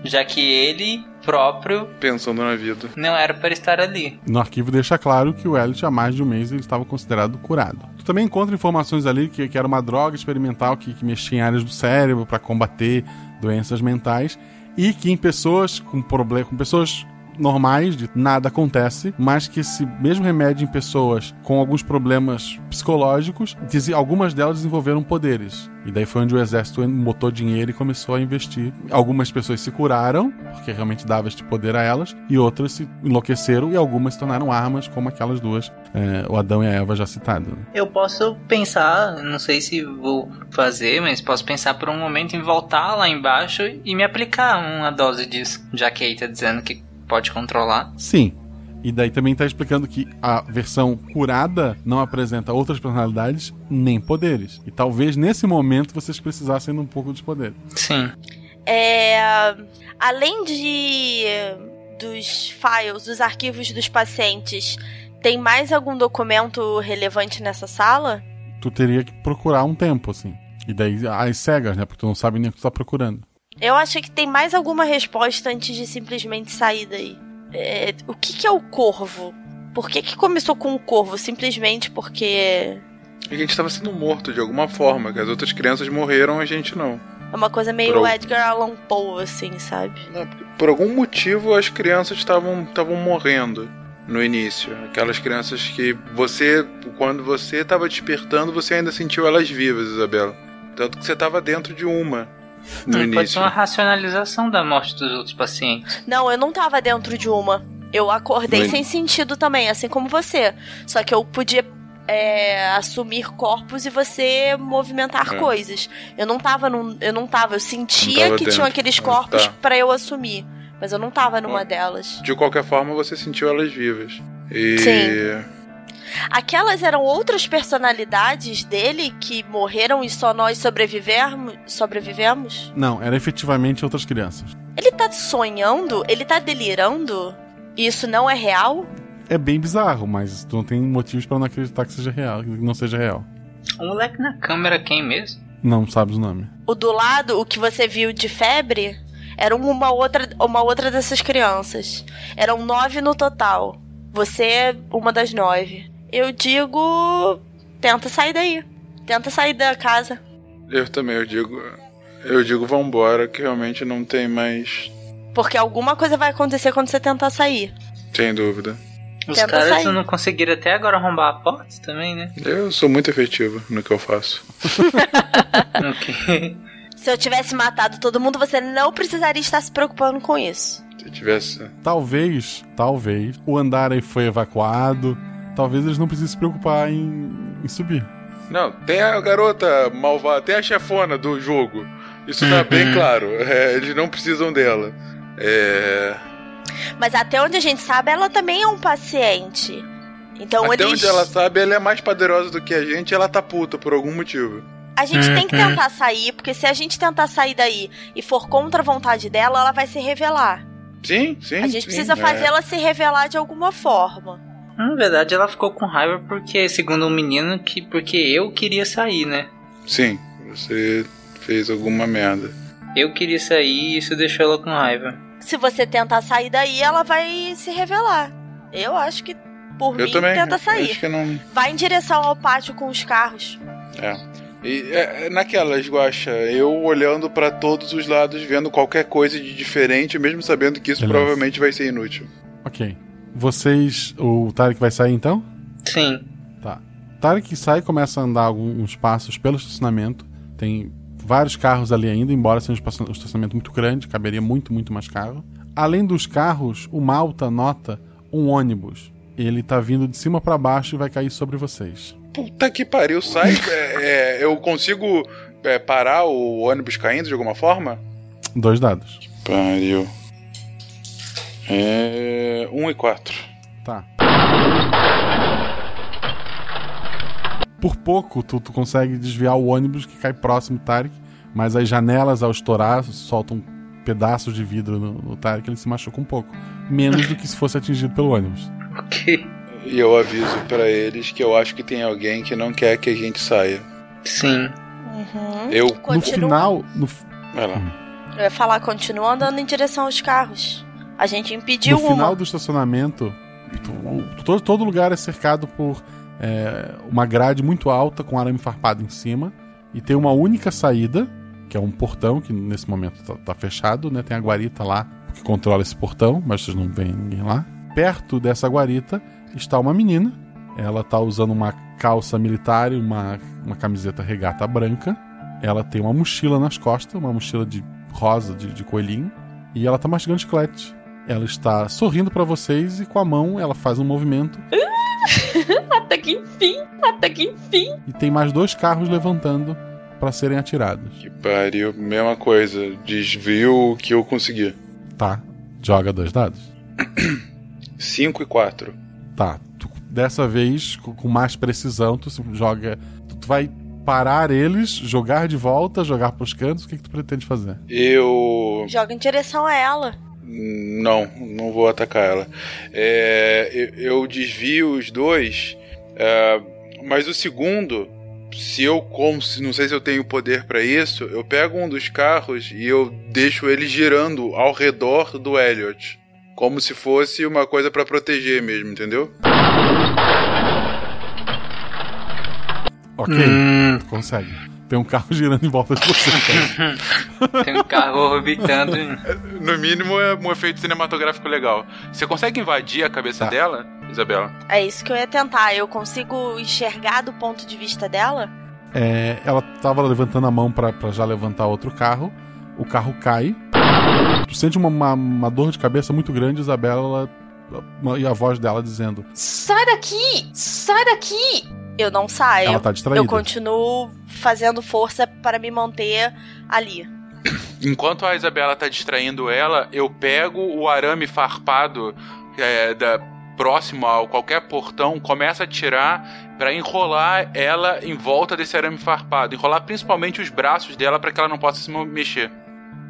Já que ele próprio Pensando na vida. não era para estar ali. No arquivo deixa claro que o Elliot há mais de um mês ele estava considerado curado. Tu também encontra informações ali que, que era uma droga experimental que, que mexia em áreas do cérebro para combater doenças mentais e que em pessoas com problema, com pessoas normais de nada acontece, mas que esse mesmo remédio em pessoas com alguns problemas psicológicos, dizi- algumas delas desenvolveram poderes. E daí foi onde o exército en- botou dinheiro e começou a investir. Algumas pessoas se curaram, porque realmente dava este poder a elas, e outras se enlouqueceram e algumas se tornaram armas, como aquelas duas, é, o Adão e a Eva já citado. né? Eu posso pensar, não sei se vou fazer, mas posso pensar por um momento em voltar lá embaixo e me aplicar uma dose disso, já que aí tá dizendo que pode controlar. Sim. E daí também tá explicando que a versão curada não apresenta outras personalidades nem poderes. E talvez nesse momento vocês precisassem de um pouco de poder. Sim. É, além de dos files, dos arquivos dos pacientes, tem mais algum documento relevante nessa sala? Tu teria que procurar um tempo, assim. E daí as cegas, né? Porque tu não sabe nem o que tu tá procurando. Eu acho que tem mais alguma resposta antes de simplesmente sair daí. É, o que, que é o corvo? Por que, que começou com o corvo? Simplesmente porque E a gente tava sendo morto de alguma forma, que as outras crianças morreram, a gente não. é uma coisa meio Pro- Edgar Allan Poe, assim, sabe? Por algum motivo as crianças estavam estavam morrendo no início. Aquelas crianças que você, quando você estava despertando, você ainda sentiu elas vivas, Isabela. Tanto que você estava dentro de uma no Não pode ser início. uma racionalização da morte dos outros pacientes. Não, eu não tava dentro de uma. Eu acordei Bem. sem sentido também, assim como você. Só que eu podia é, assumir corpos e você movimentar É. coisas. Eu não tava num, eu não tava, eu sentia Não tava que dentro. tinham aqueles Ah, corpos tá. Hum. pra eu assumir, mas eu não tava numa delas. De qualquer forma, você sentiu elas vivas. E Sim. Aquelas eram outras personalidades dele que morreram e só nós sobrevivermos, sobrevivemos? Não, era efetivamente outras crianças. Ele tá sonhando? Ele tá delirando? E Isso não é real? É bem bizarro, mas tu não tem motivos pra não acreditar que seja real, que não seja real. O moleque na câmera era quem mesmo? Não sabes o nome. O do lado, o que você viu de febre, era um- uma outra, uma outra dessas crianças. Eram nove no total. Você é uma das nove. Eu digo. Tenta sair daí. Tenta sair da casa. eu também eu digo, eu digo vambora, que realmente não tem mais, Porque alguma coisa vai acontecer quando você tentar sair. sem dúvida. Os Tenta caras sair. não conseguiram até agora arrombar a porta também, né? Eu sou muito efetivo no que eu faço. ok. Se eu tivesse matado todo mundo, você não precisaria estar se preocupando com isso. Se tivesse Talvez, talvez, o andar aí foi evacuado. Talvez eles não precisem se preocupar em, em subir. Não, tem a garota malvada, tem a chefona do jogo. Isso tá bem claro. É, eles não precisam dela. É. Mas até onde a gente sabe, ela também é um paciente. Então Até eles. onde ela sabe, ela é mais poderosa do que a gente e ela tá puta por algum motivo. A gente tem que Uhum. tentar sair, porque se a gente tentar sair daí e for contra a vontade dela, ela vai se revelar. Sim, sim. é. A gente precisa fazer ela se revelar de alguma forma. Na verdade, ela ficou com raiva porque, segundo o menino, que porque eu queria sair, né? Sim, você fez alguma merda. Eu queria sair e isso deixou ela com raiva. Se você tentar sair daí, ela vai se revelar. Eu acho que, por Eu mim, também. tenta Acho sair. que não. Vai em direção ao pátio com os carros. É. E é, é naquelas, Guaxa, eu olhando pra todos os lados, vendo qualquer coisa de diferente, mesmo sabendo que isso Beleza. provavelmente vai ser inútil. Ok. Vocês. O Tarek vai sair então? Sim. Tá. Tarek sai e começa a andar alguns passos pelo estacionamento. Tem vários carros ali ainda, embora seja um espaço- um estacionamento muito grande, caberia muito, muito mais carro. Além dos carros, o Malta nota um ônibus. Ele tá vindo de cima pra baixo e vai cair sobre vocês. Puta que pariu, sai. é, é, eu consigo é, parar o ônibus caindo de alguma forma? Dois dados. Pariu. É. 1 um e 4. Tá. Por pouco, tu, tu consegue desviar o ônibus que cai próximo do Tarek, mas as janelas, ao estourar, soltam pedaços de vidro no, no Tarek, ele se machuca um pouco. Menos do que se fosse atingido pelo ônibus. E eu aviso pra eles que eu acho que tem alguém que não quer que a gente saia. Sim. Uhum. Eu. No Continua. final. No, f- Hum. Vai lá. Eu ia falar, continua andando em direção aos carros. A gente impediu no final uma. do estacionamento, tu- todo, todo lugar é cercado por é, uma grade muito alta com arame farpado em cima. E tem uma única saída, que é um portão, que nesse momento tá, tá fechado, né? Tem a guarita lá que controla esse portão, mas vocês não veem ninguém lá. Perto dessa guarita está uma menina. Ela tá usando uma calça militar e uma, uma camiseta regata branca. Ela tem uma mochila nas costas, uma mochila de rosa, de, de coelhinho. E ela tá mastigando chiclete. Ela está sorrindo para vocês e com a mão ela faz um movimento. Até que enfim, até que enfim. E tem mais dois carros levantando para serem atirados. Que pariu, mesma coisa. Desvio o que eu consegui. Tá. Joga dois dados. 5 e 4. Tá. Tu, dessa vez, co- com mais precisão, tu se joga. Tu, tu vai parar eles, jogar de volta, jogar pros cantos. O que, que tu pretende fazer? Eu. Joga em direção a ela. Não, não vou atacar ela. É, eu, eu desvio os dois, é, mas o segundo, se eu cons- não sei se eu tenho poder pra isso, eu pego um dos carros e eu deixo ele girando ao redor do Elliot, como se fosse uma coisa pra proteger mesmo, entendeu? Ok. Tu consegue. Tem um carro girando em volta de você. cara. Tem um carro orbitando. No mínimo é um efeito cinematográfico legal. Você consegue invadir a cabeça dela, Isabela? É isso que eu ia tentar. Eu consigo enxergar do ponto de vista dela? É, ela tava levantando a mão pra pra já levantar outro carro. O carro cai. Tu sente uma, uma- uma dor de cabeça muito grande, Isabela, ela- e a voz dela dizendo: Sai daqui! Sai daqui! Eu não saio. Ela tá distraída. Eu continuo fazendo força para me manter ali. Enquanto a Isabela tá distraindo ela, eu pego o arame farpado é, da, próximo a qualquer portão, começo a tirar pra enrolar ela em volta desse arame farpado, enrolar principalmente os braços dela pra que ela não possa se mo- mexer.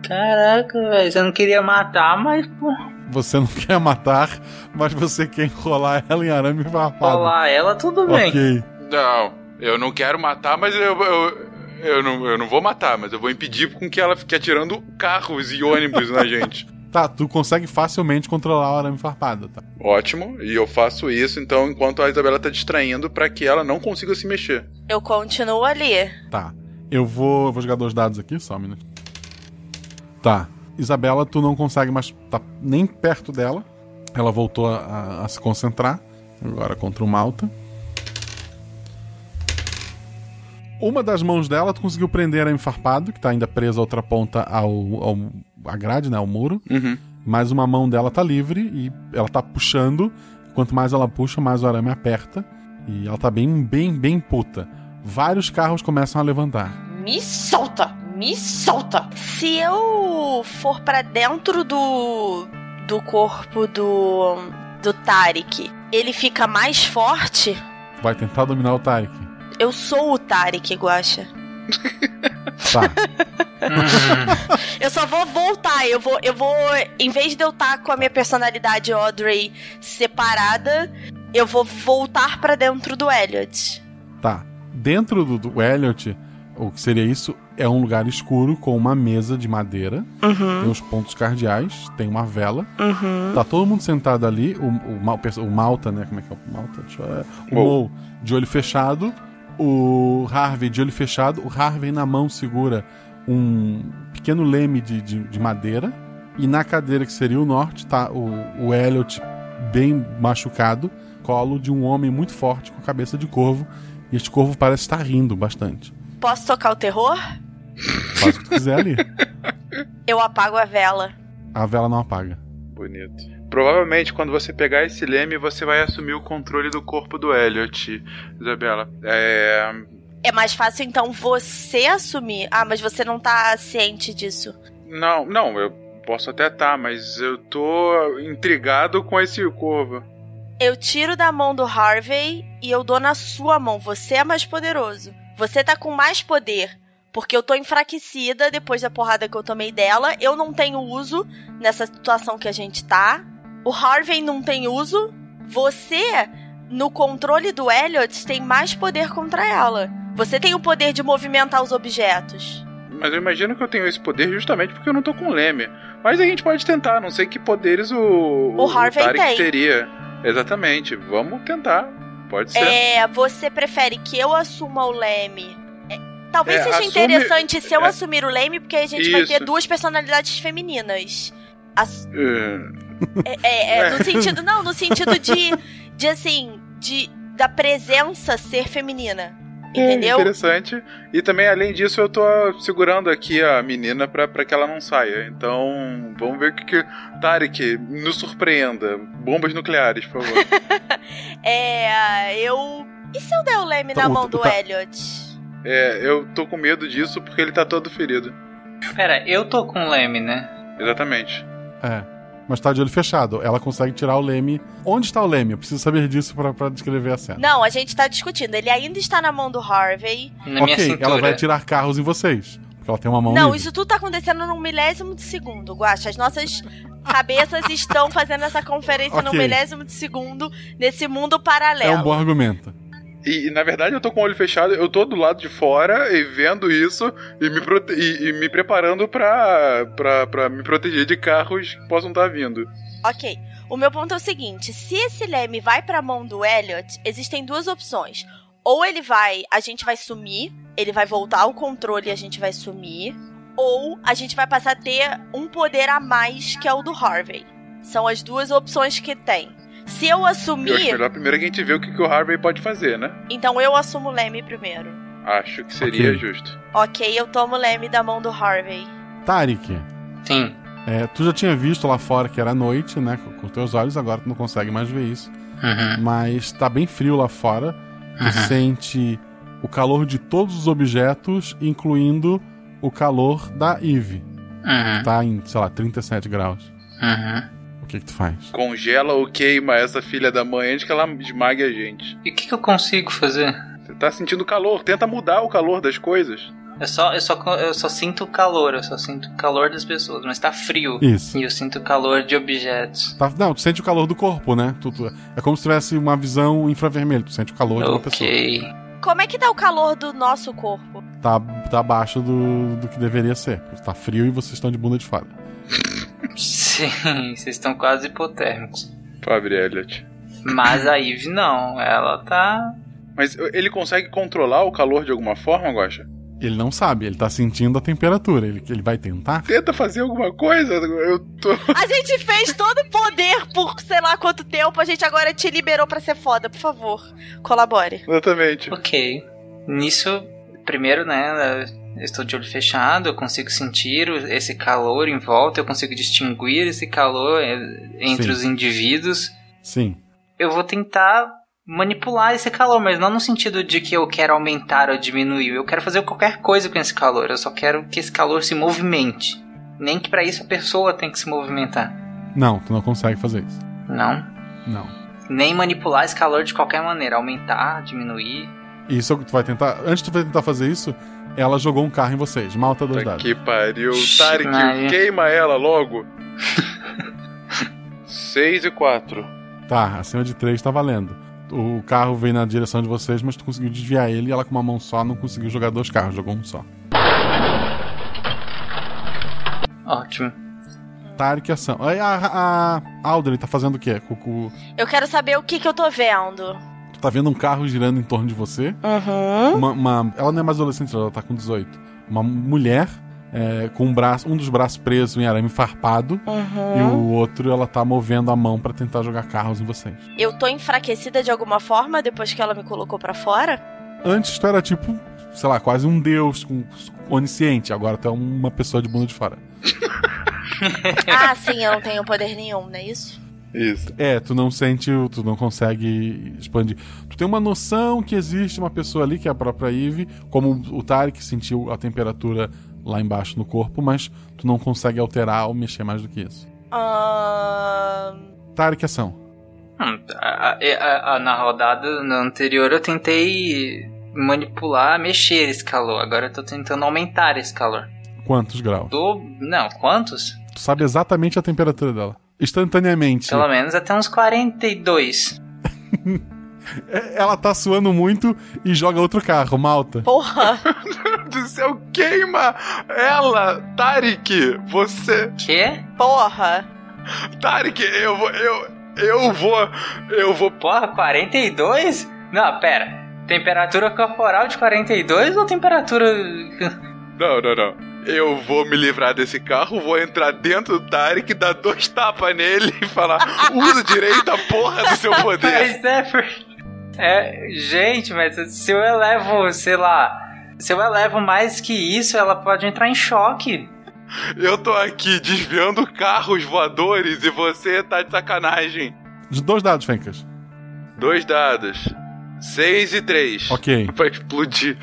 Caraca, velho, você não queria matar, mas pô, Você não quer matar, mas você quer enrolar ela em arame farpado. colar ela tudo bem. Ok. Não, eu não quero matar, mas eu, eu, eu, não, eu não vou matar, mas eu vou impedir com que ela fique atirando carros e ônibus na gente. Tá, tu consegue facilmente controlar o arame farpado, tá? Ótimo, e eu faço isso então enquanto a Isabela tá distraindo pra que ela não consiga se mexer. Eu continuo ali. Tá. Eu vou, vou jogar dois dados aqui, só um minuto. Tá. Isabela, tu não consegue mais. Tá nem perto dela. Ela voltou a, a- a se concentrar. Agora contra o Malta. Uma das mãos dela, tu conseguiu prender a enfarpado, que tá ainda presa a outra ponta ao, ao à grade, né? Ao muro. Mas uma mão dela tá livre e ela tá puxando. Quanto mais ela puxa, mais o arame aperta. E ela tá bem, bem, bem puta. Vários carros começam a levantar. Me solta! Me solta! Se eu for pra dentro do. do corpo do. do Tarek, ele fica mais forte? Tu vai tentar dominar o Tarek. Eu sou o Tarek, Guacha. Tá. Eu só vou voltar, eu vou, eu vou, em vez de eu estar com a minha personalidade Audrey separada, eu vou voltar pra dentro do Elliot. Tá. Dentro do, do Elliot, o que seria isso? É um lugar escuro com uma mesa de madeira. Uhum. Tem os pontos cardeais, tem uma vela. Uhum. Tá todo mundo sentado ali. O, o, Mal- o Malta, né? Como é que é o Malta? Deixa eu- O Mou. Mou, de olho fechado. O Harvey de olho fechado, o Harvey na mão segura um pequeno leme de, de, de madeira. E na cadeira que seria o norte, tá o, o Elliot bem machucado, colo de um homem muito forte com cabeça de corvo. E este corvo parece estar rindo bastante. Posso tocar o terror? Faz o que tu quiser ali. Eu apago a vela. A vela não apaga. Bonito. Provavelmente quando você pegar esse leme, você vai assumir o controle do corpo do Elliot, Isabela. É. É mais fácil então você assumir. Ah, mas você não tá ciente disso. Não, não, eu posso até estar, tá, mas eu tô intrigado com esse corvo. Eu tiro da mão do Harvey e eu dou na sua mão. Você é mais poderoso. Você tá com mais poder. Porque eu tô enfraquecida depois da porrada que eu tomei dela. Eu não tenho uso nessa situação que a gente tá. O Harvey não tem uso. Você, no controle do Elliot, tem mais poder contra ela. Você tem o poder de movimentar os objetos. Mas eu imagino que eu tenho esse poder justamente porque eu não tô com leme. Mas a gente pode tentar, não sei que poderes o. O, o Harvey o tem. teria. Exatamente, vamos tentar. Pode ser. É, você prefere que eu assuma o leme Talvez é, seja assume... interessante se eu é... assumir o leme, porque a gente Isso. vai ter duas personalidades femininas. As... É... é... no sentido. Não, no sentido de. De assim. De, da presença ser feminina. Entendeu? É, interessante. E também, além disso, eu tô segurando aqui a menina pra, pra que ela não saia. Então, vamos ver o que, que. Tarek, nos surpreenda. Bombas nucleares, por favor. é. Eu. E se eu der o leme na mão do Elliot? É, eu tô com medo disso porque ele tá todo ferido. Pera, eu tô com leme, né? Exatamente. É. Mas tá de olho fechado. Ela consegue tirar o leme. Onde está o leme? Eu preciso saber disso para descrever a cena. Não, a gente tá discutindo. Ele ainda está na mão do Harvey. Na ok, minha ela vai tirar carros em vocês. Porque ela tem uma mão. Não, livre. isso tudo tá acontecendo num milésimo de segundo, Guacha. As nossas cabeças estão fazendo essa conferência okay. num milésimo de segundo nesse mundo paralelo. É um bom argumento. E, na verdade eu tô com o olho fechado, eu tô do lado de fora e vendo isso e me, prote... e, e, me preparando pra, pra, pra me proteger de carros que possam estar vindo. Ok. O meu ponto é o seguinte: se esse leme vai pra mão do Elliot, existem duas opções. Ou ele vai, a gente vai sumir, ele vai voltar ao controle e a gente vai sumir. Ou a gente vai passar a ter um poder a mais que é o do Harvey. São as duas opções que tem. Se eu assumir. Eu acho melhor primeiro que a gente vê o que, que o Harvey pode fazer, né? Então eu assumo o leme primeiro. Acho que seria okay. justo. Ok, eu tomo o leme da mão do Harvey. Tarik. Sim. É, tu já tinha visto lá fora que era noite, né? Com, com teus olhos, agora tu não consegue mais ver isso. Uhum. Mas tá bem frio lá fora. Tu uhum. sente o calor de todos os objetos, incluindo o calor da Eve. Uhum. Tá em, sei lá, 37 graus. Uhum. O que, que, tu faz? Congela ou queima essa filha da mãe antes que ela esmague a gente. E o que, que, eu consigo fazer? Você tá sentindo calor, tenta mudar o calor das coisas. Eu só, eu, só, eu só sinto o calor, eu só sinto o calor das pessoas, mas tá frio. Isso. E eu sinto o calor de objetos. Tá, não, tu sente o calor do corpo, né? Tu, tu, é como se tivesse uma visão infravermelha, tu sente o calor okay. de uma pessoa. Ok. Como é que tá o calor do nosso corpo? Tá, tá abaixo do, do que deveria ser. Tá frio e vocês estão de bunda de fada. Sim, vocês estão quase hipotérmicos. Pobre Elliot. Mas a Eve não, ela tá. Mas ele consegue controlar o calor de alguma forma, Gosta? Ele não sabe, ele tá sentindo a temperatura. Ele, ele vai tentar? Tenta fazer alguma coisa? Eu tô. A gente fez todo o poder por sei lá quanto tempo, a gente agora te liberou para ser foda, por favor. Colabore. Exatamente. Ok. Nisso, primeiro, né, eu estou de olho fechado, eu consigo sentir esse calor em volta, eu consigo distinguir esse calor é, entre Sim. os indivíduos. Sim. Eu vou tentar manipular esse calor, mas não no sentido de que eu quero aumentar ou diminuir. Eu quero fazer qualquer coisa com esse calor. Eu só quero que esse calor se movimente. Nem que para isso a pessoa tem que se movimentar. Não, tu não consegue fazer isso. Não? Não. Nem manipular esse calor de qualquer maneira, aumentar, diminuir. Isso é tu vai tentar. Antes tu vai tentar fazer isso, ela jogou um carro em vocês. Malta dois dados. Que pariu. Tarek, Maria. queima ela logo. 6 e 4. Tá, acima de 3 tá valendo. O carro veio na direção de vocês, mas tu conseguiu desviar ele e ela com uma mão só não conseguiu jogar dois carros, jogou um só. Ótimo. Tarek ação. A, a, a Aldrin tá fazendo o quê? Cucu... Eu quero saber o que, que eu tô vendo. Tá vendo um carro girando em torno de você. Aham. Uma, uma- ela não é mais adolescente, ela tá com 18. Uma mulher é, com um, braço, um dos braços preso em arame farpado. Uhum. E o outro, ela tá movendo a mão pra tentar jogar carros em vocês. Eu tô enfraquecida de alguma forma depois que ela me colocou pra fora? Antes tu era tipo, sei lá, quase um deus com, onisciente. Agora tu é uma pessoa de bunda de fora. ah, sim, eu não tenho poder nenhum, não é isso? Isso. É, tu não sente, tu não consegue expandir. Tu tem uma noção que existe uma pessoa ali, que é a própria Eve, como o Tarek sentiu a temperatura lá embaixo no corpo, mas tu não consegue alterar ou mexer mais do que isso. Ahn. Tarek, é ação. Hum, a- a- a- na rodada na anterior eu tentei manipular, mexer esse calor. Agora eu tô tentando aumentar esse calor. Quantos graus? Do... Não, quantos? Tu sabe exatamente a temperatura dela. Instantaneamente. Pelo menos até uns 42. É- Ela tá suando muito e joga outro carro, malta. Porra! Meu Deus do céu, queima ela, Tarek, você. Quê? Porra! Tarek, eu vou. Eu, eu vou. Eu vou. Porra, 42? Não, pera. Temperatura corporal de 42 ou temperatura. Não, não, não. Eu vou me livrar desse carro, vou entrar dentro do Tarek, dar dois tapas nele e falar: usa direito a porra do seu poder. Mas é, por- é, gente, mas se eu elevo, sei lá. Se eu elevo mais que isso, ela pode entrar em choque. Eu tô aqui desviando carros voadores e você tá de sacanagem. De dois dados, Fencas. Dois dados. Seis e três. Ok. Vai explodir.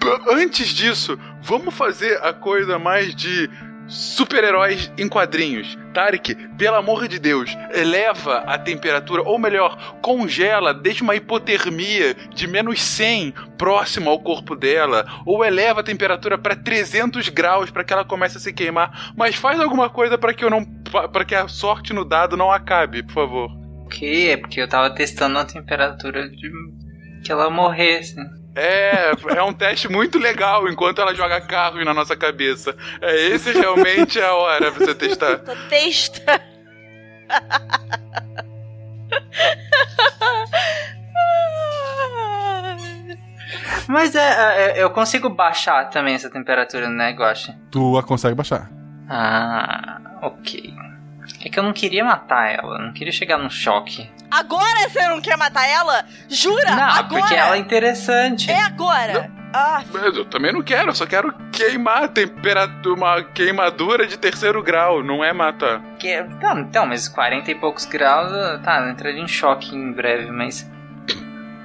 B- Antes disso, vamos fazer a coisa mais de super-heróis em quadrinhos. Tarek, pelo amor de Deus, eleva a temperatura, ou melhor, congela, deixa uma hipotermia de menos 100 próximo ao corpo dela, ou eleva a temperatura para 300 graus para que ela comece a se queimar. Mas faz alguma coisa para que eu não, para que a sorte no dado não acabe, por favor. Que é porque eu tava testando a temperatura de que ela morresse. É, é um teste muito legal enquanto ela joga carros na nossa cabeça. É, esse realmente é a hora pra você testar. Tô testa. Mas é, é- eu consigo baixar também essa temperatura, né, Guache? Tu a consegue baixar. Ah, ok. É que eu não queria matar ela, eu não queria chegar num choque. Agora você não quer matar ela? Jura? Não, agora? porque ela é interessante. É agora! Ah, Mas eu também não quero, eu só quero queimar a temperatura, uma queimadura de terceiro grau, não é matar. Que, tá, então, mas 40 e poucos graus, tá, ela entraria em choque em breve, mas.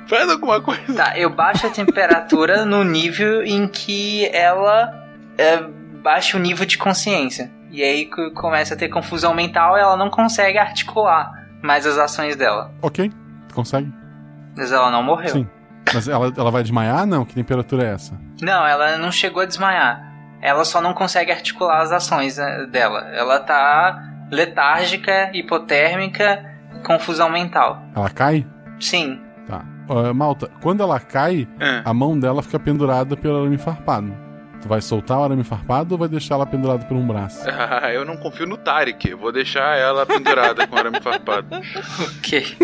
Faz alguma coisa. Tá, eu baixo a temperatura no nível em que ela é, baixa o nível de consciência. E aí co- começa a ter confusão mental e ela não consegue articular mais as ações dela. Ok, tu consegue. Mas ela não morreu. Sim. Mas ela, ela vai desmaiar? Não, que temperatura é essa? Não, ela não chegou a desmaiar. Ela só não consegue articular as ações né, dela. Ela tá letárgica, hipotérmica, confusão mental. Ela cai? Sim. Tá. Ó, Malta, quando ela cai, a mão dela fica pendurada pelo arame farpado. Tu vai soltar o arame farpado ou vai deixar ela pendurada por um braço? Ah, eu não confio no Tarek, eu vou deixar ela pendurada com o arame farpado. Ok.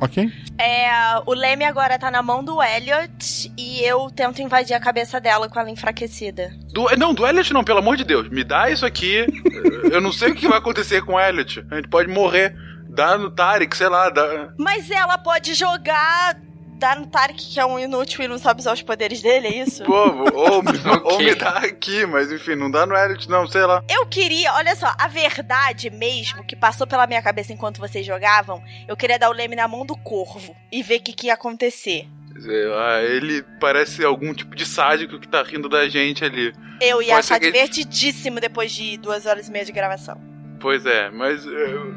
Ok? é, o Leme agora tá na mão do Elliot e eu tento invadir a cabeça dela com ela enfraquecida. Do, não, do Elliot não, pelo amor de Deus. Me dá isso aqui. Eu não sei o que vai acontecer com o Elliot. A gente pode morrer. Dá no Tarek, sei lá, dá. Mas ela pode jogar. Dar no Tarek, que é um inútil e não sabe usar os poderes dele, é isso? Pô, ou, me- ou me dá aqui, mas enfim, não dá no Elliot, não, sei lá. Eu queria, olha só, a verdade mesmo que passou pela minha cabeça enquanto vocês jogavam, eu queria dar o leme na mão do corvo e ver o que, que ia acontecer. Sei lá, ah, ele parece algum tipo de sádico que tá rindo da gente ali. Eu ia Pode ser achar que ele- divertidíssimo depois de duas horas e meia de gravação. Pois é, mas eh,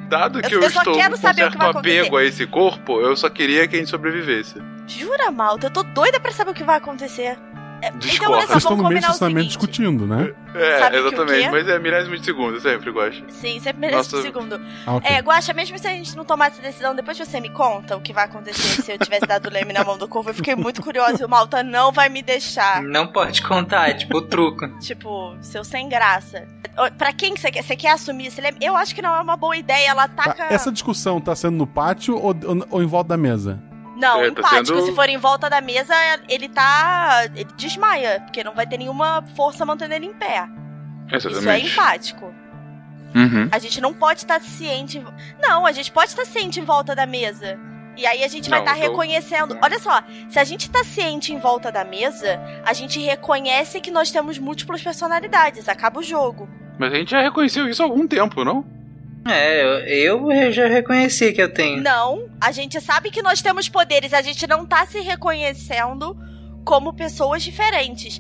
dado que Eu- eu, eu só estou quero com saber o que certo vai acontecer. apego a esse corpo, eu só queria que a gente sobrevivesse. Jura, Malta? Eu tô doida pra saber o que vai acontecer. É, Então, Discorda. Vocês estão no meio do estacionamento discutindo, né? É, Sabe que o exatamente. quê? Mas é milésimo de segundo, sempre, Guaxa. Sim, sempre merece um Nossa. segundo. Ah, ok. É, Guaxa, mesmo se a gente não tomasse decisão, depois você me conta o que vai acontecer se eu tivesse dado o leme na mão do corvo. Eu fiquei muito curiosa e o Malta não vai me deixar. Não pode contar, é tipo o truco. Tipo, seu sem graça. Ó, Pra quem que você quer? Você quer assumir esse leme? Eu acho que não é uma boa ideia. Ela Tá, ataca. essa discussão tá sendo no pátio ou, ou- ou em volta da mesa? Não, É, tá empático. sendo- Se for em volta da mesa, ele tá. Ele desmaia, porque não vai ter nenhuma força mantendo ele em pé. Isso é empático. Uhum. A gente não pode estar ciente. em- Não, a gente pode estar ciente em volta da mesa. E aí a gente vai Não, estar eu- reconhecendo. Olha só, se a gente tá ciente em volta da mesa, a gente reconhece que nós temos múltiplas personalidades. Acaba o jogo. Mas a gente já reconheceu isso há algum tempo, não? É, eu, eu já reconheci que eu tenho. Não, a gente sabe que nós temos poderes, a gente não tá se reconhecendo como pessoas diferentes.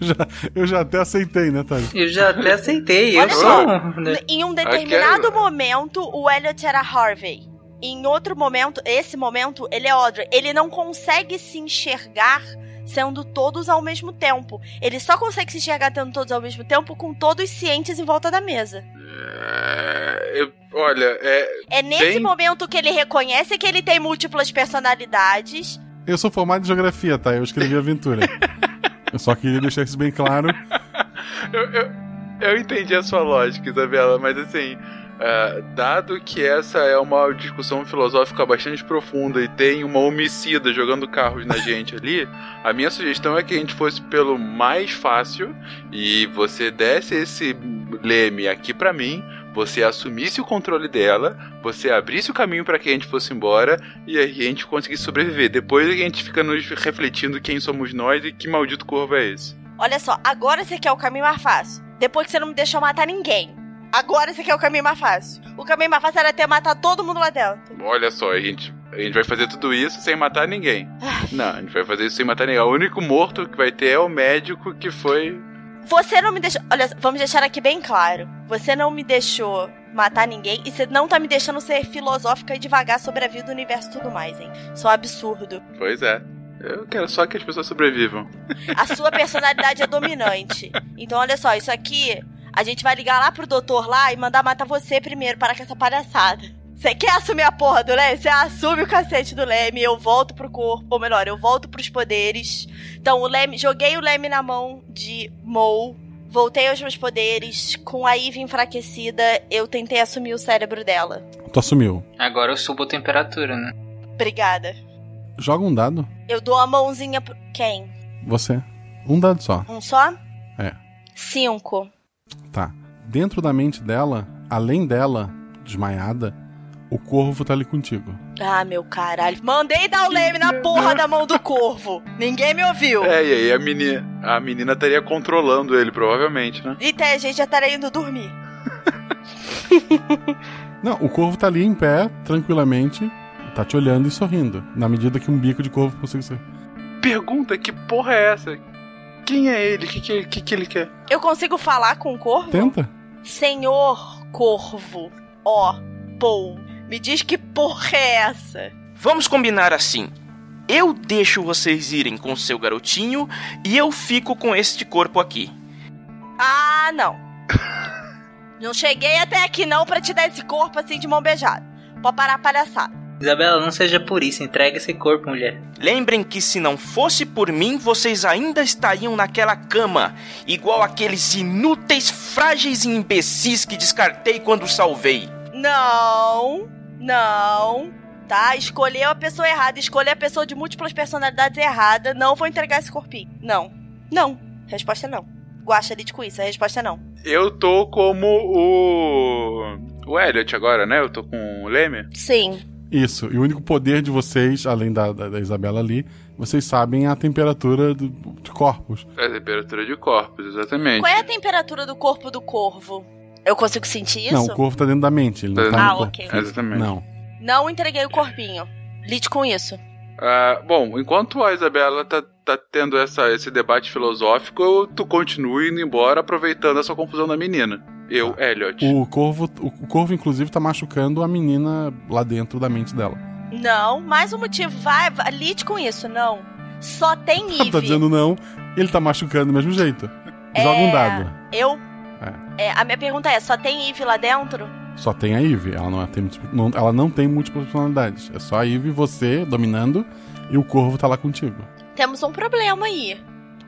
Eu já, eu já até aceitei, né, Thalys? Eu já até aceitei. Olha eu só, sou. n- em um determinado momento, o Elliot era Harvey. Em outro momento, esse momento, ele é Audrey. Ele não consegue se enxergar sendo todos ao mesmo tempo. Ele só consegue se enxergar sendo todos ao mesmo tempo com todos cientes em volta da mesa. É, eu- olha, é. É nesse Bem- momento que ele reconhece que ele tem múltiplas personalidades. Eu sou formado em geografia, tá? Eu escrevi aventura. eu só queria deixar isso bem claro. Eu entendi a sua lógica, Isabela, mas assim. é, dado que essa é uma discussão filosófica bastante profunda e tem uma homicida jogando carros na gente ali, a minha sugestão é que a gente fosse pelo mais fácil e você desse esse leme aqui pra mim, você assumisse o controle dela, você abrisse o caminho pra que a gente fosse embora e a gente conseguisse sobreviver. Depois a gente fica nos refletindo quem somos nós e que maldito corvo é esse. Olha só, agora você quer o caminho mais fácil. Depois que você não me deixou matar ninguém. Agora você quer o caminho mais fácil. O caminho mais fácil era ter matado todo mundo lá dentro. Olha só, a gente, a gente vai fazer tudo isso sem matar ninguém. Não, a gente vai fazer isso sem matar ninguém. O único morto que vai ter é o médico que foi. Você não me deixou. Olha, só, vamos deixar aqui bem claro. Você não me deixou matar ninguém e você não tá me deixando ser filosófica e devagar sobre a vida, o universo e tudo mais, hein? Isso é um absurdo. Pois é. Eu quero só que as pessoas sobrevivam. A sua personalidade é dominante. Então, olha só, isso aqui. A gente vai ligar lá pro doutor lá e mandar matar você primeiro, para com essa palhaçada. Você quer assumir a porra do Leme? Você assume o cacete do Leme, eu volto pro corpo, ou melhor, eu volto pros poderes. Então, o Leme, joguei o Leme na mão de Mou, voltei aos meus poderes, com a Ivy enfraquecida, eu tentei assumir o cérebro dela. Tu assumiu. Agora eu subo a temperatura, né? Obrigada. Joga um dado. Eu dou a mãozinha pro. Quem? Você. Um dado só. Um só? É. Cinco. Tá. Dentro da mente dela, além dela, desmaiada, o corvo tá ali contigo. Ah, meu caralho. Mandei dar o leme na porra da mão do corvo. Ninguém me ouviu. É, e aí a menina, a menina estaria controlando ele, provavelmente, né? E tem, a gente já estaria indo dormir. Não, o corvo tá ali em pé, tranquilamente, tá te olhando e sorrindo, na medida que um bico de corvo consegue ser. Pergunta: que porra é essa? Quem é ele? O que, que, que, que ele quer? Eu consigo falar com o corvo? Tenta. Senhor corvo, ó, pou, me diz que porra é essa? Vamos combinar assim. Eu deixo vocês irem com seu garotinho e eu fico com este corpo aqui. Ah, não. não cheguei até aqui não pra te dar esse corpo assim de mão beijada. Pode parar a palhaçada. Isabela, não seja por isso, entrega esse corpo, mulher. Lembrem que se não fosse por mim, vocês ainda estariam naquela cama, igual aqueles inúteis, frágeis e imbecis que descartei quando salvei. Não, não, tá? Escolheu a pessoa errada, escolheu a pessoa de múltiplas personalidades errada. Não vou entregar esse corpinho. Não, não. Resposta é não. Guaxa lide com isso, a resposta é não. Eu tô como o. O Elliot agora, né? Eu tô com o Leme. Sim. Isso, e o único poder de vocês, além da, da, da Isabela ali, vocês sabem a temperatura do, de corpos. É a temperatura de corpos, exatamente. Qual é a temperatura do corpo do corvo? Eu consigo sentir isso? Não, o corvo tá dentro da mente, ele não tá Ah, no corpo. ok. físico. Exatamente. Não. Não entreguei o corpinho. Lide com isso. Ah, bom, enquanto a Isabela tá, tá tendo essa, esse debate filosófico, eu- tu continua indo embora aproveitando essa confusão da menina. Eu, Elliot. O corvo, o, o corvo, inclusive, tá machucando a menina lá dentro da mente dela. Não, mais um motivo. Vai, vai lide com isso, não. Só tem Ela tá Eve. dizendo não, Ele tá machucando do mesmo jeito. Joga É. um dado. Eu? É. a minha pergunta é: só tem Eve lá dentro? Só tem a Eve. Ela não é, tem, não, ela não tem múltiplas personalidades. É só a Eve, você dominando e o corvo tá lá contigo. Temos um problema aí.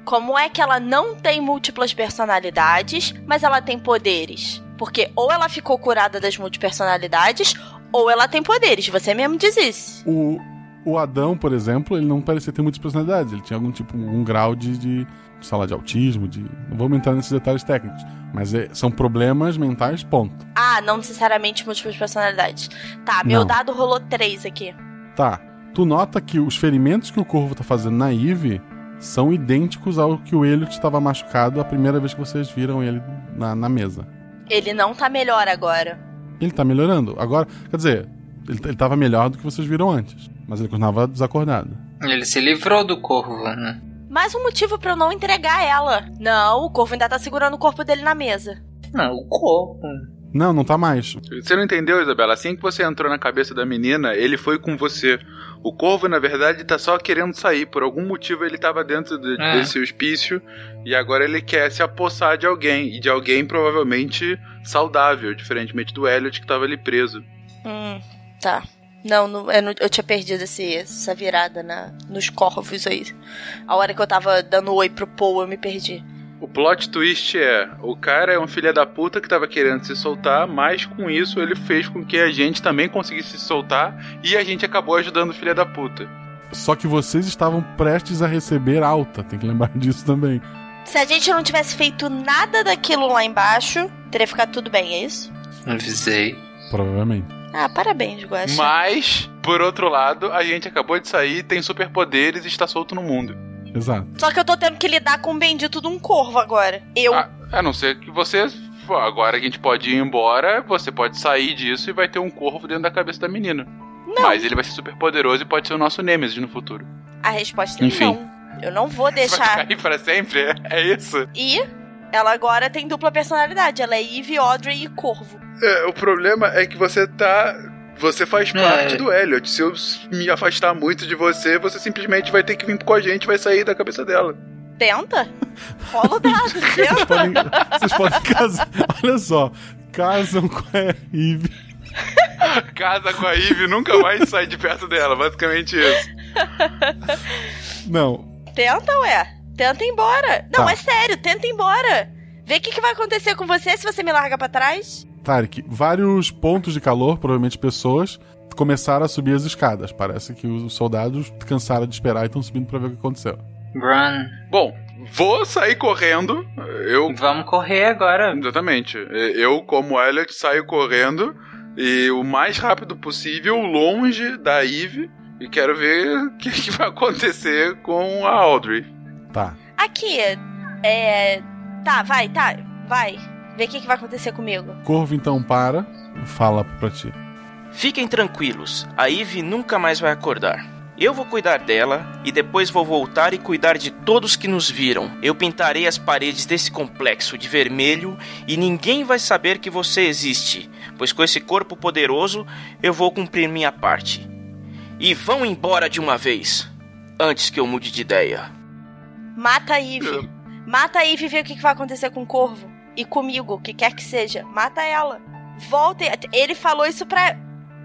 Como é que ela não tem múltiplas personalidades, mas ela tem poderes? Porque ou ela ficou curada das multipersonalidades, ou ela tem poderes. Você mesmo diz isso. O, o Adão, por exemplo, ele não parecia ter muitas personalidades. Ele tinha algum tipo, um grau de, de sei lá, de autismo, de. Não vamos entrar nesses detalhes técnicos. Mas é, são problemas mentais, ponto. Ah, não necessariamente múltiplas personalidades. Tá, meu Não. dado rolou três aqui. Tá. Tu nota que os ferimentos que o corvo tá fazendo na Eve são idênticos ao que o Elliot estava machucado a primeira vez que vocês viram ele na, na mesa. Ele não tá melhor agora. Ele tá melhorando. Agora, quer dizer, ele, ele tava melhor do que vocês viram antes. Mas ele continuava desacordado. Ele se livrou do corvo, né? Mais um motivo pra eu não entregar ela. Não, o corvo ainda tá segurando o corpo dele na mesa. Não, o corvo. Não, não tá mais. Você não entendeu, Isabela? Assim que você entrou na cabeça da menina, ele foi com você. O corvo, na verdade, tá só querendo sair. Por algum motivo, ele tava dentro de- É. desse hospício e agora ele quer se apossar de alguém. E de alguém provavelmente saudável, diferentemente do Elliot que tava ali preso. Hum, tá. Não, não- eu, não- eu tinha perdido esse- essa virada na, nos corvos aí. A hora que eu tava dando oi pro Paul, eu me perdi. O plot twist é: o cara é um filho da puta que tava querendo se soltar, mas com isso ele fez com que a gente também conseguisse se soltar e a gente acabou ajudando o filho da puta. Só que vocês estavam prestes a receber alta, tem que lembrar disso também. Se a gente não tivesse feito nada daquilo lá embaixo, teria ficado tudo bem, é isso? Avisei. Provavelmente. Ah, parabéns, Guaxa. Mas, por outro lado, a gente acabou de sair, tem superpoderes e está solto no mundo. Exato. Só que eu tô tendo que lidar com o bendito de um corvo agora. Eu. A, a não ser que você. pô, Agora que a gente pode ir embora, você pode sair disso e vai ter um corvo dentro da cabeça da menina. Mas ele vai ser super poderoso e pode ser o nosso Nemesis no futuro. A resposta é Enfim. não. Eu não vou deixar. Cair pra sempre? É- É isso? E ela agora tem dupla personalidade. Ela é Eve, Audrey e Corvo. o problema é que você tá. Você faz parte do Elliot. Se eu me afastar muito de você, você simplesmente vai ter que vir com a gente vai sair da cabeça dela. Tenta. Rola o dado, tenta. Vocês podem casar. Olha só. Casam com a Eve. Casa com a Ivy, nunca mais sai de perto dela, basicamente isso. Não. Tenta, ué. Tenta ir embora. Não, Tá. é sério, tenta ir embora. Vê o que, que vai acontecer com você se você me larga pra trás. Tarek, vários pontos de calor, provavelmente pessoas, começaram a subir as escadas. Parece que os soldados cansaram de esperar e estão subindo pra ver o que aconteceu. Run. Bom, vou sair correndo. Eu. Vamos correr agora. Exatamente. Eu, como Elliot, saio correndo e o mais rápido possível, longe da Ivy. E quero ver o que, que vai acontecer com a Audrey. Tá. Aqui, é. Tá, vai, tá, vai. Vê o que, que vai acontecer comigo. Corvo então para, fala pra ti. Fiquem tranquilos, a Eve nunca mais vai acordar. Eu vou cuidar dela e depois vou voltar e cuidar de todos que nos viram. Eu pintarei as paredes desse complexo de vermelho e ninguém vai saber que você existe, pois com esse corpo poderoso eu vou cumprir minha parte. E vão embora de uma vez, antes que eu mude de ideia. Mata a Eve. Mata a Eve e vê o que, que vai acontecer com o corvo. E comigo, o que quer que seja. Mata ela. Voltem. Ele falou isso pra.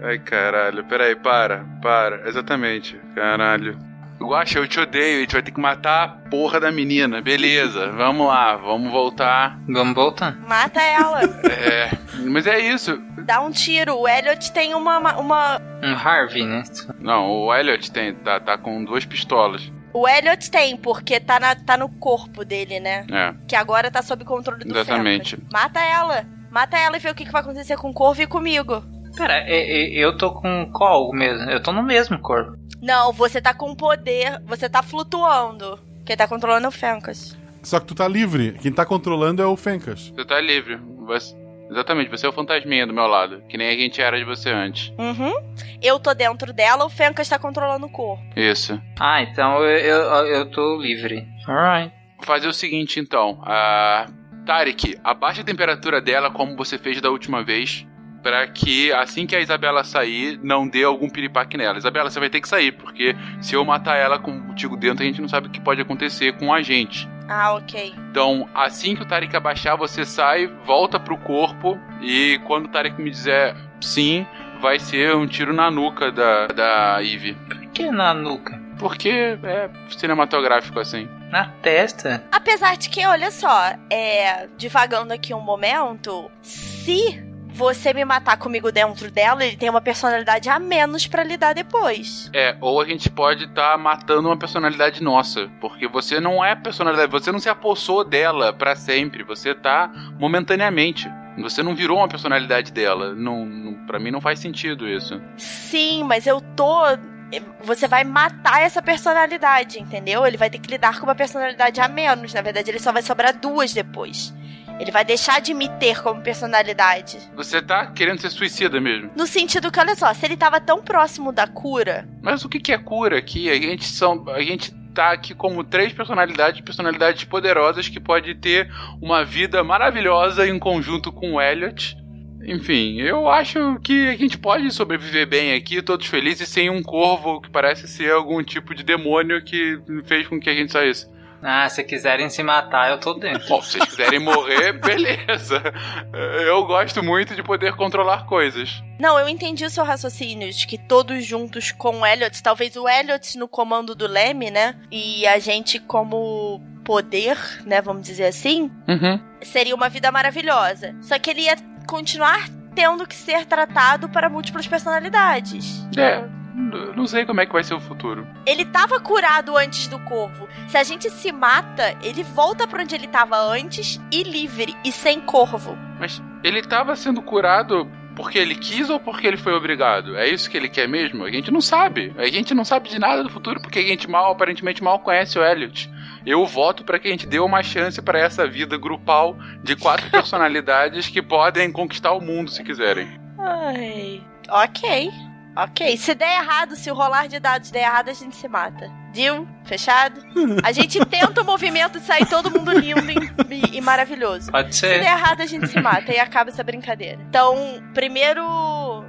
Ai, caralho, peraí, para, para, exatamente, caralho. Guaxa, eu te odeio, a gente vai ter que matar a porra da menina, beleza, vamos lá, vamos voltar. Vamos voltar? Mata ela. É, mas é isso. Dá um tiro. O Elliot tem uma. uma... Um Harvey, né? Não, o Elliot tem, tá, tá com duas pistolas. O Elliot tem, porque tá, na, tá no corpo dele, né? É, Que agora tá sob controle do né? exatamente. Fenris. Mata ela. Mata ela e vê o que, que vai acontecer com o corvo e comigo. Cara, e- e- É, eu tô com qual mesmo? Eu tô no mesmo corpo. Não, você tá com poder. Você tá flutuando. Quem tá controlando é o Fencas. Só que tu tá livre. Quem tá controlando é o Fencas. Você tá livre, você- exatamente, você é o fantasminha do meu lado, que nem a gente era de você antes. Uhum. Eu tô dentro dela, o Fencas tá controlando o corpo. Isso. Ah, então eu, eu, eu tô livre. Alright. Fazer o seguinte então, a Tarek, abaixa a temperatura dela como você fez da última vez, pra que assim que a Isabela sair, não dê algum piripaque nela. Isabela, você vai ter que sair, porque se eu matar ela contigo dentro, a gente não sabe o que pode acontecer com a gente. Ah, ok. Então, assim que o Tarek abaixar, você sai, volta pro corpo e quando o Tarek me dizer sim, vai ser um tiro na nuca da, da Eve. Por que na nuca? Porque é cinematográfico assim. Na testa? Apesar de que, olha só, é. Divagando aqui um momento, se você me matar comigo dentro dela, ele tem uma personalidade a menos para lidar depois. É, ou a gente pode estar tá matando uma personalidade nossa, porque você não é personalidade, você não se apossou dela para sempre, você tá momentaneamente. Você não virou uma personalidade dela. Não, não para mim não faz sentido isso. Sim, mas eu tô eh, você vai matar essa personalidade, entendeu? Ele vai ter que lidar com uma personalidade a menos. Na verdade, ele só vai sobrar duas depois. Ele vai deixar de me ter como personalidade. Você tá querendo ser suicida mesmo? No sentido que, olha só, se ele tava tão próximo da cura. Mas o que é cura aqui? A gente são. A gente tá aqui como três personalidades, personalidades poderosas que pode ter uma vida maravilhosa em conjunto com o Elliot. Enfim, eu acho que a gente pode sobreviver bem aqui, todos felizes, sem um corvo que parece ser algum tipo de demônio que fez com que a gente saísse. Ah, se quiserem se matar, eu tô dentro. Bom, se vocês quiserem morrer, beleza. Eu gosto muito de poder controlar coisas. Não, eu entendi o seu raciocínio de que todos juntos com o Elliot, talvez o Elliot no comando do Leme, né? E a gente como poder, né? Vamos dizer assim. Uhum. Seria uma vida maravilhosa. Só que ele ia continuar tendo que ser tratado para múltiplas personalidades. É. Não sei como é que vai ser o futuro. Ele estava curado antes do corvo. Se a gente se mata, ele volta para onde ele estava antes e livre e sem corvo. Mas ele estava sendo curado porque ele quis ou porque ele foi obrigado? É isso que ele quer mesmo? A gente não sabe. A gente não sabe de nada do futuro porque a gente mal, aparentemente mal conhece o Elliot. Eu voto para que a gente dê uma chance para essa vida grupal de quatro personalidades que podem conquistar o mundo se quiserem. Ai, ok. Ok, se der errado, se o rolar de dados der errado, a gente se mata. Deal? Fechado? A gente tenta o movimento de sair todo mundo lindo e, e, maravilhoso. Pode ser. Se der errado, a gente se mata e acaba essa brincadeira. Então, primeiro,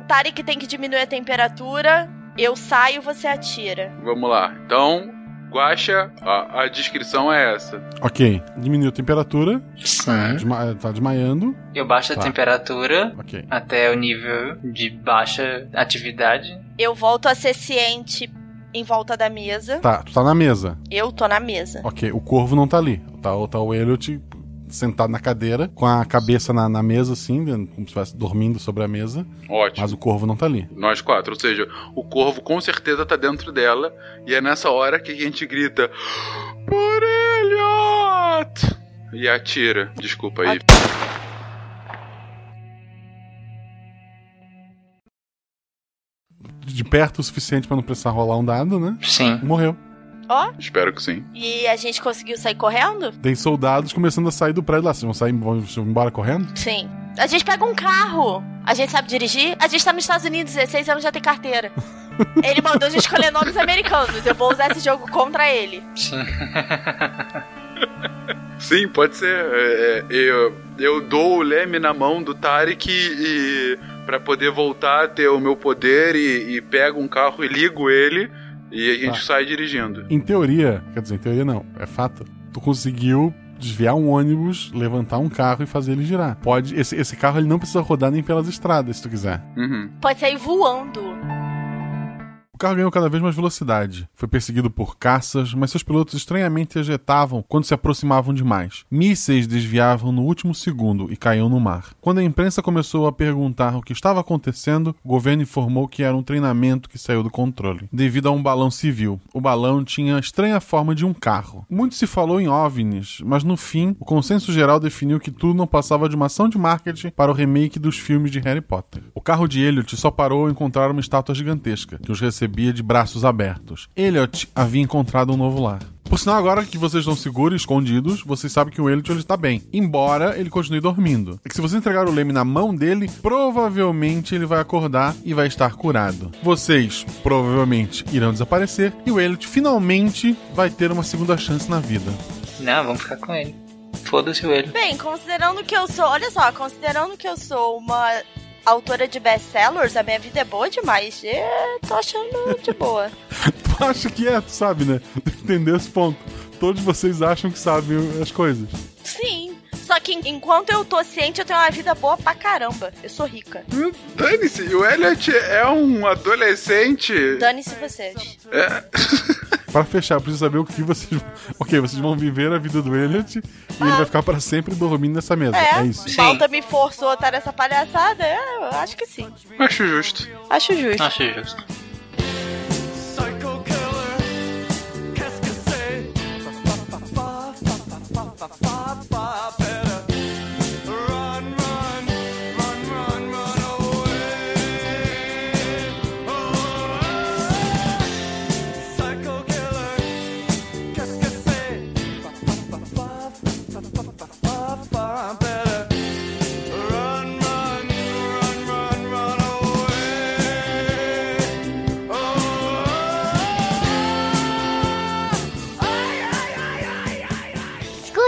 Tarek tem que diminuir a temperatura. Eu saio, você atira. Vamos lá. Então, Guacha, a, a descrição é essa. Ok. Diminuiu a temperatura. Sim. Desma tá desmaiando. Eu baixo tá. a temperatura okay. até o nível de baixa atividade. Eu volto a ser ciente em volta da mesa. Tá, tu tá na mesa. Eu tô na mesa. Ok, o corvo não tá ali. Tá, tá o Elliot sentado na cadeira, com a cabeça na, na mesa, assim, como se estivesse dormindo sobre a mesa. Ótimo. Mas o corvo não tá ali. Nós quatro, ou seja, o corvo com certeza tá dentro dela, e é nessa hora que a gente grita: Por Elliot! E atira. Desculpa aí. A... De perto o suficiente para não precisar rolar um dado, né? Sim. Morreu. Oh. Espero que sim. E a gente conseguiu sair correndo? Tem soldados começando a sair do prédio lá. Vocês vão sair vão embora correndo? Sim. A gente pega um carro. A gente sabe dirigir. A gente tá nos Estados Unidos, 16 anos já tem carteira. ele mandou a gente escolher nomes americanos. Eu vou usar esse jogo contra ele. Sim. Sim, pode ser. É, eu, eu dou o leme na mão do Tarek e, e para poder voltar a ter o meu poder e, e pego um carro e ligo ele. E a gente tá. sai dirigindo. Em teoria, quer dizer, em teoria não, é fato. Tu conseguiu desviar um ônibus, levantar um carro e fazer ele girar. Pode, esse, esse carro ele não precisa rodar nem pelas estradas, se tu quiser. Uhum. Pode sair voando. O carro ganhou cada vez mais velocidade. Foi perseguido por caças, mas seus pilotos estranhamente ejetavam quando se aproximavam demais. Mísseis desviavam no último segundo e caíam no mar. Quando a imprensa começou a perguntar o que estava acontecendo, o governo informou que era um treinamento que saiu do controle, devido a um balão civil. O balão tinha a estranha forma de um carro. Muito se falou em OVNIs, mas no fim, o consenso geral definiu que tudo não passava de uma ação de marketing para o remake dos filmes de Harry Potter. O carro de Elliot só parou ao encontrar uma estátua gigantesca, que os recebeu recebia de braços abertos. Elliot havia encontrado um novo lar. Por sinal, agora que vocês estão seguros, escondidos, vocês sabem que o Elliot está bem. Embora ele continue dormindo. É que se você entregar o leme na mão dele, provavelmente ele vai acordar e vai estar curado. Vocês provavelmente irão desaparecer e o Elliot finalmente vai ter uma segunda chance na vida. Não, vamos ficar com ele. Foda-se o Elliot. Bem, considerando que eu sou. Olha só, considerando que eu sou uma autora de best-sellers, a minha vida é boa demais. Eu tô achando de boa. tu acha que é, tu sabe, né? Tu entendeu esse ponto. Todos vocês acham que sabem as coisas. Sim. Só que enquanto eu tô ciente, eu tenho uma vida boa pra caramba. Eu sou rica. Dane-se, o Elliot é um adolescente. Dane-se vocês. É. Pra fechar, preciso saber o que vocês. Ok, vocês vão viver a vida do Elliot e ah. ele vai ficar pra sempre dormindo nessa mesa. É, é isso. Sim. Malta me forçou a estar nessa palhaçada? É, Eu acho que sim. Acho justo. Acho justo. Acho justo.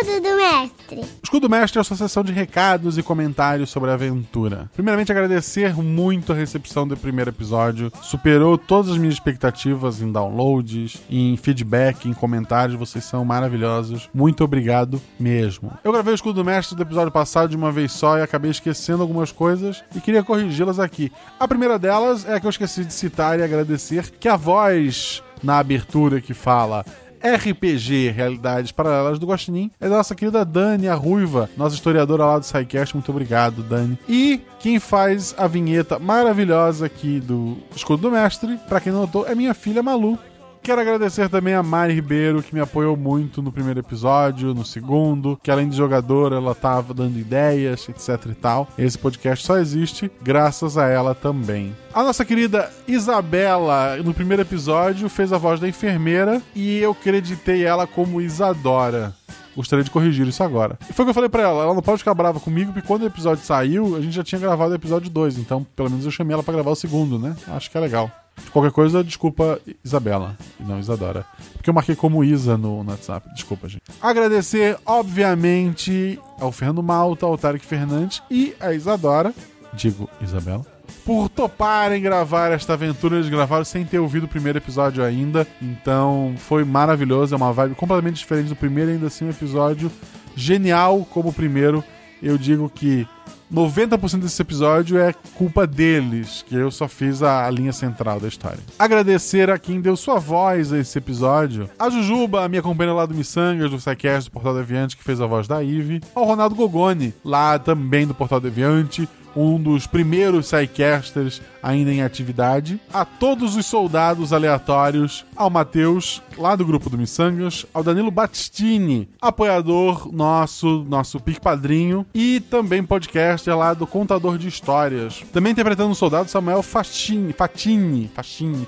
O Escudo Mestre é a sua sessão de recados e comentários sobre a aventura. Primeiramente, agradecer muito a recepção do primeiro episódio. Superou todas as minhas expectativas em downloads, em feedback, em comentários. Vocês são maravilhosos. Muito obrigado mesmo. Eu gravei o Escudo Mestre do episódio passado de uma vez só e acabei esquecendo algumas coisas e queria corrigi-las aqui. A primeira delas é a que eu esqueci de citar e agradecer que a voz na abertura que fala RPG, Realidades Paralelas do Guaxinim, é da nossa querida Dani, a Ruiva, nossa historiadora lá do SciCast. Muito obrigado, Dani. E quem faz a vinheta maravilhosa aqui do Escudo do Mestre, para quem não notou, é minha filha Malu. Quero agradecer também a Mari Ribeiro, que me apoiou muito no primeiro episódio, no segundo, que além de jogadora, ela estava dando ideias, etc e tal. Esse podcast só existe graças a ela também. A nossa querida Isabela, no primeiro episódio, fez a voz da enfermeira e eu creditei ela como Isadora. Gostaria de corrigir isso agora. E foi o que eu falei para ela, ela não pode ficar brava comigo, porque quando o episódio saiu, a gente já tinha gravado o episódio 2, então pelo menos eu chamei ela para gravar o segundo, né? Acho que é legal. De qualquer coisa, desculpa Isabela, não Isadora. Porque eu marquei como Isa no, no WhatsApp, desculpa, gente. Agradecer, obviamente, ao Fernando Malta, ao Tarek Fernandes e a Isadora, digo Isabela por toparem gravar esta aventura. Eles gravaram sem ter ouvido o primeiro episódio ainda. Então foi maravilhoso. É uma vibe completamente diferente do primeiro, ainda assim, um episódio genial como o primeiro. Eu digo que 90% desse episódio é culpa deles, que eu só fiz a, a, linha central da história. Agradecer a quem deu sua voz a esse episódio. A Jujuba, a minha companheira lá do Missangas, do Psycast, do Portal Deviante, que fez a voz da Ive. Ao Ronaldo Gogoni, lá também do Portal Deviante, um dos primeiros Psycasters ainda em atividade, a todos os soldados aleatórios, ao Matheus, lá do grupo do Missangas, ao Danilo Battistini, apoiador nosso, nosso pique-padrinho, e também podcaster lá do Contador de Histórias. Também interpretando o soldado Samuel Facchini, Fatini, Facchini,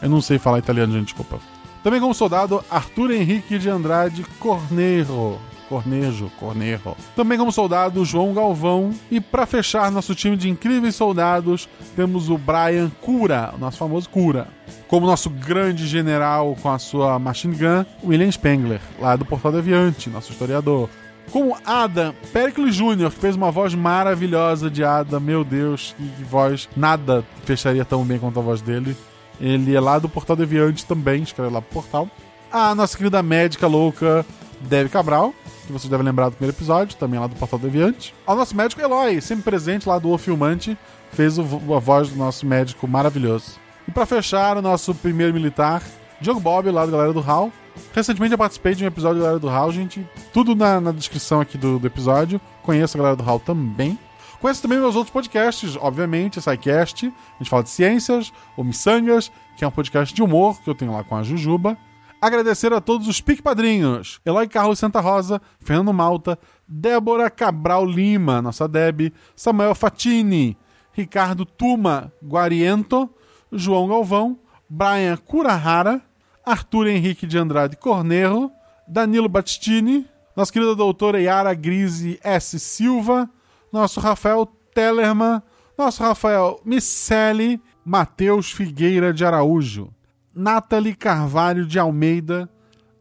eu não sei falar italiano, gente, desculpa. Também como soldado Arthur Henrique de Andrade Corneiro. Cornejo, Cornejo. Também como soldado, João Galvão. E para fechar nosso time de incríveis soldados, temos o Brian Cura, o nosso famoso Cura. Como nosso grande general com a sua machine gun, William Spengler, lá do Portal Deviante, nosso historiador. Como Ada, Pericles Jr., que fez uma voz maravilhosa de Ada, meu Deus, que voz. Nada fecharia tão bem quanto a voz dele. Ele é lá do Portal Deviante também, escreve lá pro portal. A nossa querida médica louca, Debbie Cabral, que vocês devem lembrar do primeiro episódio, também lá do Portal Deviante. Ao nosso médico Eloy, sempre presente lá do O Filmante, fez o, a voz do nosso médico maravilhoso. E para fechar, o nosso primeiro militar, Diogo Bob, lá do Galera do Hall. Recentemente eu participei de um episódio do Galera do Hall, gente. Tudo na, na descrição aqui do, do, episódio. Conheço a Galera do Hall também. Conheço também meus outros podcasts, obviamente, o SciCast, a gente fala de ciências, o Missangas, que é um podcast de humor que eu tenho lá com a Jujuba agradecer a todos os pique padrinhos: Eloy Carlos Santa Rosa, Fernando Malta, Débora Cabral Lima, nossa Deb, Samuel Fatini, Ricardo Tuma Guariento, João Galvão, Brian Curahara, Arthur Henrique de Andrade Cornerro, Danilo Battistini, nossa querida doutora Yara Grise S. Silva, nosso Rafael Tellerman, nosso Rafael Miceli, Matheus Figueira de Araújo. Nathalie Carvalho de Almeida,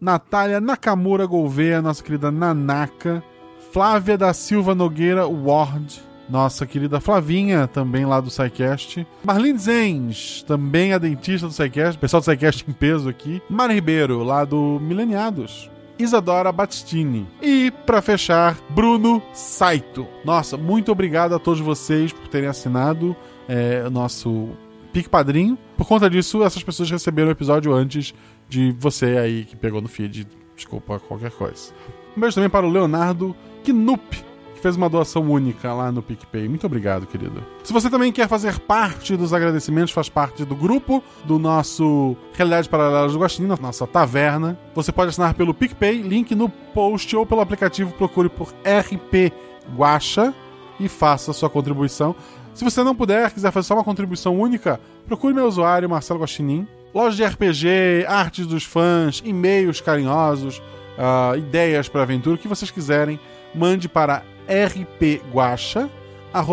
Natália Nakamura Gouveia, nossa querida Nanaka, Flávia da Silva Nogueira Ward, nossa querida Flavinha, também lá do SciCast, Marlene Zenz, também a dentista do SciCast, pessoal do SciCast em peso aqui, Mari Ribeiro, lá do Mileniados, Isadora Battistini. E, para fechar, Bruno Saito. Nossa, muito obrigado a todos vocês por terem assinado é, o nosso Pique Padrinho. Por conta disso, essas pessoas receberam o episódio antes de você aí que pegou no feed. Desculpa qualquer coisa. Um beijo também para o Leonardo Knup, que fez uma doação única lá no PicPay. Muito obrigado, querido. Se você também quer fazer parte dos agradecimentos, faz parte do grupo do nosso Realidade Paralela do Guaxinim, nossa taverna, você pode assinar pelo PicPay, link no post ou pelo aplicativo, procure por RP Guaxa e faça sua contribuição. Se você não puder, quiser fazer só uma contribuição única, procure meu usuário, Marcelo Guaxinim. Loja de RPG, artes dos fãs, e-mails carinhosos, uh, ideias para aventura, o que vocês quiserem, mande para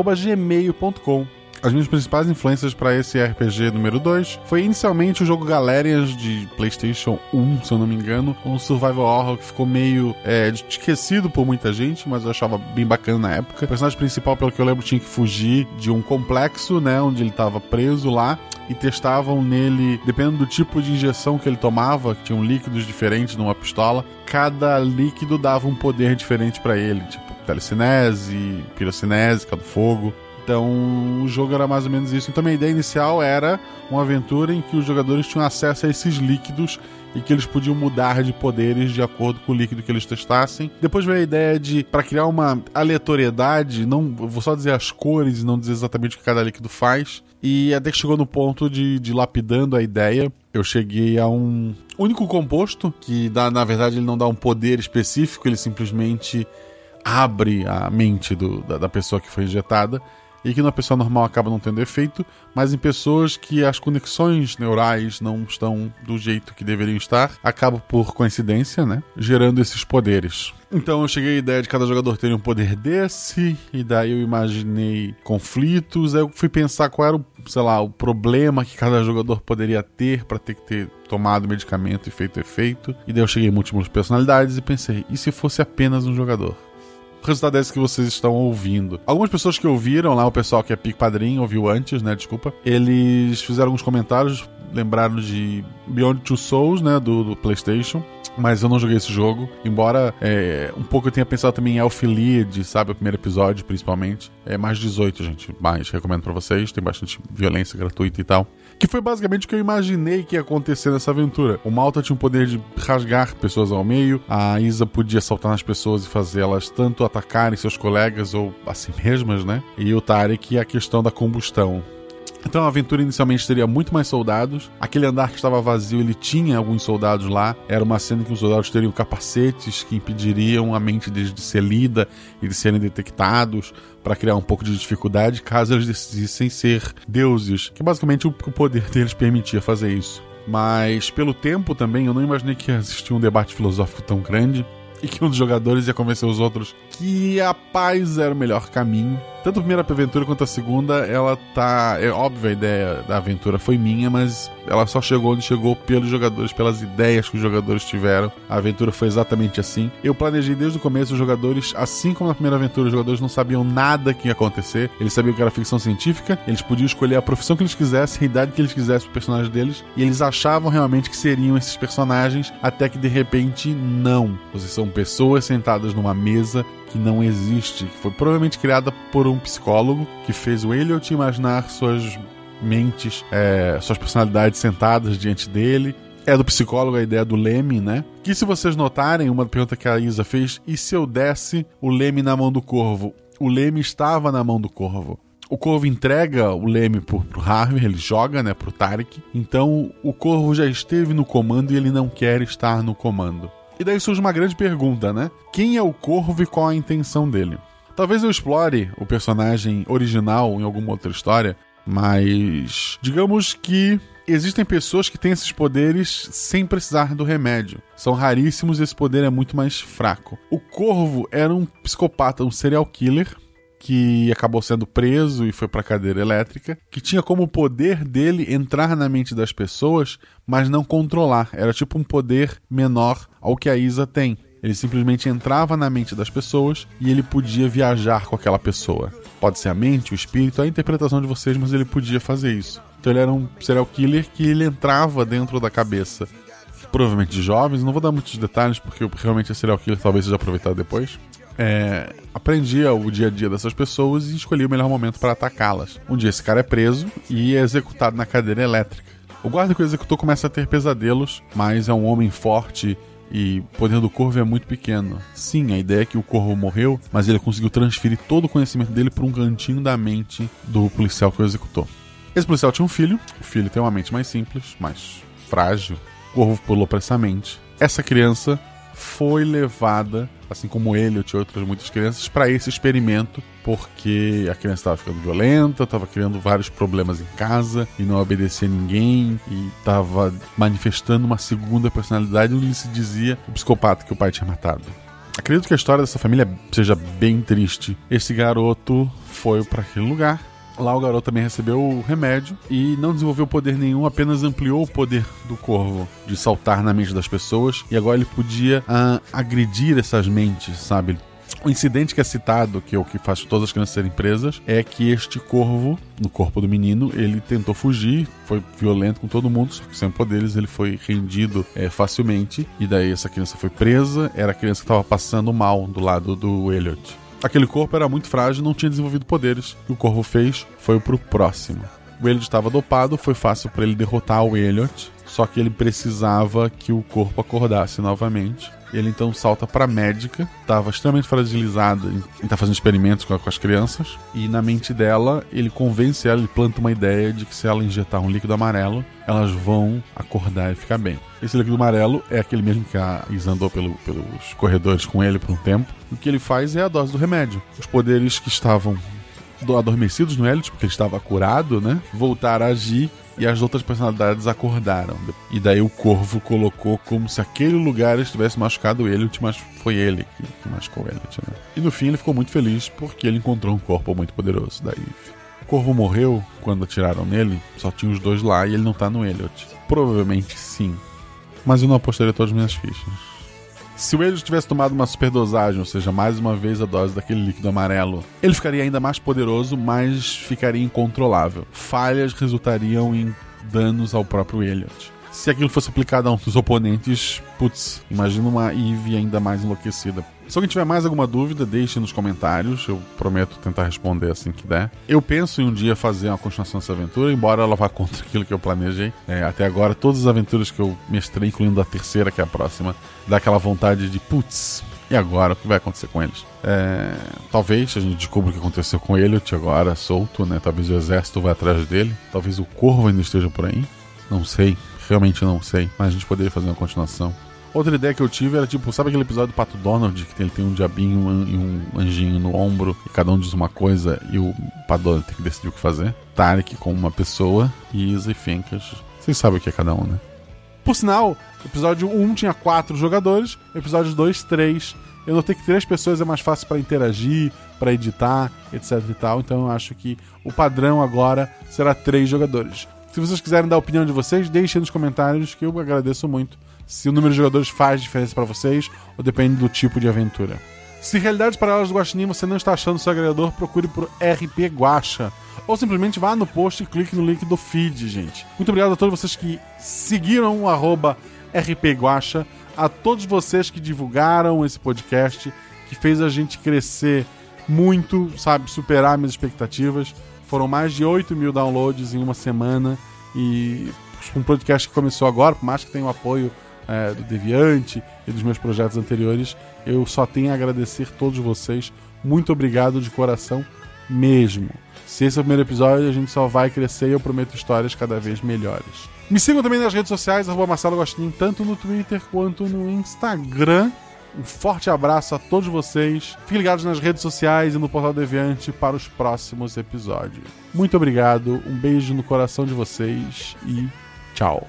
rpguacha.gmail.com. As minhas principais influências para esse RPG número 2 foi inicialmente o jogo Galerias de PlayStation 1, se eu não me engano, um survival horror que ficou meio é, esquecido por muita gente, mas eu achava bem bacana na época. O personagem principal, pelo que eu lembro, tinha que fugir de um complexo, né, onde ele estava preso lá e testavam nele, dependendo do tipo de injeção que ele tomava, que tinham líquidos diferentes numa pistola, cada líquido dava um poder diferente para ele, tipo telecinese, pirocinese, do fogo. Então o jogo era mais ou menos isso. Então minha ideia inicial era uma aventura em que os jogadores tinham acesso a esses líquidos e que eles podiam mudar de poderes de acordo com o líquido que eles testassem. Depois veio a ideia de, para criar uma aleatoriedade, não vou só dizer as cores e não dizer exatamente o que cada líquido faz. E até que chegou no ponto de, de lapidando a ideia, eu cheguei a um único composto que dá, na verdade, ele não dá um poder específico, ele simplesmente abre a mente do, da, da pessoa que foi injetada e que na pessoa normal acaba não tendo efeito, mas em pessoas que as conexões neurais não estão do jeito que deveriam estar, acaba por coincidência, né, gerando esses poderes. Então eu cheguei à ideia de cada jogador ter um poder desse, e daí eu imaginei conflitos, aí eu fui pensar qual era o, sei lá, o problema que cada jogador poderia ter para ter que ter tomado medicamento e feito efeito, e daí eu cheguei em múltiplas personalidades e pensei, e se fosse apenas um jogador? O resultado é esse que vocês estão ouvindo. Algumas pessoas que ouviram lá, o pessoal que é Pic Padrim, ouviu antes, né? Desculpa. Eles fizeram alguns comentários, lembraram de Beyond Two Souls, né? Do, do PlayStation. Mas eu não joguei esse jogo, embora é, um pouco eu tenha pensado também em Elf Lead, sabe? O primeiro episódio, principalmente. É mais 18, gente. Mais, recomendo para vocês. Tem bastante violência gratuita e tal. Que foi basicamente o que eu imaginei que ia acontecer nessa aventura. O Malta tinha o poder de rasgar pessoas ao meio, a Isa podia saltar nas pessoas e fazê-las tanto atacarem seus colegas ou a si mesmas, né? E o Tarek a questão da combustão. Então a aventura inicialmente teria muito mais soldados. Aquele andar que estava vazio, ele tinha alguns soldados lá. Era uma cena em que os soldados teriam capacetes que impediriam a mente deles de ser lida e de serem detectados para criar um pouco de dificuldade caso eles decidissem ser deuses, que é basicamente o poder deles permitia fazer isso. Mas pelo tempo também, eu não imaginei que ia existir um debate filosófico tão grande e que um dos jogadores ia convencer os outros que a paz era o melhor caminho. Tanto a primeira aventura quanto a segunda, ela tá. É óbvio, a ideia da aventura foi minha, mas ela só chegou onde chegou pelos jogadores, pelas ideias que os jogadores tiveram. A aventura foi exatamente assim. Eu planejei desde o começo os jogadores, assim como na primeira aventura, os jogadores não sabiam nada que ia acontecer. Eles sabiam que era ficção científica, eles podiam escolher a profissão que eles quisessem, a idade que eles quisessem pro personagem deles, e eles achavam realmente que seriam esses personagens, até que de repente, não. Vocês são pessoas sentadas numa mesa que não existe, que foi provavelmente criada por um psicólogo que fez o Elliot imaginar suas mentes, é, suas personalidades sentadas diante dele. É do psicólogo a ideia do leme, né? Que se vocês notarem, uma pergunta que a Isa fez, e se eu desse o leme na mão do corvo? O leme estava na mão do corvo. O corvo entrega o leme pro, pro Harvey, ele joga, né, pro Tarek. Então o corvo já esteve no comando e ele não quer estar no comando. E daí surge uma grande pergunta, né? Quem é o corvo e qual a intenção dele? Talvez eu explore o personagem original em alguma outra história, mas digamos que existem pessoas que têm esses poderes sem precisar do remédio. São raríssimos e esse poder é muito mais fraco. O corvo era um psicopata, um serial killer que acabou sendo preso e foi para cadeira elétrica, que tinha como poder dele entrar na mente das pessoas, mas não controlar. Era tipo um poder menor ao que a Isa tem. Ele simplesmente entrava na mente das pessoas e ele podia viajar com aquela pessoa. Pode ser a mente, o espírito, a interpretação de vocês, mas ele podia fazer isso. Então ele era um serial killer que ele entrava dentro da cabeça provavelmente jovens, não vou dar muitos detalhes porque realmente a serial killer talvez seja aproveitado depois. É, aprendia o dia a dia dessas pessoas e escolhia o melhor momento para atacá-las. Um dia esse cara é preso e é executado na cadeira elétrica. O guarda que o executou começa a ter pesadelos, mas é um homem forte e o poder do corvo é muito pequeno. Sim, a ideia é que o corvo morreu, mas ele conseguiu transferir todo o conhecimento dele para um cantinho da mente do policial que o executou. Esse policial tinha um filho, o filho tem uma mente mais simples, mais frágil. O corvo pulou para essa mente. Essa criança foi levada, assim como ele, eu tinha outras muitas crianças, para esse experimento, porque a criança estava ficando violenta, estava criando vários problemas em casa e não obedecia a ninguém e estava manifestando uma segunda personalidade onde ele se dizia o psicopata que o pai tinha matado. Acredito que a história dessa família seja bem triste. Esse garoto foi para aquele lugar. Lá o garoto também recebeu o remédio e não desenvolveu poder nenhum, apenas ampliou o poder do corvo de saltar na mente das pessoas. E agora ele podia ah, agredir essas mentes, sabe? O incidente que é citado, que é o que faz todas as crianças serem presas, é que este corvo, no corpo do menino, ele tentou fugir, foi violento com todo mundo, só que sem poderes ele foi rendido é, facilmente. E daí essa criança foi presa, era a criança que estava passando mal do lado do Elliot. Aquele corpo era muito frágil não tinha desenvolvido poderes. O que o corvo fez foi pro próximo. O Elliot estava dopado, foi fácil para ele derrotar o Elliot, só que ele precisava que o corpo acordasse novamente. Ele então salta para médica, estava extremamente fragilizada e está tá fazendo experimentos com, com, as crianças. E na mente dela, ele convence ela, ele planta uma ideia de que se ela injetar um líquido amarelo, elas vão acordar e ficar bem. Esse líquido amarelo é aquele mesmo que a Isa andou pelo, pelos corredores com ele por um tempo. O que ele faz é a dose do remédio. Os poderes que estavam adormecidos no Elliot, porque ele estava curado, né? Voltaram a agir e as outras personalidades acordaram. E daí o corvo colocou como se aquele lugar estivesse machucado o Elliot, mas foi ele que, que machucou o Elliot, né? E no fim ele ficou muito feliz porque ele encontrou um corpo muito poderoso. Daí o corvo morreu quando atiraram nele, só tinha os dois lá e ele não tá no Elliot. Provavelmente sim. Mas eu não apostaria todas as minhas fichas. Se o Elliot tivesse tomado uma superdosagem, ou seja, mais uma vez a dose daquele líquido amarelo, ele ficaria ainda mais poderoso, mas ficaria incontrolável. Falhas resultariam em danos ao próprio Elliot. Se aquilo fosse aplicado a um dos oponentes, putz, imagina uma Eve ainda mais enlouquecida. Se alguém tiver mais alguma dúvida, deixe nos comentários. Eu prometo tentar responder assim que der. Eu penso em um dia fazer uma continuação dessa aventura, embora ela vá contra aquilo que eu planejei. É, até agora, todas as aventuras que eu mestrei, incluindo a terceira, que é a próxima, dá aquela vontade de putz. E agora, o que vai acontecer com eles? É, talvez a gente descubra o que aconteceu com ele agora solto, né? Talvez o exército vá atrás dele. Talvez o corvo ainda esteja por aí. Não sei, realmente não sei. Mas a gente poderia fazer uma continuação. Outra ideia que eu tive era tipo, sabe aquele episódio do Pato Donald que ele tem um diabinho e um anjinho no ombro e cada um diz uma coisa e o Pato Donald tem que decidir o que fazer? Tarek com uma pessoa e Isa e Fencas. Vocês sabem o que é cada um, né? Por sinal, episódio 1 tinha 4 jogadores, episódio 2, 3. Eu notei que três pessoas é mais fácil para interagir, para editar, etc e tal. Então eu acho que o padrão agora será três jogadores. Se vocês quiserem dar a opinião de vocês, deixem nos comentários que eu agradeço muito se o número de jogadores faz diferença para vocês ou depende do tipo de aventura. Se Realidades Paralelas do Guaxinim você não está achando seu agregador, procure por RP Guacha. Ou simplesmente vá no post e clique no link do feed, gente. Muito obrigado a todos vocês que seguiram o arroba RP Guacha, a todos vocês que divulgaram esse podcast, que fez a gente crescer muito, sabe, superar minhas expectativas. Foram mais de 8 mil downloads em uma semana e um podcast que começou agora, por mais que tenha o apoio é, do Deviante e dos meus projetos anteriores. Eu só tenho a agradecer a todos vocês. Muito obrigado de coração mesmo. Se esse é o primeiro episódio, a gente só vai crescer e eu prometo histórias cada vez melhores. Me sigam também nas redes sociais, arroba Marcelo Gostinho, tanto no Twitter quanto no Instagram. Um forte abraço a todos vocês. Fiquem ligados nas redes sociais e no Portal Deviante para os próximos episódios. Muito obrigado, um beijo no coração de vocês e tchau.